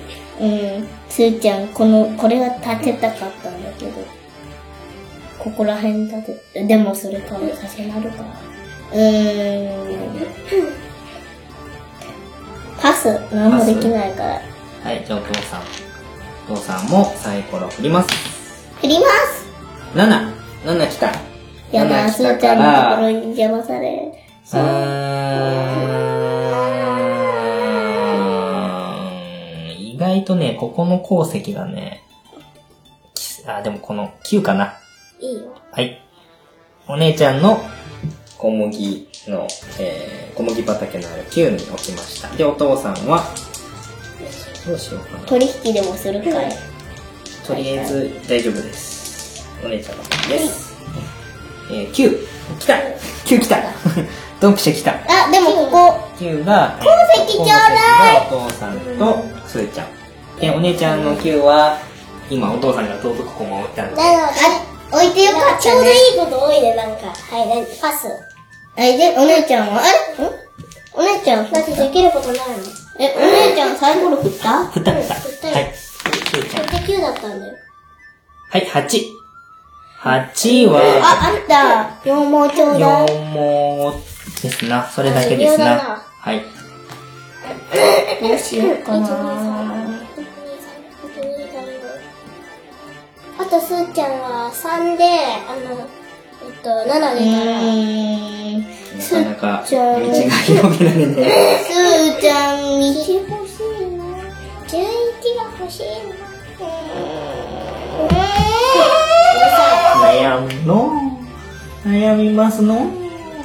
[SPEAKER 1] すーちゃん、この、これは立てたかったんだけど、ここら辺立て、でもそれからさせなるから。うーん。パス、何もできないから。
[SPEAKER 2] はい、じゃあお父さん。お父さんもサイコロ振ります。
[SPEAKER 1] 振ります
[SPEAKER 2] 7! 7来た。
[SPEAKER 1] やだ、
[SPEAKER 2] 7
[SPEAKER 1] す
[SPEAKER 2] 来た
[SPEAKER 1] ーち
[SPEAKER 2] か
[SPEAKER 1] ゃんのとこ
[SPEAKER 2] ら
[SPEAKER 1] ろ、に邪魔される。
[SPEAKER 2] うーん意外とね、ここの鉱石がね、きあ、でもこの9かな。
[SPEAKER 3] いいよ。
[SPEAKER 2] はい。お姉ちゃんの小麦の、えー、小麦畑のある9に置きました。で、お父さんは、どうしようかな。
[SPEAKER 1] 取引でもするかい。
[SPEAKER 2] とりあえず大丈夫です。お姉ちゃんのです。えー、9! 来た !9 来たドンピシャ来た
[SPEAKER 1] あ、でもここ、
[SPEAKER 2] キューが、鉱
[SPEAKER 1] 石ちょうだい
[SPEAKER 2] お父さんと、スーちゃん。で、お姉ちゃんのキューは、今お父さんが盗賊こもったんで、
[SPEAKER 3] なので、
[SPEAKER 1] 置いてよ
[SPEAKER 3] なん
[SPEAKER 1] か
[SPEAKER 3] か
[SPEAKER 1] っ
[SPEAKER 3] ちょ
[SPEAKER 1] た
[SPEAKER 3] うど
[SPEAKER 1] ね。
[SPEAKER 3] いいこと多いね、なんか。はい、ねパス。
[SPEAKER 1] はい、で、お姉ちゃんは、あれんお姉ちゃん、
[SPEAKER 3] だってできることないもん。
[SPEAKER 1] え、お姉ちゃんサイコロ振った
[SPEAKER 2] ふたふた。
[SPEAKER 3] うん振ったよ
[SPEAKER 2] はい。ふうちゃん
[SPEAKER 3] 絶対9だったんだよ。
[SPEAKER 2] はい、8。8は、
[SPEAKER 1] あ、あんた、羊毛ちょうだい。
[SPEAKER 2] 羊毛ですな。それだけです
[SPEAKER 3] あ微妙
[SPEAKER 2] な
[SPEAKER 3] だな。
[SPEAKER 2] はい。
[SPEAKER 1] どうしようか
[SPEAKER 3] 1、2、
[SPEAKER 1] な。
[SPEAKER 3] 3、1、2、3、あと、すーちゃんは3で、あの、えっと、7
[SPEAKER 1] う
[SPEAKER 3] で
[SPEAKER 1] ーん。
[SPEAKER 2] なかなか、
[SPEAKER 1] すっち
[SPEAKER 2] 道
[SPEAKER 1] ゃ
[SPEAKER 2] が
[SPEAKER 1] ん
[SPEAKER 2] 広げられ
[SPEAKER 1] [laughs]
[SPEAKER 2] ね
[SPEAKER 1] すーちゃん、み
[SPEAKER 3] 7欲しいな。11が欲しいな。
[SPEAKER 2] え。悩むの悩みますの
[SPEAKER 1] うーん。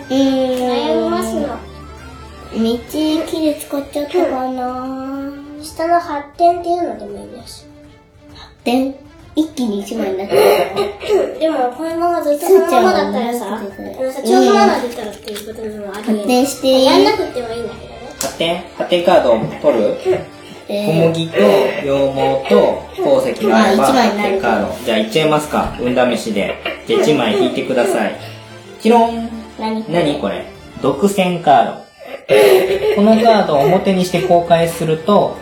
[SPEAKER 3] 悩みますの。
[SPEAKER 1] 道切れ使っちゃったかな。
[SPEAKER 3] 下の発展っていうのでもいいです。
[SPEAKER 1] で、一気に一枚になっちゃった。
[SPEAKER 3] でも、このままずっとそのままだったらさ、あ
[SPEAKER 1] すーちゃんは
[SPEAKER 3] のさ、長期マナ出たらっていうことにもあり
[SPEAKER 1] 発
[SPEAKER 3] える
[SPEAKER 1] 展して、
[SPEAKER 3] やんなくてもいいんだけどね。
[SPEAKER 2] 発展発展カードを取る小
[SPEAKER 1] え
[SPEAKER 2] 麦と羊毛と鉱石があれば
[SPEAKER 1] あ一枚になる
[SPEAKER 2] 発展カード。じゃあ、いっちゃいますか。運試しで。じゃあ、1枚引いてくだ
[SPEAKER 1] [laughs]
[SPEAKER 2] さい。キロン。
[SPEAKER 1] 何
[SPEAKER 2] 何これ独占カード。このカードを表にして公開すると、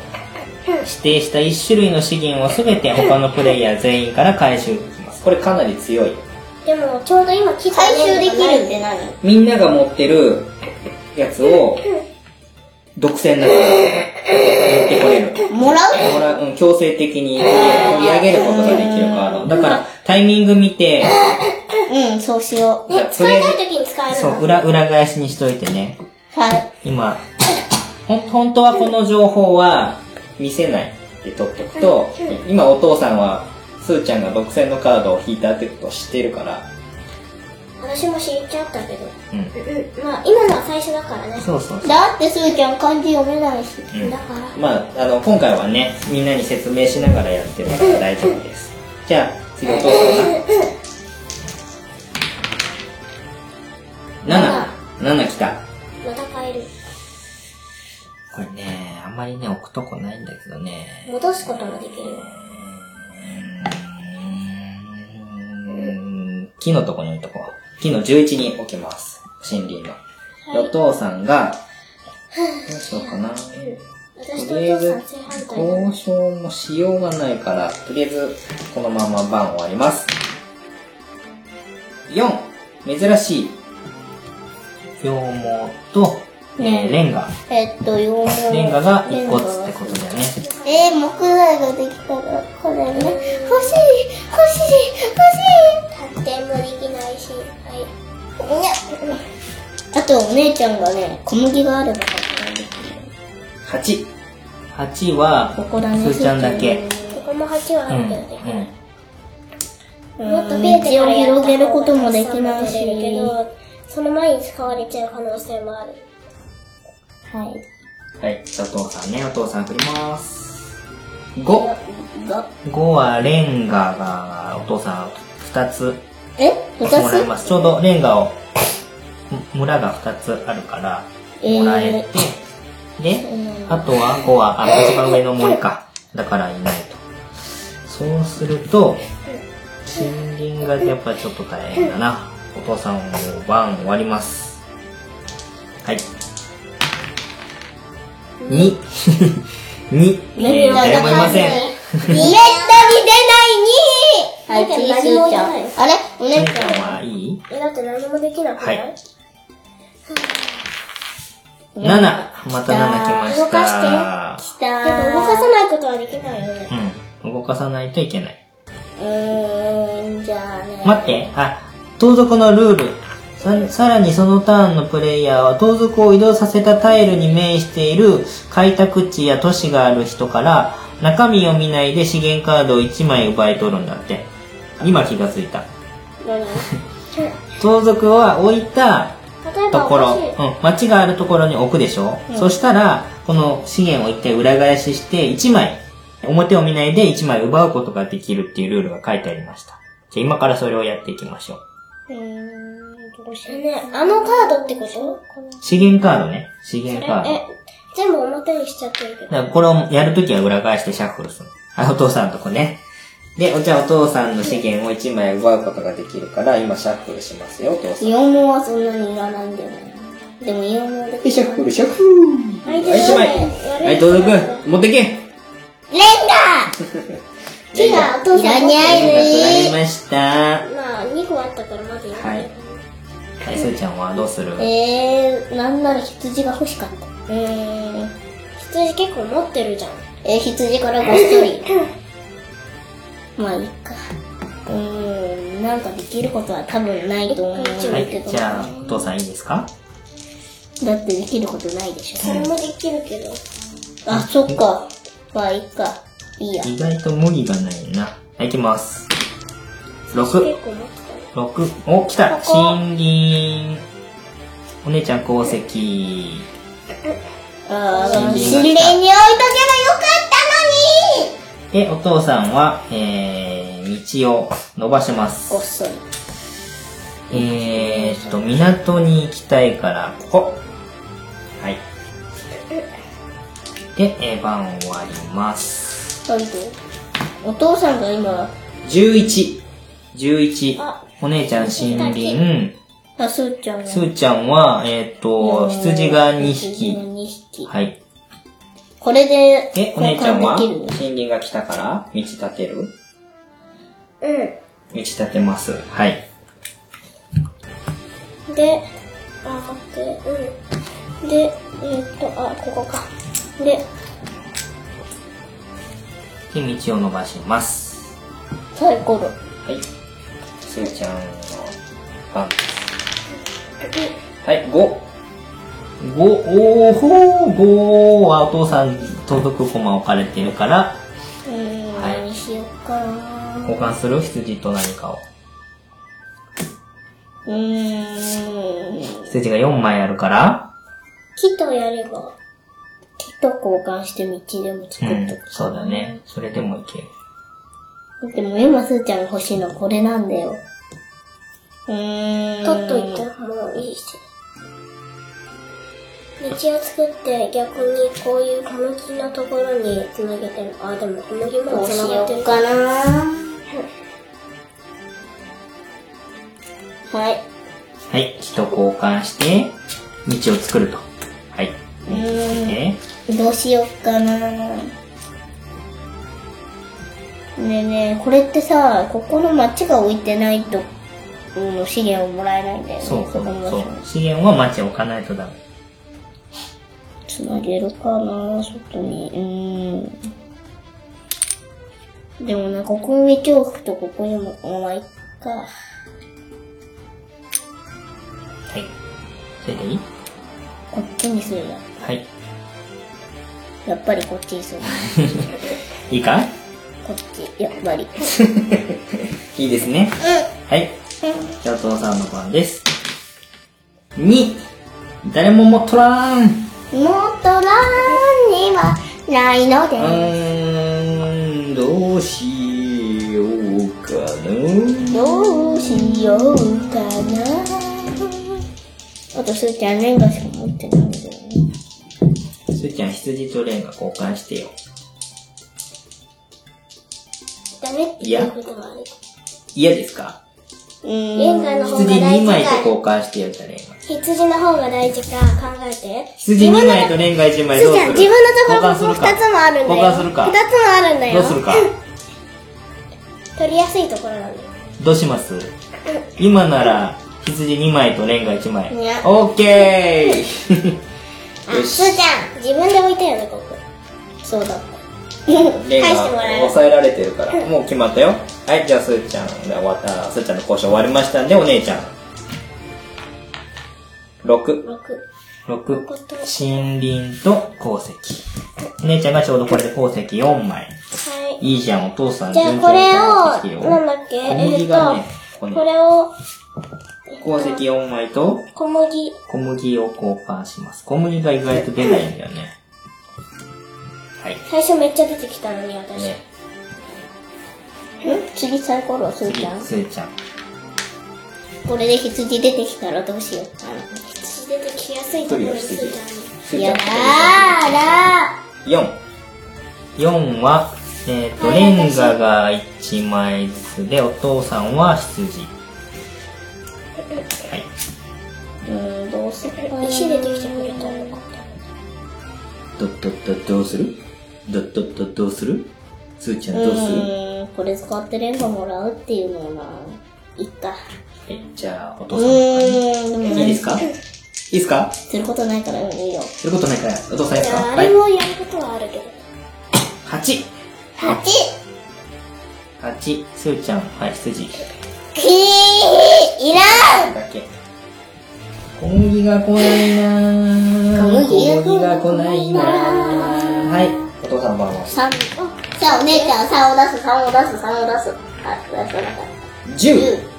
[SPEAKER 2] 指定した1種類の資源を全て他のプレイヤー全員から回収できます。これかなり強い。
[SPEAKER 3] でも、ちょうど今切った
[SPEAKER 1] 回収できるっ
[SPEAKER 3] ね。
[SPEAKER 1] て何
[SPEAKER 2] みんなが持ってるやつを、独占だから、持ってこれる。
[SPEAKER 1] もらう
[SPEAKER 2] ほら、うん、強制的に取り上げることができるカード。だから、タイミング見て、
[SPEAKER 1] うん、そうしよう。
[SPEAKER 2] じゃあ
[SPEAKER 3] 使いたい時に使える
[SPEAKER 2] そ
[SPEAKER 3] の。
[SPEAKER 2] う、裏、裏返しにしといてね。
[SPEAKER 1] はい。
[SPEAKER 2] 今、ほん、本当はこの情報は見せないって取っとくと、今お父さんは、すーちゃんが独占のカードを引いたってことを知ってるから、
[SPEAKER 3] 私も知っちゃったけど。
[SPEAKER 2] うん。
[SPEAKER 3] うん、まあ、今のは最初だからね。
[SPEAKER 2] そうそうそう。
[SPEAKER 1] だってすーちゃん漢字読めないし。
[SPEAKER 2] うん
[SPEAKER 3] だから、
[SPEAKER 2] まあ、あの、今回はね、みんなに説明しながらやってるから大丈夫です。じゃあ、次お父さんが。7、7来た。
[SPEAKER 3] また変える。
[SPEAKER 2] これね、あんまりね、置くとこないんだけどね。
[SPEAKER 3] 戻すこともできるよ。
[SPEAKER 2] 木のとこに置いとこう。木の11に置きます。森林の。お父さんが、どうしようかな。
[SPEAKER 3] 私と
[SPEAKER 2] と
[SPEAKER 3] お
[SPEAKER 2] りあえ
[SPEAKER 3] 父さ
[SPEAKER 2] ず
[SPEAKER 3] ん正反、対だ
[SPEAKER 2] 交渉もしようがないから、とりあえず、このまま番終わります。4、珍しい。羊毛と、えーレンガ。
[SPEAKER 1] えっと、羊毛。
[SPEAKER 2] レンガが1個つってことだよね。
[SPEAKER 1] えー、木材ができたら、これね。欲しい欲しい
[SPEAKER 3] 発展もできないし、はい。
[SPEAKER 1] 欲しいにゃあと、お姉ちゃんがね、小麦があれば、
[SPEAKER 2] 8。8は、
[SPEAKER 1] ここだね。
[SPEAKER 2] すーちゃんだけ。
[SPEAKER 3] ここも8は
[SPEAKER 2] うん。
[SPEAKER 3] 入
[SPEAKER 2] う
[SPEAKER 3] ってるね。
[SPEAKER 2] ん。
[SPEAKER 1] も
[SPEAKER 3] も
[SPEAKER 1] っと
[SPEAKER 3] っと
[SPEAKER 1] ビ
[SPEAKER 3] ビ
[SPEAKER 1] ー
[SPEAKER 3] ー
[SPEAKER 1] チ
[SPEAKER 3] チ
[SPEAKER 1] を
[SPEAKER 3] を
[SPEAKER 1] 広
[SPEAKER 3] 広
[SPEAKER 1] げ
[SPEAKER 3] げ
[SPEAKER 1] る
[SPEAKER 3] る
[SPEAKER 1] こ
[SPEAKER 3] ことと
[SPEAKER 1] も
[SPEAKER 3] も
[SPEAKER 1] で
[SPEAKER 3] で
[SPEAKER 1] き
[SPEAKER 3] き
[SPEAKER 1] な
[SPEAKER 3] ないい
[SPEAKER 1] し。
[SPEAKER 3] し
[SPEAKER 1] は
[SPEAKER 3] その前に使われちゃう可能性もある。
[SPEAKER 1] い。
[SPEAKER 2] はい、じゃあお父さんね、お父さん振ります。5!5
[SPEAKER 1] が
[SPEAKER 2] はレンガが、お父さん2つ
[SPEAKER 1] え
[SPEAKER 2] も
[SPEAKER 1] 私
[SPEAKER 2] らいます。ちょうどレンガを、む村が2つあるから、
[SPEAKER 1] えー
[SPEAKER 2] もらえて、で、
[SPEAKER 1] うん
[SPEAKER 2] あとは5は、あ、一番上の森か。だからいないと。そうすると、森林がやっぱちょっと大変だな。お父さんもう番終わります。はい。2。2。えー、誰もいません。
[SPEAKER 1] めったに出ない
[SPEAKER 3] はい
[SPEAKER 1] 2位
[SPEAKER 3] 次
[SPEAKER 1] す
[SPEAKER 3] す
[SPEAKER 1] ー
[SPEAKER 3] ー
[SPEAKER 1] ち
[SPEAKER 3] ち
[SPEAKER 1] ゃ
[SPEAKER 3] ゃ
[SPEAKER 1] ん
[SPEAKER 3] ん。
[SPEAKER 1] あれお
[SPEAKER 2] 姉
[SPEAKER 1] 姉ち
[SPEAKER 2] ち
[SPEAKER 1] ゃ
[SPEAKER 2] ゃんはいい
[SPEAKER 3] え、だって何もできなくない、
[SPEAKER 2] はい ?7。また7来まし
[SPEAKER 3] 動かして
[SPEAKER 2] た。
[SPEAKER 1] ん。
[SPEAKER 3] でも動かさないことはできないよね。
[SPEAKER 2] うん。動かさないといけない。
[SPEAKER 1] うーん、じゃあね。
[SPEAKER 2] 待って、あ、盗賊のルール。ささらにそのターンのプレイヤーは盗賊を移動させたタイルに面している開拓地や都市がある人から中身を見ないで資源カードを1枚奪い取るんだって。今気がついた。
[SPEAKER 3] 何
[SPEAKER 2] 盗賊は置いた
[SPEAKER 3] 例え
[SPEAKER 2] と
[SPEAKER 3] ば、
[SPEAKER 2] ころ、
[SPEAKER 3] 私、
[SPEAKER 2] うん、町があるところに置くでしょ、そしたら、この資源を一回裏返しして、1枚、表を見ないで1枚奪うことができるっていうルールが書いてありました。じゃあ今からそれをやっていきましょ
[SPEAKER 1] う
[SPEAKER 2] う。
[SPEAKER 1] ーん、どうしよう。
[SPEAKER 3] ね、あのカードってこと
[SPEAKER 2] 資源カードね。資源カード。
[SPEAKER 3] え、全部表にしちゃってるけど。
[SPEAKER 2] だからこれをやるときは裏返してシャッフルする。あ、お父さんのとこね。で、おじゃあお父さんの資源を1枚奪うことができるから、今シャッフルしますよ、お父さん。
[SPEAKER 1] 羊毛はそんなにいらないんだよね。でも言うもんだけ
[SPEAKER 2] で、
[SPEAKER 1] ど。
[SPEAKER 2] シャッフル、シャッフル。はい、しまい。はい、トドくん、持ってけ。
[SPEAKER 1] レンガ
[SPEAKER 2] [laughs]
[SPEAKER 3] 木がお父
[SPEAKER 1] い
[SPEAKER 3] さ
[SPEAKER 1] ら
[SPEAKER 3] ん
[SPEAKER 1] に
[SPEAKER 3] 持っ
[SPEAKER 1] ゃ
[SPEAKER 2] あり
[SPEAKER 1] い
[SPEAKER 2] ました。
[SPEAKER 3] てまあ2個あったからまずい
[SPEAKER 2] はい。はい、すーちゃんはどうする
[SPEAKER 1] ぬい。えー、なんなら羊が欲しかった。
[SPEAKER 3] うーん羊結構持ってるじゃん
[SPEAKER 1] えー、羊からごっそり。まあ、いいか。うーん、なんかできることは多分ないと思う
[SPEAKER 3] は
[SPEAKER 2] は
[SPEAKER 1] け
[SPEAKER 2] い、
[SPEAKER 1] ど。
[SPEAKER 2] じゃあ、お父さんいいですか
[SPEAKER 1] だってできることないでしょ。
[SPEAKER 3] それもできるけど
[SPEAKER 1] あ、そっか。まあ、いいか。いいや。
[SPEAKER 2] 意外と無理がないな。はい、いきます。6、
[SPEAKER 3] 結構持ってたね
[SPEAKER 2] 6、お、来た森林。お姉ちゃん功績。
[SPEAKER 1] ああ、
[SPEAKER 2] 森林
[SPEAKER 1] 心霊に置いとけばよかったのに
[SPEAKER 2] で、お父さんは、えー、道を伸ばします
[SPEAKER 1] ごっ。そり。
[SPEAKER 2] えーっと、港に行きたいから、ここ。はい。で、えー、番終わります。
[SPEAKER 1] なんでお父さんが今、
[SPEAKER 2] 11。11
[SPEAKER 3] あ。
[SPEAKER 2] お姉ちゃん森林。
[SPEAKER 1] あ、すーちゃんが。
[SPEAKER 2] すーちゃんは、えーっと、羊が2
[SPEAKER 1] 羊が
[SPEAKER 2] 匹。
[SPEAKER 1] 二匹。
[SPEAKER 2] はい。
[SPEAKER 1] これで、
[SPEAKER 2] で、お姉ちゃんは、
[SPEAKER 1] 交換で
[SPEAKER 2] 森
[SPEAKER 1] きる
[SPEAKER 2] 林が来たから、道立てる
[SPEAKER 3] う
[SPEAKER 2] 道立てます。はい。
[SPEAKER 3] んであでうんでえーっとあここかで
[SPEAKER 2] で、道を伸ばします。
[SPEAKER 1] サイコロ。
[SPEAKER 2] はい。すーちゃんの番です。はい、5。5、おーほー、5はお父さんに届く駒置かれてるから、
[SPEAKER 1] うーん、
[SPEAKER 2] はい
[SPEAKER 1] 何しようかな
[SPEAKER 2] 交換する羊と何かを。
[SPEAKER 1] うーん。
[SPEAKER 2] 羊が4枚あるから、
[SPEAKER 3] 木とやれば
[SPEAKER 1] 木と交換して道でも
[SPEAKER 2] う
[SPEAKER 1] 作っと
[SPEAKER 2] ん
[SPEAKER 1] く、。
[SPEAKER 2] そうだね。それでもいける。
[SPEAKER 1] でも今すーちゃんが欲しいのはこれなんだよ。うーん。
[SPEAKER 3] 取っといたらもういいし道を作って逆にこういう小麦のところにつなげてるあでも小麦
[SPEAKER 1] ど
[SPEAKER 3] も
[SPEAKER 1] う
[SPEAKER 3] つ
[SPEAKER 1] し
[SPEAKER 3] なが
[SPEAKER 1] よ
[SPEAKER 3] ってる
[SPEAKER 1] うかなはい。
[SPEAKER 2] はい、木と交換して、道を作ると。はい。道作って。
[SPEAKER 1] どうしようかなねえねえ、これってさ、ここの町が置いてないと、うん、資源をもらえないんだよね。
[SPEAKER 2] そうそう
[SPEAKER 1] この場
[SPEAKER 2] そ
[SPEAKER 1] 所
[SPEAKER 2] う。資源は町を置かないとダメ。
[SPEAKER 1] つなげるかな外に。うん。でもね、ここに道を置くと、ここにも、お前か。
[SPEAKER 2] はい。それでいい
[SPEAKER 1] こっちにするな。
[SPEAKER 2] はい。
[SPEAKER 1] やっぱりこっちにする。
[SPEAKER 2] いいか
[SPEAKER 1] こっち、やっぱり。
[SPEAKER 2] いいですね。はい。じゃあ、お父さんの番です。2! 誰もも取らんう
[SPEAKER 1] もっとランにはないので。
[SPEAKER 2] ーん、どうしようかな。
[SPEAKER 1] どうしようかなあと、すーちゃん、レンガしか持ってないんだよね。
[SPEAKER 2] すーちゃん、羊とレンガ交換してよ。
[SPEAKER 3] ダメっていうこともある
[SPEAKER 2] 嫌ですか
[SPEAKER 3] レンガの方が
[SPEAKER 2] 羊2
[SPEAKER 3] 大
[SPEAKER 2] 枚
[SPEAKER 3] 事
[SPEAKER 2] と
[SPEAKER 3] か
[SPEAKER 2] 交換してよ、じゃあレンガ。
[SPEAKER 3] 羊の方が大事か考えて
[SPEAKER 2] 羊2枚とレンガ1枚
[SPEAKER 1] す
[SPEAKER 2] ど
[SPEAKER 1] ー
[SPEAKER 2] う
[SPEAKER 1] ち
[SPEAKER 2] す
[SPEAKER 1] ゃん、
[SPEAKER 2] る
[SPEAKER 1] 自分のところここ
[SPEAKER 2] 交
[SPEAKER 1] 2つ
[SPEAKER 2] 換するか
[SPEAKER 1] もあるんだよ。
[SPEAKER 2] 交換するか
[SPEAKER 1] 2つもあるんだ
[SPEAKER 2] ど
[SPEAKER 1] よ。
[SPEAKER 2] うするか
[SPEAKER 3] 取りやすいところなんだよ
[SPEAKER 2] どうします今なら、羊2枚とレンガ1枚
[SPEAKER 1] いや。
[SPEAKER 2] オッケーよし
[SPEAKER 3] す。ーちゃん自分で置いたよねここ
[SPEAKER 1] そうだっ
[SPEAKER 2] レン
[SPEAKER 3] 返してもら
[SPEAKER 2] が
[SPEAKER 3] えます
[SPEAKER 2] 抑えられてるから、もう決まったよ。はい、じゃあ、すーちゃんが終わった、すーちゃんの交渉終わりましたんで、お姉ちゃん。6、
[SPEAKER 3] 6
[SPEAKER 2] 6、
[SPEAKER 3] ここと
[SPEAKER 2] 森林と鉱石。お姉ちゃんがちょうどこれで鉱石4枚。
[SPEAKER 3] はい
[SPEAKER 2] いいじゃん、お父さん。
[SPEAKER 3] じゃあ
[SPEAKER 2] 順調
[SPEAKER 3] こ
[SPEAKER 2] に
[SPEAKER 3] れ
[SPEAKER 2] 帰ってきて
[SPEAKER 3] を
[SPEAKER 2] よ
[SPEAKER 3] なんだっけ
[SPEAKER 2] 小
[SPEAKER 3] え
[SPEAKER 2] 麦
[SPEAKER 3] っ
[SPEAKER 2] がね
[SPEAKER 3] と、
[SPEAKER 2] ここに
[SPEAKER 3] これを
[SPEAKER 2] 鉱石4枚と
[SPEAKER 3] 小麦
[SPEAKER 2] 小麦を交換します。小麦が意外と出ないんだよね。はい。
[SPEAKER 3] 最初めっちゃ出てきたのに私、
[SPEAKER 2] ね、
[SPEAKER 1] た。ん次サイコロ、すー
[SPEAKER 2] 次
[SPEAKER 1] ちゃ、ん。
[SPEAKER 2] すーちゃん。
[SPEAKER 1] これで羊出てきたらどうしようかな。
[SPEAKER 3] 羊出てきやすいところにすーちゃんに
[SPEAKER 2] すーちゃ
[SPEAKER 1] や
[SPEAKER 2] ん
[SPEAKER 1] だーら
[SPEAKER 2] 4。4は、えっ、と、レンガが1枚ずつで、お父さんは羊。はい。
[SPEAKER 1] ー。うーん、どうするかな。
[SPEAKER 3] 石出てきてくれたらよかっ
[SPEAKER 2] ど、ど、ど、どうするど、ど、ど、どうするつーちゃんどうする
[SPEAKER 1] ーん、これ使ってレンガもらうっていうのはな、いっか。
[SPEAKER 2] え、じゃあ、お
[SPEAKER 1] う
[SPEAKER 2] 父さ
[SPEAKER 1] ー
[SPEAKER 2] ん
[SPEAKER 1] ん、
[SPEAKER 2] え
[SPEAKER 1] でも
[SPEAKER 2] いいですかいいですか
[SPEAKER 1] することないから、うんいいよ。
[SPEAKER 2] することないから、お父さんいいですか
[SPEAKER 3] た。あ
[SPEAKER 2] は
[SPEAKER 3] れ
[SPEAKER 2] い。
[SPEAKER 3] もやることはあるけど。
[SPEAKER 2] 8。
[SPEAKER 3] 8!
[SPEAKER 2] 8。すーちゃん、はい、羊。
[SPEAKER 1] ひー、いらん
[SPEAKER 2] だけ。小麦が来ないなぁ。
[SPEAKER 1] 小麦が
[SPEAKER 2] 小麦が来ないなぁ。はい。お父さんばんは。
[SPEAKER 1] 三さあ、お姉ちゃん、三を出す、三を出す、三を出す。あ、出さなかった。
[SPEAKER 2] 10。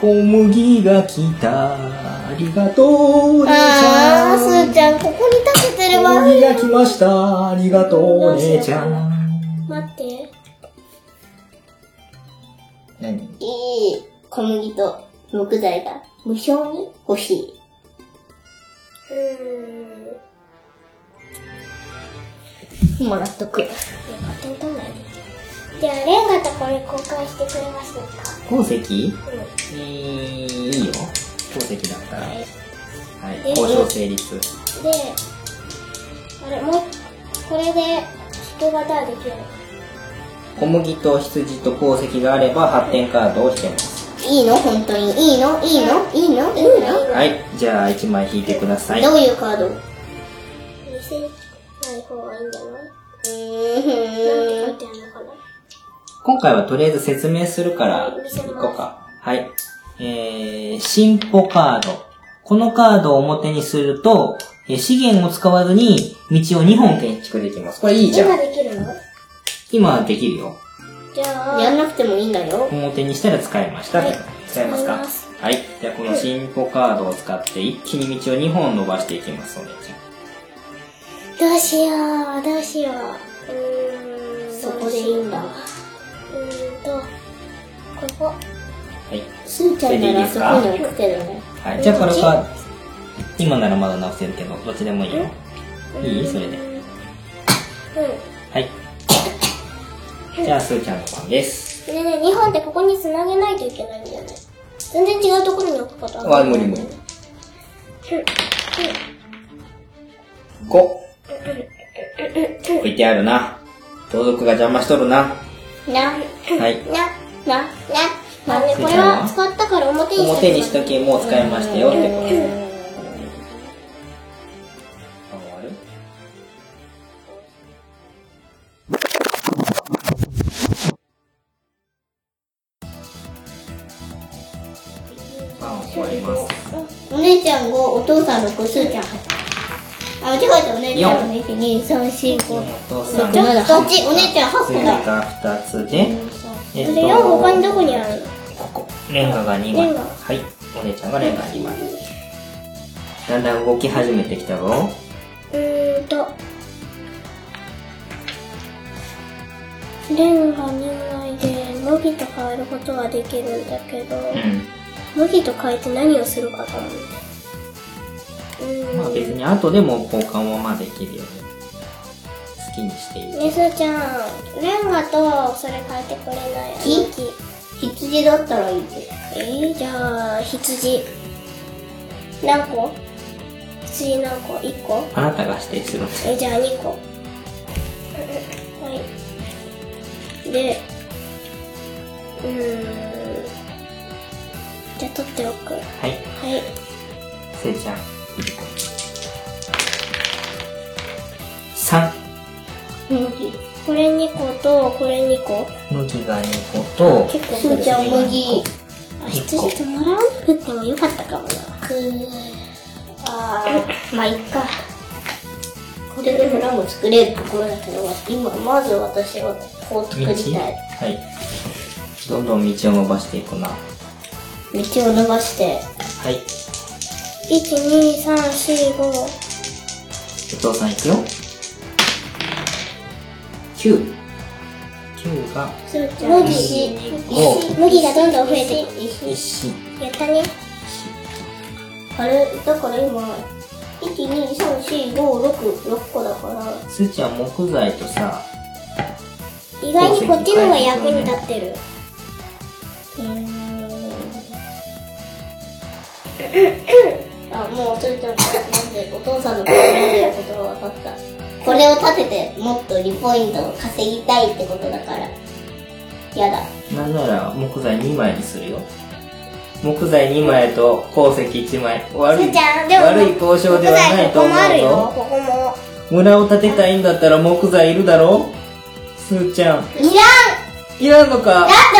[SPEAKER 2] 小麦が来た。ありがとう、お姉ち
[SPEAKER 1] あ
[SPEAKER 2] ゃ
[SPEAKER 1] ー、す
[SPEAKER 2] ん。
[SPEAKER 1] ーちゃん、ここに立ててれば
[SPEAKER 2] 小麦が来ました。ありがとう、お姉ちゃん。
[SPEAKER 3] 待って。
[SPEAKER 2] 何
[SPEAKER 1] いい小麦と木材が無償に欲しい。
[SPEAKER 3] うーん。
[SPEAKER 1] もらっとく。
[SPEAKER 3] 勝手に取んないで。じゃあ、レンガとこれ交換してくれますか
[SPEAKER 2] 鉱石
[SPEAKER 3] うん。
[SPEAKER 2] えー、いいよ。鉱石だったら。はい。
[SPEAKER 3] え
[SPEAKER 2] 交渉成立。
[SPEAKER 3] で、あれ、もう、これで、人型できる。
[SPEAKER 2] 小麦と羊と鉱石があれば発展カードをしてます。
[SPEAKER 1] いいの本当に。いいのいいのいいのいいの
[SPEAKER 2] はい、じゃあ1枚引いてください。
[SPEAKER 1] どういうカードう
[SPEAKER 3] 見せない方がいいんじゃないなんて書
[SPEAKER 1] ー
[SPEAKER 3] い
[SPEAKER 1] ん。
[SPEAKER 3] てあるのかな
[SPEAKER 2] 今回はとりあえず説明するから、行こうか。はい。えー、進歩カード。このカードを表にすると、えー資源を使わずに道を2本建築できます。これいいじゃ
[SPEAKER 3] 今
[SPEAKER 2] ん。
[SPEAKER 3] できるの
[SPEAKER 2] 今できるよ。
[SPEAKER 3] じゃあ、
[SPEAKER 1] やんなくてもいいんだよ。
[SPEAKER 2] 表にしたら使いました。
[SPEAKER 3] はい
[SPEAKER 2] 使いま
[SPEAKER 3] 使
[SPEAKER 2] す
[SPEAKER 3] い
[SPEAKER 2] か
[SPEAKER 3] ます
[SPEAKER 2] はい。じゃあこの進歩カードを使って一気に道を2本伸ばしていきます、お姉ちゃん。
[SPEAKER 3] どうしよう、どうしよう。うーん、
[SPEAKER 1] そこでいいんだ
[SPEAKER 3] どうしよううーんと、ここ。
[SPEAKER 2] はい。
[SPEAKER 1] すーちゃんならそこに置くけどね。
[SPEAKER 2] はい、じゃあこれか、今ならまだ直せるけど、どっちでもいいよ。いいそれで。
[SPEAKER 3] う
[SPEAKER 2] はい。じゃあ、すーちゃんの番です。
[SPEAKER 3] ん。でね、日本ってここに繋げないといけないんじゃない全然違うところに置くことある。
[SPEAKER 2] あ無理無理
[SPEAKER 3] うん
[SPEAKER 2] 5。置いてあるな。盗賊が邪魔しとるな。
[SPEAKER 1] な、
[SPEAKER 2] はい。
[SPEAKER 1] な、な、
[SPEAKER 3] まあね、これは使ったから表に
[SPEAKER 2] 表にし
[SPEAKER 3] した
[SPEAKER 2] ときもう使いましたよってこと。あ終わるあ終わります。
[SPEAKER 1] お姉ちゃん5、お父さん6、すーちゃん8。あ、間違えた、お姉ちゃんの1、2、3、4、5。
[SPEAKER 2] お父
[SPEAKER 1] 6、
[SPEAKER 2] さん、
[SPEAKER 1] 7、8。お姉ちゃん8個
[SPEAKER 2] 次
[SPEAKER 1] だ。
[SPEAKER 2] が2つで、え
[SPEAKER 3] それ4他にどこにあるの
[SPEAKER 2] ここレンガが2枚
[SPEAKER 3] レンガ
[SPEAKER 2] はいお姉ちゃんがレンガ2枚だんだん動き始めてきたぞ
[SPEAKER 3] うーんと。レンガ2枚で麦と変えることはできるんだけど、
[SPEAKER 2] う
[SPEAKER 3] 麦と変えて何をするかだもんね。うー
[SPEAKER 2] ん
[SPEAKER 3] ん。
[SPEAKER 2] まあ別に後でも交換はまあできるよね好きにしていい
[SPEAKER 3] ねすーちゃん、レンガとそれ変えてくれない
[SPEAKER 1] 木
[SPEAKER 3] 木
[SPEAKER 1] 羊だったらいいけど。
[SPEAKER 3] えー、じゃあ、羊。何個羊何個 ?1 個
[SPEAKER 2] あなたが指定するんで
[SPEAKER 3] えー、じゃあ2個。うんうんはい。で、うーん。じゃあ取っておく。は
[SPEAKER 2] はい
[SPEAKER 3] い。
[SPEAKER 2] せいちゃん3
[SPEAKER 3] 麦。これ2個と、これ2個。
[SPEAKER 2] 麦が2個と
[SPEAKER 3] 結構
[SPEAKER 1] す
[SPEAKER 3] 取
[SPEAKER 1] ー
[SPEAKER 3] る。
[SPEAKER 1] ちゃん麦。
[SPEAKER 3] あ、羊ともらわなくてもよかったかもな。
[SPEAKER 1] くーあー、まあいっか。これで村も作れるところだけど、今、まず私はこう
[SPEAKER 2] 道
[SPEAKER 1] 作りたい。
[SPEAKER 2] はいどんどん道を伸ばしていくなは
[SPEAKER 1] 道を伸ばして。
[SPEAKER 2] い
[SPEAKER 3] 1、2、3、4、5。
[SPEAKER 2] お父さんいくよ。九。九が
[SPEAKER 3] すーちゃん。
[SPEAKER 1] 麦、
[SPEAKER 2] 石
[SPEAKER 1] 石
[SPEAKER 2] お
[SPEAKER 3] 麦がどんどん増えていく。
[SPEAKER 1] 石。
[SPEAKER 2] 石。
[SPEAKER 3] やったね。
[SPEAKER 1] あれ、だから今、1、2、3、4、5、6、6個だから。
[SPEAKER 2] すーちゃん木材とさ、
[SPEAKER 3] 意外にこっちの方が役に立ってる。
[SPEAKER 1] うーん。
[SPEAKER 3] あ、もうそれと、なんで、お父さんのことでことが分かった。
[SPEAKER 1] これを立ててもっと2ポイントを稼ぎたいってことだからやだ
[SPEAKER 2] なんなら木材2枚にするよ。木材2枚と鉱石1枚。悪い、
[SPEAKER 3] すーちゃんでも
[SPEAKER 2] 悪い交渉ではないと思
[SPEAKER 3] 木材ここもあ
[SPEAKER 2] う
[SPEAKER 3] るよ
[SPEAKER 2] ぞ。
[SPEAKER 3] ここも
[SPEAKER 2] 村を建てたいんだったら木材いるだろすーちゃ
[SPEAKER 1] いら
[SPEAKER 2] ん。
[SPEAKER 1] んだ
[SPEAKER 2] いらんの
[SPEAKER 1] っ
[SPEAKER 2] か
[SPEAKER 1] てお父さん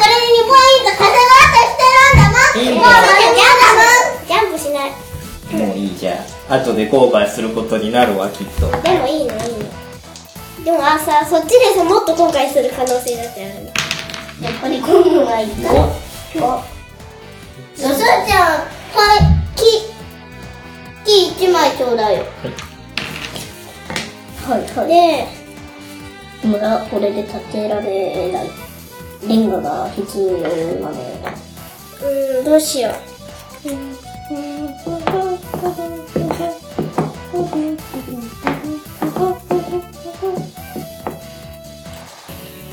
[SPEAKER 1] これで2ポイント稼ごうとして
[SPEAKER 2] い
[SPEAKER 1] る
[SPEAKER 2] い
[SPEAKER 1] んだもんもうだ
[SPEAKER 2] ね
[SPEAKER 1] ってやだもん
[SPEAKER 3] ジャンプしない
[SPEAKER 2] もういいじゃあ。後で後悔することになるわ、きっと。
[SPEAKER 3] でもいいのいいのでもあさそっちでさもっと後悔する可能性だってある
[SPEAKER 1] やっぱりゴムがいた。
[SPEAKER 2] お
[SPEAKER 1] すずちゃん、はい、木、木一枚ちょうだいよ。はい、は
[SPEAKER 3] で
[SPEAKER 1] い。村これで建てられない。レンガが必要なの。
[SPEAKER 3] うーんどうしようど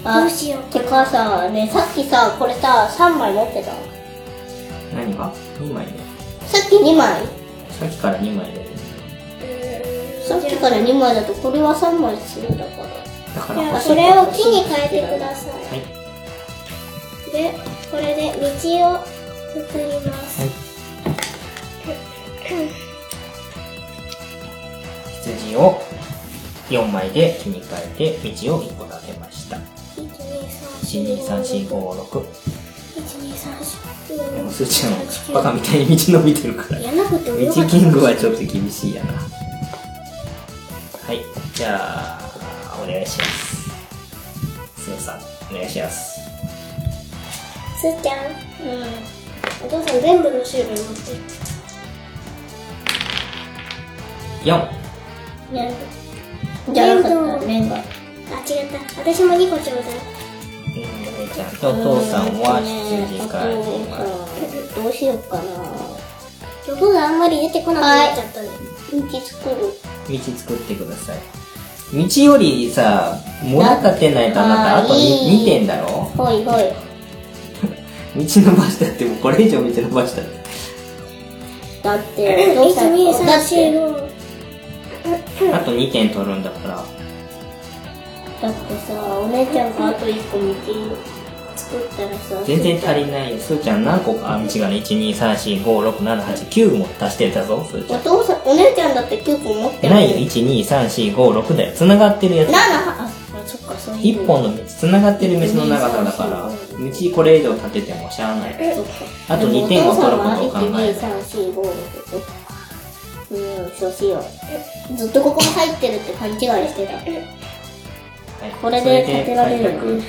[SPEAKER 1] あ
[SPEAKER 3] う、しよう
[SPEAKER 1] てかさ、ね、さっきさ、これさ、三枚持ってた。
[SPEAKER 2] 何が ?2 枚ね。
[SPEAKER 1] さっき二枚。
[SPEAKER 2] さっきから2枚だよね。
[SPEAKER 1] さっきから二枚だと、これは三枚するんだから。
[SPEAKER 2] だか
[SPEAKER 3] じ
[SPEAKER 2] ら
[SPEAKER 3] ゃあ
[SPEAKER 2] 欲し
[SPEAKER 3] こ
[SPEAKER 2] い
[SPEAKER 3] れを木に変えてください
[SPEAKER 2] はい。
[SPEAKER 3] でこれで道を作ります
[SPEAKER 2] 羊を4枚で切り替えて道を1個建てました。
[SPEAKER 3] 1 2 3 4 5
[SPEAKER 2] 1,2,3,4,5,6。でも
[SPEAKER 3] 1234
[SPEAKER 2] すーちゃん、バカみたいに道伸びてるから。
[SPEAKER 3] やんなくてもよか
[SPEAKER 2] 道
[SPEAKER 3] った
[SPEAKER 2] キングはちょっと厳しいやな。はい。じゃあ、お願いします。すーさん、お願いします。
[SPEAKER 3] すーちゃんお父さん全部の種類持ってる
[SPEAKER 2] 4。
[SPEAKER 3] ね
[SPEAKER 1] じゃなかった、レンガ。
[SPEAKER 3] あ違った私も2個ちょうだい
[SPEAKER 2] うんお姉ちゃんとお父さんは羊 [laughs] から2枚。
[SPEAKER 1] どうしようかな。
[SPEAKER 3] 欲があんまり出てこなくなっちゃったね
[SPEAKER 1] 道作る。
[SPEAKER 2] 道作ってください道よりさ村立てないとあなたあと 2,
[SPEAKER 1] いい
[SPEAKER 2] 点だろ
[SPEAKER 1] ほいほい。
[SPEAKER 2] 道伸ばしたってもうこれ以上道伸ばしたって
[SPEAKER 1] だって、どうしたのだって、
[SPEAKER 3] 1234
[SPEAKER 2] あと2点取るんだから
[SPEAKER 1] だってさ、お姉ちゃんがあと一個道作ったらさ、
[SPEAKER 2] 全然足りないよすーちゃん何個かあ道がね123456789も足してたぞすーち
[SPEAKER 1] お
[SPEAKER 2] ゃ
[SPEAKER 1] 父さん、お姉ちゃんだって9個持って
[SPEAKER 2] ん
[SPEAKER 1] る
[SPEAKER 2] ないよ1234567だよ繋がってるやつ
[SPEAKER 1] 7、あ、あそっか、そういう。
[SPEAKER 2] 1本の道繋がってる道の長さだから道これ以上立ててもしゃあない
[SPEAKER 1] そっか。
[SPEAKER 2] あと2点を取ることを考え
[SPEAKER 1] 1、2、
[SPEAKER 2] る
[SPEAKER 1] 3、4、5、6。うん、そうしよう。ずっとここに入ってるって勘違いしてた。
[SPEAKER 2] はい
[SPEAKER 1] これで建てられる
[SPEAKER 2] それで開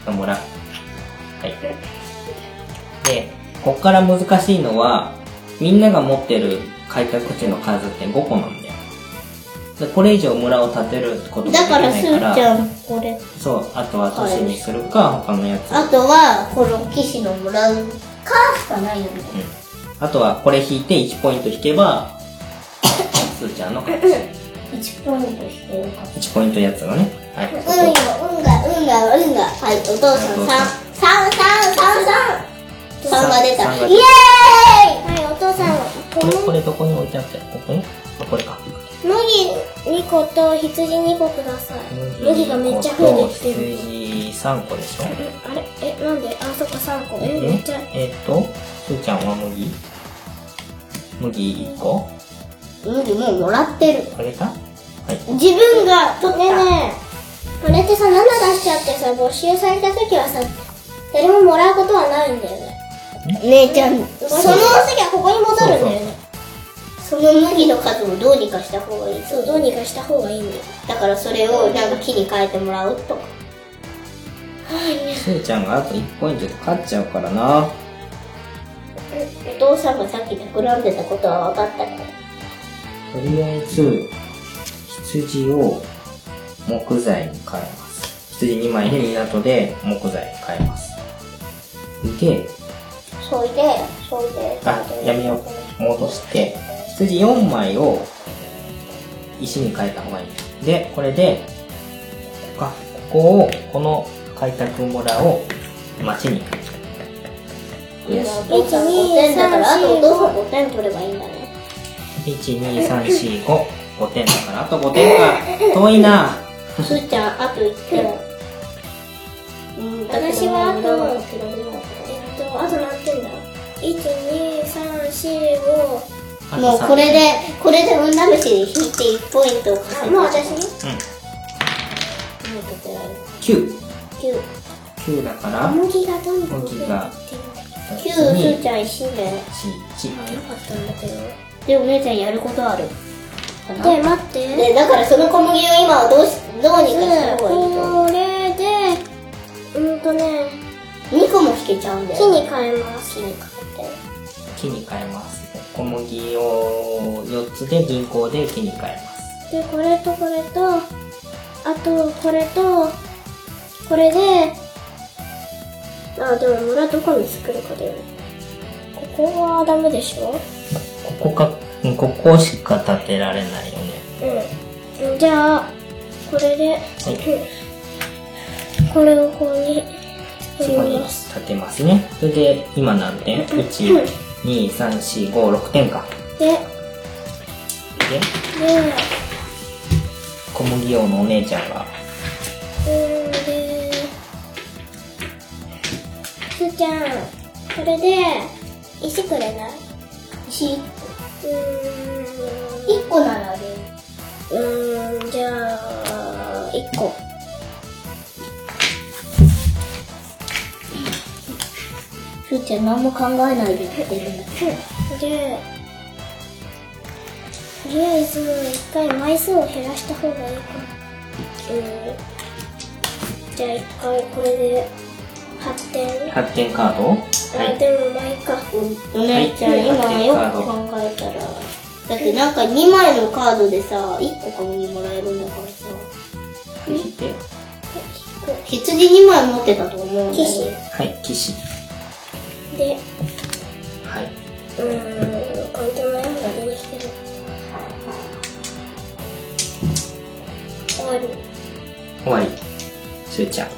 [SPEAKER 2] 拓の村はいでこっから難しいのはみんなが持ってる開拓地の数って5個なんだよでこれ以上村を建てることがで
[SPEAKER 1] だ
[SPEAKER 2] きな
[SPEAKER 1] から、
[SPEAKER 2] い
[SPEAKER 1] す
[SPEAKER 2] から
[SPEAKER 1] ーちゃん、これ。
[SPEAKER 2] そうあとは都市にするか、他のやつ
[SPEAKER 1] あとは、この騎士のもらうかしかないよね。
[SPEAKER 2] うんあとはこれ引いて1ポイント引け
[SPEAKER 1] [laughs]
[SPEAKER 2] ばすーちゃんの勝ち
[SPEAKER 1] 1ポイントしてるか。
[SPEAKER 2] 1ポイントやつがねはい、
[SPEAKER 1] 運よ、運が、運が、運が。はい、お父さん
[SPEAKER 2] お父
[SPEAKER 1] 三、三、三、三、三。三が出た。
[SPEAKER 2] 三が
[SPEAKER 1] イ
[SPEAKER 2] 出た
[SPEAKER 1] エ
[SPEAKER 3] はいお父さん
[SPEAKER 2] これこ
[SPEAKER 3] こ
[SPEAKER 2] れどこに置いてあったここにあこれか
[SPEAKER 3] の麦2個と羊2個ください麦がめっちゃ増えてきてる
[SPEAKER 2] 羊3個でしょ
[SPEAKER 3] あれえなんであそっか3個えめ
[SPEAKER 2] え
[SPEAKER 3] っちゃ
[SPEAKER 2] えっと、すーちゃんは麦麦1個
[SPEAKER 1] ーイ麦もうもらってる。
[SPEAKER 2] あげた
[SPEAKER 1] 自分が取っ
[SPEAKER 3] ねえ
[SPEAKER 1] た。
[SPEAKER 3] ねえこれってさ7出しちゃってさ募集された時はさ誰ももらうことはないんだよね
[SPEAKER 1] 姉ちゃん、
[SPEAKER 3] そ
[SPEAKER 1] そ
[SPEAKER 3] の
[SPEAKER 1] の、
[SPEAKER 3] 次はここに戻るんだよね
[SPEAKER 1] その麦の数をどうにかした方がいい。
[SPEAKER 3] そうどうにかした方がいいんだよ
[SPEAKER 1] だからそれをなんか木に変えてもらうとか。
[SPEAKER 2] すーちゃんがあと1ポイントで勝っちゃうからな。
[SPEAKER 1] お父さんがさっき企んでたことは分かったから。
[SPEAKER 2] とりあえず、羊を木材に変えます。羊2枚で港で木材に変えます。で、
[SPEAKER 1] そいで、そいで。
[SPEAKER 2] あ、やめよう。戻して、羊4枚を石に変えた方がいい。で、これで、あ、ここを、この開拓村を町に。よし。
[SPEAKER 1] 1、2、3、だからあとお父さん5点取ればいいんだね。
[SPEAKER 2] 1,2,3,4,5。5点だから、あと5点か。遠いな。
[SPEAKER 1] すーちゃん、あと1点。うん、
[SPEAKER 3] 私はあと、
[SPEAKER 1] うん
[SPEAKER 3] えっと、あと何点だ ?1、2、3、
[SPEAKER 2] あと
[SPEAKER 1] もう
[SPEAKER 2] さ
[SPEAKER 1] これで、これで運試しで引いて1ポイントを稼
[SPEAKER 3] 4、5。
[SPEAKER 1] ぐ。
[SPEAKER 3] もう私ね。
[SPEAKER 2] うん。
[SPEAKER 1] もう取ってない
[SPEAKER 2] 9。
[SPEAKER 1] 九
[SPEAKER 2] 9だから、
[SPEAKER 3] 小麦がどんどん
[SPEAKER 2] 本
[SPEAKER 3] 増え
[SPEAKER 2] 気
[SPEAKER 3] て
[SPEAKER 2] が
[SPEAKER 1] 九、す
[SPEAKER 2] 1、
[SPEAKER 1] ー
[SPEAKER 2] 2、
[SPEAKER 1] ちゃん1だよね。
[SPEAKER 2] 4、1。
[SPEAKER 3] なかったんだけど。
[SPEAKER 1] で、お姉ちゃんやることある。かな
[SPEAKER 3] で、待って。
[SPEAKER 1] で、だからその小麦を今はどうし、どうにかした方がいいと思う。
[SPEAKER 3] これで、うんとね、
[SPEAKER 1] 2個も引けちゃうんだ
[SPEAKER 3] 木
[SPEAKER 1] よね。
[SPEAKER 3] に変えます。
[SPEAKER 1] 木にかけて。
[SPEAKER 2] 木に変えます。小麦を4つで銀行で木に変えます。
[SPEAKER 3] で、これとこれと、あと、これと、これで、あ、でも村どこに作るかだよね。ここはダメでしょ
[SPEAKER 2] ここか、うんここしか建てられないよね。
[SPEAKER 3] うん。じゃあ、これで、うんこれをここに
[SPEAKER 2] そ
[SPEAKER 3] 作
[SPEAKER 2] こ
[SPEAKER 3] り
[SPEAKER 2] に
[SPEAKER 3] ます。
[SPEAKER 2] 建てますね。それで、今何点 ?1、2、3、4、5、6点か。
[SPEAKER 3] で、
[SPEAKER 2] で、
[SPEAKER 3] で、
[SPEAKER 2] 小麦王のお姉ちゃんが、
[SPEAKER 3] うんで、すーちゃん、これで、石くれない
[SPEAKER 1] し、
[SPEAKER 3] うー
[SPEAKER 1] 1個ならあげる。
[SPEAKER 3] ん。うーん、じゃあ、一個。
[SPEAKER 1] すーちゃん何も考えないで言ってるんだけど。
[SPEAKER 3] で、とりあえず、一回枚数を減らした方がいいかな。うん。じゃあ、一回これで、8点。
[SPEAKER 2] 発展カードを、
[SPEAKER 3] あ、でも、まあいいか。
[SPEAKER 1] お姉ちゃん、今よく考えたら。だってなんか2枚のカードでさ、1個小麦もらえるんだからさ。
[SPEAKER 2] 引いて、
[SPEAKER 1] 羊2枚持ってたと思うんだよ
[SPEAKER 3] 羊
[SPEAKER 1] ね。
[SPEAKER 2] はい、騎士。
[SPEAKER 3] で、
[SPEAKER 2] はい。
[SPEAKER 3] うーん、コントの山が出てきてる。終わり。
[SPEAKER 2] 終わり。すーちゃん。5。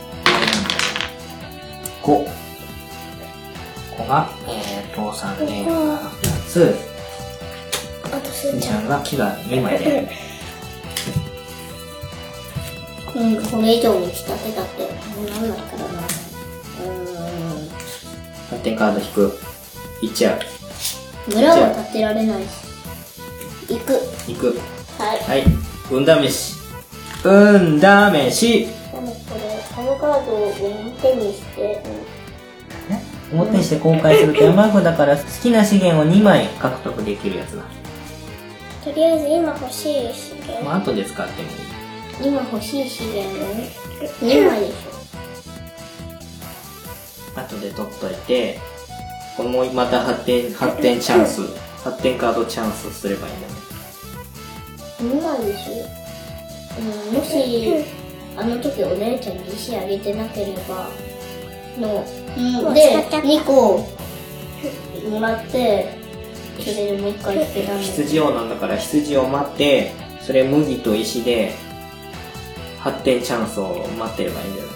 [SPEAKER 2] ここが、えー、父さんで、つ、
[SPEAKER 3] あと、す
[SPEAKER 2] す
[SPEAKER 3] ー
[SPEAKER 2] ー
[SPEAKER 3] ち
[SPEAKER 2] ち
[SPEAKER 3] ゃん。
[SPEAKER 2] ゃんが木が2枚で、
[SPEAKER 1] うん、これ以上に仕立てたって、もうなんないからな。う
[SPEAKER 2] 発展カード引く。1ある。
[SPEAKER 1] ーん。村は建てられないし。行く。
[SPEAKER 2] 引く。
[SPEAKER 1] はい。
[SPEAKER 2] はい。運試し。運試し。
[SPEAKER 1] でもこれ、このカードを手にして、
[SPEAKER 2] 表にして公開すると山札から好きな資源を2枚獲得できるやつだ。
[SPEAKER 3] とりあえず、今欲しい資源。
[SPEAKER 2] まあ、後で使ってもいい。
[SPEAKER 1] 今欲しい資源をね、2枚でし
[SPEAKER 2] 後で取っといて、これもまた発展、発展チャンス、発展カードチャンスすればいいんだね。
[SPEAKER 1] ょ。2枚でしょ。うん、もし、あの時お姉ちゃんに石あげてなければ、の、うん、で
[SPEAKER 3] もう使っちゃっ、た
[SPEAKER 1] 2個もらって、それでもう1回捨てたの。
[SPEAKER 2] 羊をなんだから羊を待って、それ麦と石で、発展チャンスを待ってればいいんじゃな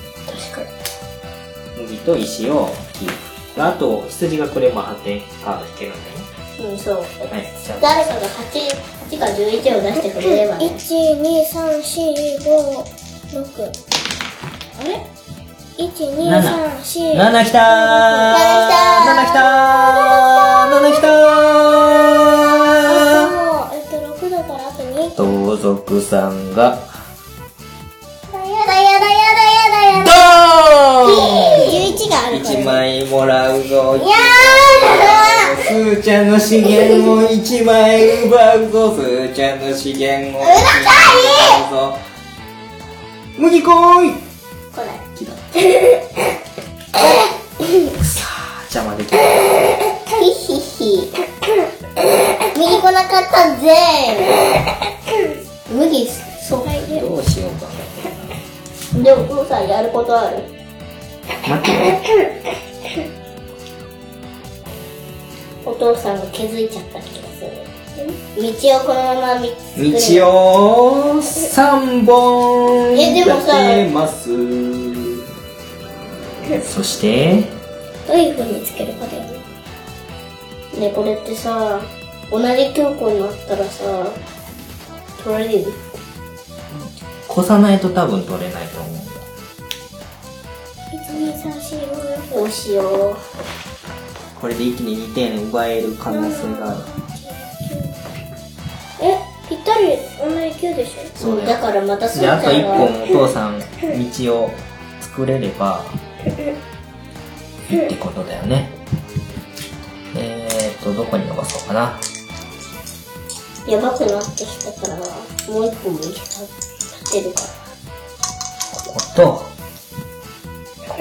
[SPEAKER 3] 確かに。
[SPEAKER 2] い麦と石をキープ。あと、羊がくれば発展カード引けるん
[SPEAKER 1] うん、そう。
[SPEAKER 2] だよね。はい、じゃあ、
[SPEAKER 1] 誰かが8、8か11を出してくれればね。
[SPEAKER 3] 1、2、3、4、5、6。
[SPEAKER 1] あれ
[SPEAKER 3] 1、2、3、4、
[SPEAKER 2] 7来たー7来たー !7 来たー
[SPEAKER 3] あと、えっと、6だからあと2。
[SPEAKER 2] 盗賊さんが、
[SPEAKER 3] やだやだやだやだやだ。
[SPEAKER 2] ドーン
[SPEAKER 3] 11があるから。
[SPEAKER 2] 1枚もらうぞ
[SPEAKER 3] やだ
[SPEAKER 2] すーちゃんの資源を1枚奪うぞすーちゃんの資源をうるさいぞ麦来い
[SPEAKER 1] 来ない。
[SPEAKER 2] 来たくさー邪魔できた
[SPEAKER 1] ひひ [coughs] ひ。麦来なかったぜ。麦、そう。
[SPEAKER 2] どうしようか
[SPEAKER 1] で、お父さんやることある。
[SPEAKER 2] 待ってね
[SPEAKER 1] お父さんが気づいちゃった気がする。道をこのまま見つけを。
[SPEAKER 2] 道を3本
[SPEAKER 1] えでもさ
[SPEAKER 2] 立てますそして
[SPEAKER 3] どういう風につけるかだよね。
[SPEAKER 1] ね、これってさ、同じ教科になったらさ、取られる。
[SPEAKER 2] 越さないと多分取れないと思うんだ。
[SPEAKER 3] 1,2,3,4,5,6,7,8,9,10
[SPEAKER 1] どうしよ。
[SPEAKER 2] これで一気に2点奪える可能性がある。
[SPEAKER 3] え、ぴったり同じ9でしょ
[SPEAKER 2] そううだ
[SPEAKER 1] だ
[SPEAKER 2] よ。
[SPEAKER 1] からまた
[SPEAKER 2] で、あと一
[SPEAKER 1] は
[SPEAKER 2] 本お父さん道を作れれば、 [laughs] いいってことだよね。えーっと、どこに伸ばそうかな。
[SPEAKER 1] やばくなってきたから、もう一本もいけた。ってるから。
[SPEAKER 2] ここと、ここ。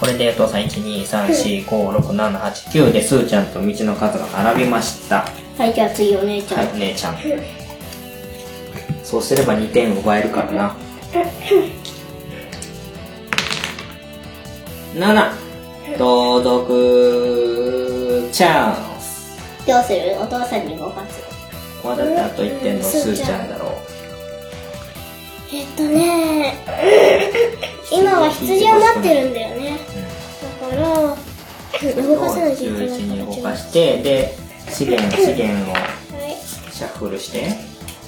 [SPEAKER 2] これでお父さん1、2、3、4、5、6、7、8、9で、すーちゃんと道の数が並びました。
[SPEAKER 1] はい、じゃあ次お姉ちゃ
[SPEAKER 2] は
[SPEAKER 1] ん。
[SPEAKER 2] い、姉ちゃん。そうすれば2点奪えるからな。7! 届くチャンス
[SPEAKER 1] どうするお父さんに動かす。
[SPEAKER 2] まだってあと1点のすーちゃんだろう。
[SPEAKER 3] えっとね今は羊を待ってるんだよねだから動かさなきゃいけない
[SPEAKER 2] 11に動
[SPEAKER 3] は
[SPEAKER 2] かして、で、資源、資源を
[SPEAKER 3] い
[SPEAKER 2] シャッフルして。
[SPEAKER 1] えー、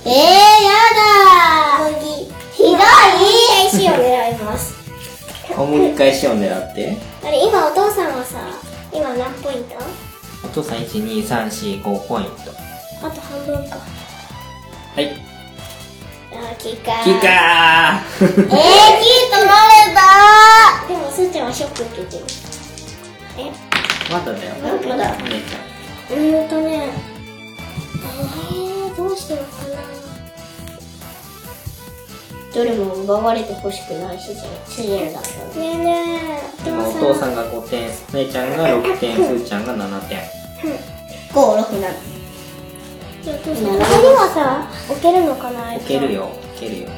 [SPEAKER 1] やだーひどい
[SPEAKER 3] 石を狙います
[SPEAKER 2] 小麦返しを狙って。
[SPEAKER 3] あれ今お父さんはさ今何ポイント
[SPEAKER 2] お父さん1、2、3、4、5ポイント。
[SPEAKER 3] あと半分か
[SPEAKER 2] はい。
[SPEAKER 3] あーキーか
[SPEAKER 2] キーカ
[SPEAKER 1] え
[SPEAKER 3] [laughs]
[SPEAKER 1] ー、キー取られた
[SPEAKER 3] でもすーちゃんはショック受けてる
[SPEAKER 2] ーまだだよ。
[SPEAKER 1] ーまだ。
[SPEAKER 2] お姉ちゃん。
[SPEAKER 3] うーんとねえー、どうしようかな
[SPEAKER 1] どれも奪われてほしくないし、主人だったの。
[SPEAKER 3] ねえねえ
[SPEAKER 2] でもお父さんが5点、姉ちゃんが6点、すーちゃんが7点。
[SPEAKER 1] 5、6、7。
[SPEAKER 3] お父さん他にはさ置けるのかな
[SPEAKER 2] 置けるよ、置けるよ。
[SPEAKER 3] ね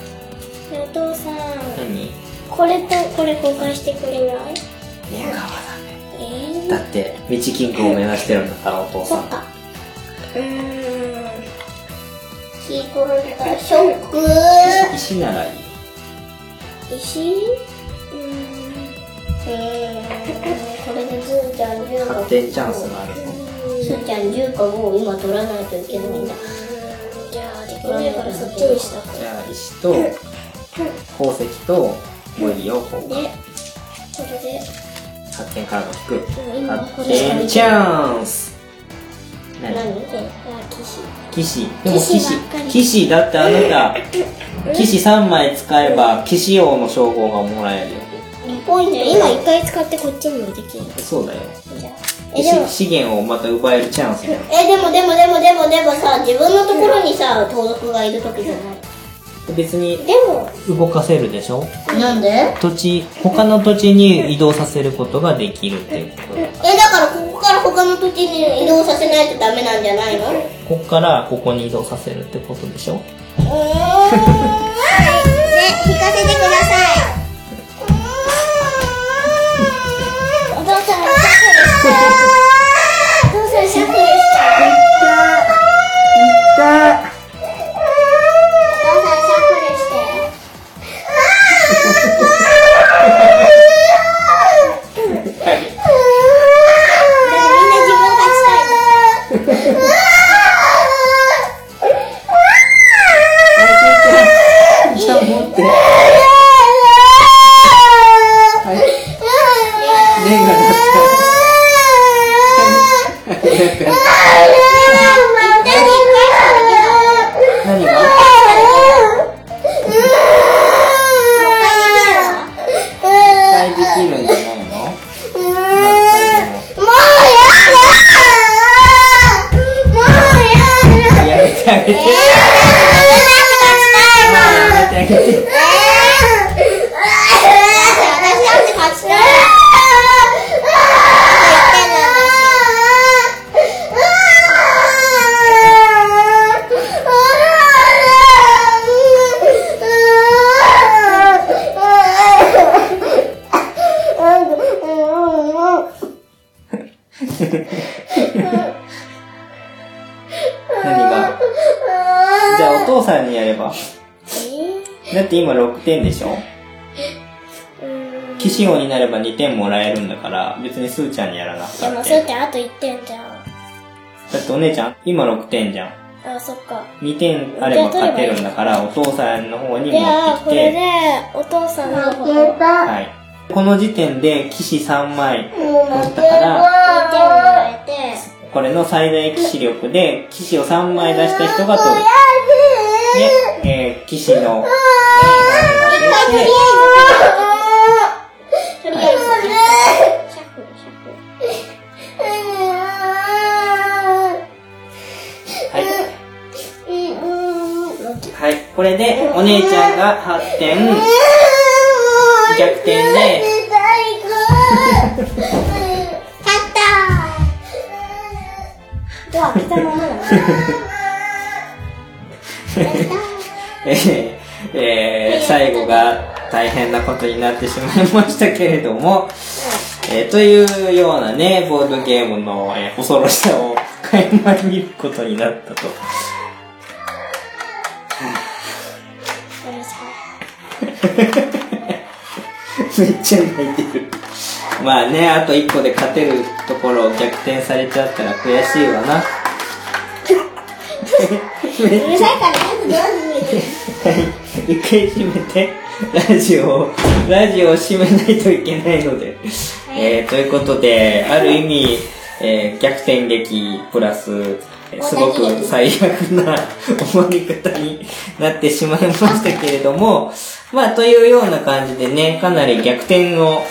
[SPEAKER 3] えお父さん
[SPEAKER 2] 何い
[SPEAKER 3] これとこれ交換してくれない
[SPEAKER 2] や、かわだね。
[SPEAKER 3] えー、
[SPEAKER 2] だって、道金庫を目指してるんだから、お父
[SPEAKER 3] そ
[SPEAKER 2] さ
[SPEAKER 3] っ
[SPEAKER 2] ん。
[SPEAKER 3] かうーん
[SPEAKER 1] キー取られた。ショック
[SPEAKER 2] 石ならいいよ。
[SPEAKER 3] 石うーん
[SPEAKER 1] えー、これでズーちゃん10
[SPEAKER 2] 発展チャンスがあるぞ。
[SPEAKER 1] スーちゃん10か5を今取らないといけないんだ。
[SPEAKER 3] じゃあできないからそっちにしたで
[SPEAKER 2] じゃあ、石と、宝石と、森をこう、
[SPEAKER 3] これで
[SPEAKER 2] 発展からの低い。
[SPEAKER 3] 今
[SPEAKER 2] 発展チャンス何
[SPEAKER 1] 何
[SPEAKER 3] であ騎士
[SPEAKER 2] 騎士。でも騎
[SPEAKER 3] 騎士
[SPEAKER 2] 士
[SPEAKER 3] ばっか、り
[SPEAKER 2] 騎士だってあなた、騎士3枚使えば、騎士王の称号がもらえるよ。
[SPEAKER 1] ポイント
[SPEAKER 3] 今一回使ってこっちにもできる
[SPEAKER 2] そうだよ。
[SPEAKER 3] じゃあ
[SPEAKER 2] でし資源をまた奪えるチャンスだよ
[SPEAKER 1] え、でもでもでもでもでもさ、自分のところにさ、盗賊がいるときじゃな
[SPEAKER 2] 別に
[SPEAKER 3] でも
[SPEAKER 2] 動かせるでしょ
[SPEAKER 1] い。なんでえ、
[SPEAKER 2] 土地他の土地に移動させることができるっていうことだ
[SPEAKER 1] だからここから他の土地に移動させないとダメなんじゃないのうーん。
[SPEAKER 2] ここからここに移動させるってことでしょ
[SPEAKER 1] はい。ね、引かせてください。
[SPEAKER 3] お父さんシャッフルしたお父さんシャッフルしたお父さんシャッフルしてでもみんな自分勝ちたい
[SPEAKER 2] 下持ってはいレンガが下何が大できるんじゃないのやめてあげてやめてあげて何がじゃあお父さんにやればだって今6点でしょ騎士王になれば2点もらえるんだから別にすーちゃんにやらなく
[SPEAKER 3] で
[SPEAKER 2] た
[SPEAKER 3] も
[SPEAKER 2] っ
[SPEAKER 3] そう
[SPEAKER 2] て
[SPEAKER 3] ってあと1点じゃん
[SPEAKER 2] だってお姉ちゃん、今6点じゃん。
[SPEAKER 3] あ、そっか。
[SPEAKER 2] 2点あれば勝てるんだから、お父さんの方に
[SPEAKER 3] で
[SPEAKER 2] 持
[SPEAKER 3] は
[SPEAKER 2] っ、てき
[SPEAKER 3] これで
[SPEAKER 2] て、、
[SPEAKER 3] お父さんの方に。
[SPEAKER 1] 負けた。
[SPEAKER 2] はい。この時点で、騎士3枚
[SPEAKER 1] もう
[SPEAKER 2] 持っ
[SPEAKER 1] 負
[SPEAKER 2] た
[SPEAKER 1] け
[SPEAKER 2] から、
[SPEAKER 3] 2点もら
[SPEAKER 1] た。
[SPEAKER 3] えて、
[SPEAKER 2] これの最大騎士力で、騎士を3枚出した人が取る。で、えー、騎士の、
[SPEAKER 3] とりあえず、シャッフル、シャッフル。
[SPEAKER 2] はい。はい。これで、お姉ちゃんが8点、逆転
[SPEAKER 3] [laughs]
[SPEAKER 2] で、
[SPEAKER 3] ドア開けたまま
[SPEAKER 2] [laughs]
[SPEAKER 3] だ。
[SPEAKER 2] えーえー最後が大変なことになってしまいましたけれども、えーというようなね、ボードゲームの、えー恐ろしさを垣間見ることになったと。
[SPEAKER 3] うるさ
[SPEAKER 2] めっちゃ泣いてる。まあね、あと1個で勝てるところを逆転されちゃったら悔しいわな。 [laughs] めっ
[SPEAKER 3] い。うる
[SPEAKER 2] ちゃ
[SPEAKER 3] さいから、早くドア閉めて。
[SPEAKER 2] はい、一回閉めて、ラジオを、ラジオを閉めないといけないので。えー、ということで、ある意味、えー逆転劇プラス、すごく最悪な終わり方になってしまいましたけれども、まあ、というような感じでね、かなり逆転を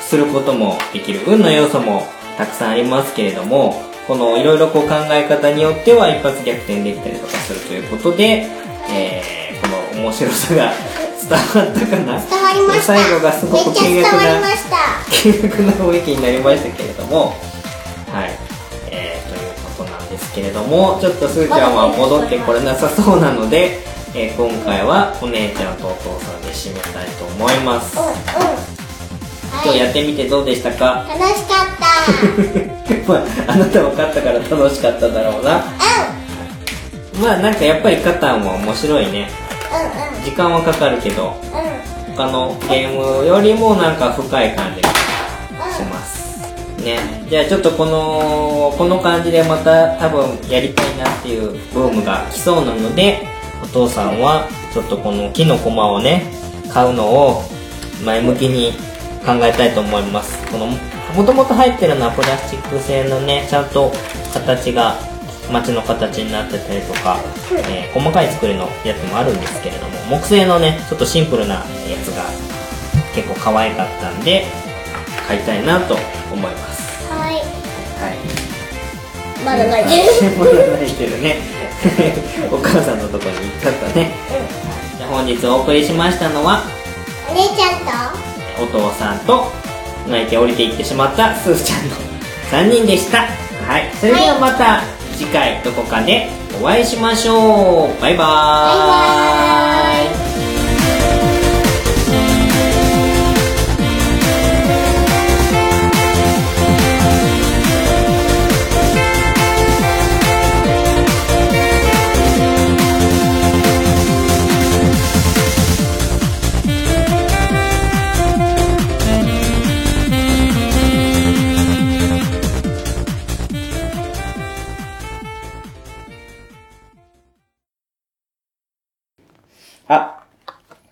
[SPEAKER 2] することもできる。運の要素もたくさんありますけれども、このいろいろこう考え方によっては一発逆転できたりとかするということで、えー、この面白さが伝わったかな
[SPEAKER 3] 伝わりました。
[SPEAKER 2] 最後がすご
[SPEAKER 3] め
[SPEAKER 2] く
[SPEAKER 3] っちゃ
[SPEAKER 2] 険
[SPEAKER 3] 伝
[SPEAKER 2] 悪
[SPEAKER 3] わりま
[SPEAKER 2] な、
[SPEAKER 3] した。
[SPEAKER 2] 険悪な雰囲気になりましたけれども、はい。えー、ということなんですけれども、ちょっとすーちゃんは戻ってこれなさそうなので、えー今回はお姉ちゃんとお父さんで締めたいと思います。
[SPEAKER 3] うん、うん。
[SPEAKER 2] 今日
[SPEAKER 3] はい。
[SPEAKER 2] やってみてどうでしたか
[SPEAKER 3] 楽しかった。
[SPEAKER 2] [laughs] まあ、あなた分かったから楽しかっただろうなまあなんかやっぱりカタンは面白いね
[SPEAKER 3] う
[SPEAKER 2] 時間はかかるけど
[SPEAKER 3] ん、うん、うん。
[SPEAKER 2] 他のゲームよりもなんか深い感じがしますねじゃあちょっとこのこの感じでまた多分やりたいなっていうブームが来そうなのでお父さんはちょっとこの木の駒をね買うのを前向きに考えたいと思いますこのもともと入ってるのはプラスチック製のねちゃんと形が街の形になってたりとか、えー細かい作りのやつもあるんですけれども木製のねちょっとシンプルなやつが結構可愛かったんで買いたいなと思います
[SPEAKER 3] はい。
[SPEAKER 2] はい
[SPEAKER 3] まだない。
[SPEAKER 2] もう泣いてるね [laughs] お母さんのとこに行ったんだねじゃあ本日お送りしましたのは
[SPEAKER 3] お姉ちゃんと。
[SPEAKER 2] お父さんと泣いて降りていってしまったすーちゃんの3人 [laughs] でしたはいそれではまた次回どこかでお会いしましょうバ
[SPEAKER 3] バ
[SPEAKER 2] イバーイ
[SPEAKER 3] イバーイ
[SPEAKER 2] あ、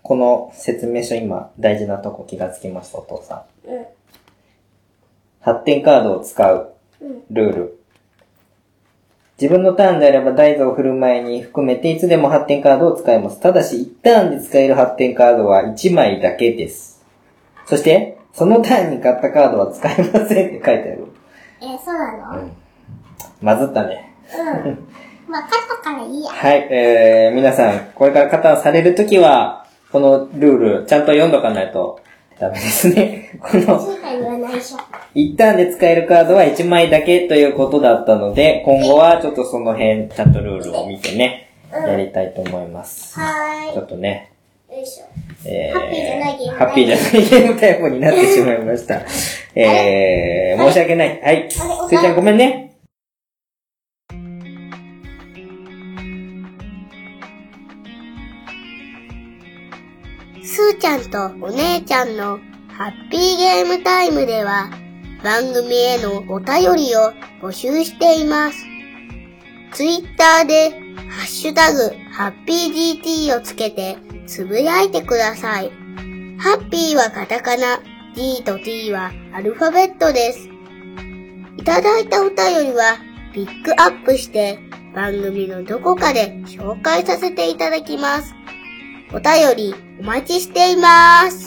[SPEAKER 2] この説明書今大事なとこ気がつきました、お父さん。
[SPEAKER 3] うん
[SPEAKER 2] 発展カードを使う
[SPEAKER 3] うん。
[SPEAKER 2] ルール。自分のターンであれば大豆を振る前に含めていつでも発展カードを使えます。ただし、1ターンで使える発展カードは1枚だけです。そして、そのターンに買ったカードは使えませんって書いてある。
[SPEAKER 3] え、そうなの
[SPEAKER 2] まずったね。
[SPEAKER 3] うん。まあ、勝ったからいいや。
[SPEAKER 2] はい、えー、皆さん、これから加担されるときは、このルール、ちゃんと読んどかないとダメですね。この、
[SPEAKER 3] そうか言わないでしょ。
[SPEAKER 2] 一旦で使えるカードは1枚だけということだったので、今後はちょっとその辺、ちゃんとルールを見てね、やりたいと思います。
[SPEAKER 3] は
[SPEAKER 2] ちょっとね、
[SPEAKER 3] ーい。よいしょ。
[SPEAKER 2] え
[SPEAKER 3] ハッピーじゃないゲーム
[SPEAKER 2] ハッピーじゃないゲームタイムになってしまいました。えー、申し訳ない。はい。す
[SPEAKER 3] お母
[SPEAKER 2] ーちゃんごめんね。
[SPEAKER 1] すーちゃんとお姉ちゃんのハッピーゲームタイムでは番組へのお便りを募集しています。ツイッターで、ハッシュタグ、ハッピー GT をつけて、つぶやいてください。ハッピーはカタカナ、D と T はアルファベットです。いただいたお便りは、ピックアップして、番組のどこかで紹介させていただきます。お便り、お待ちしています。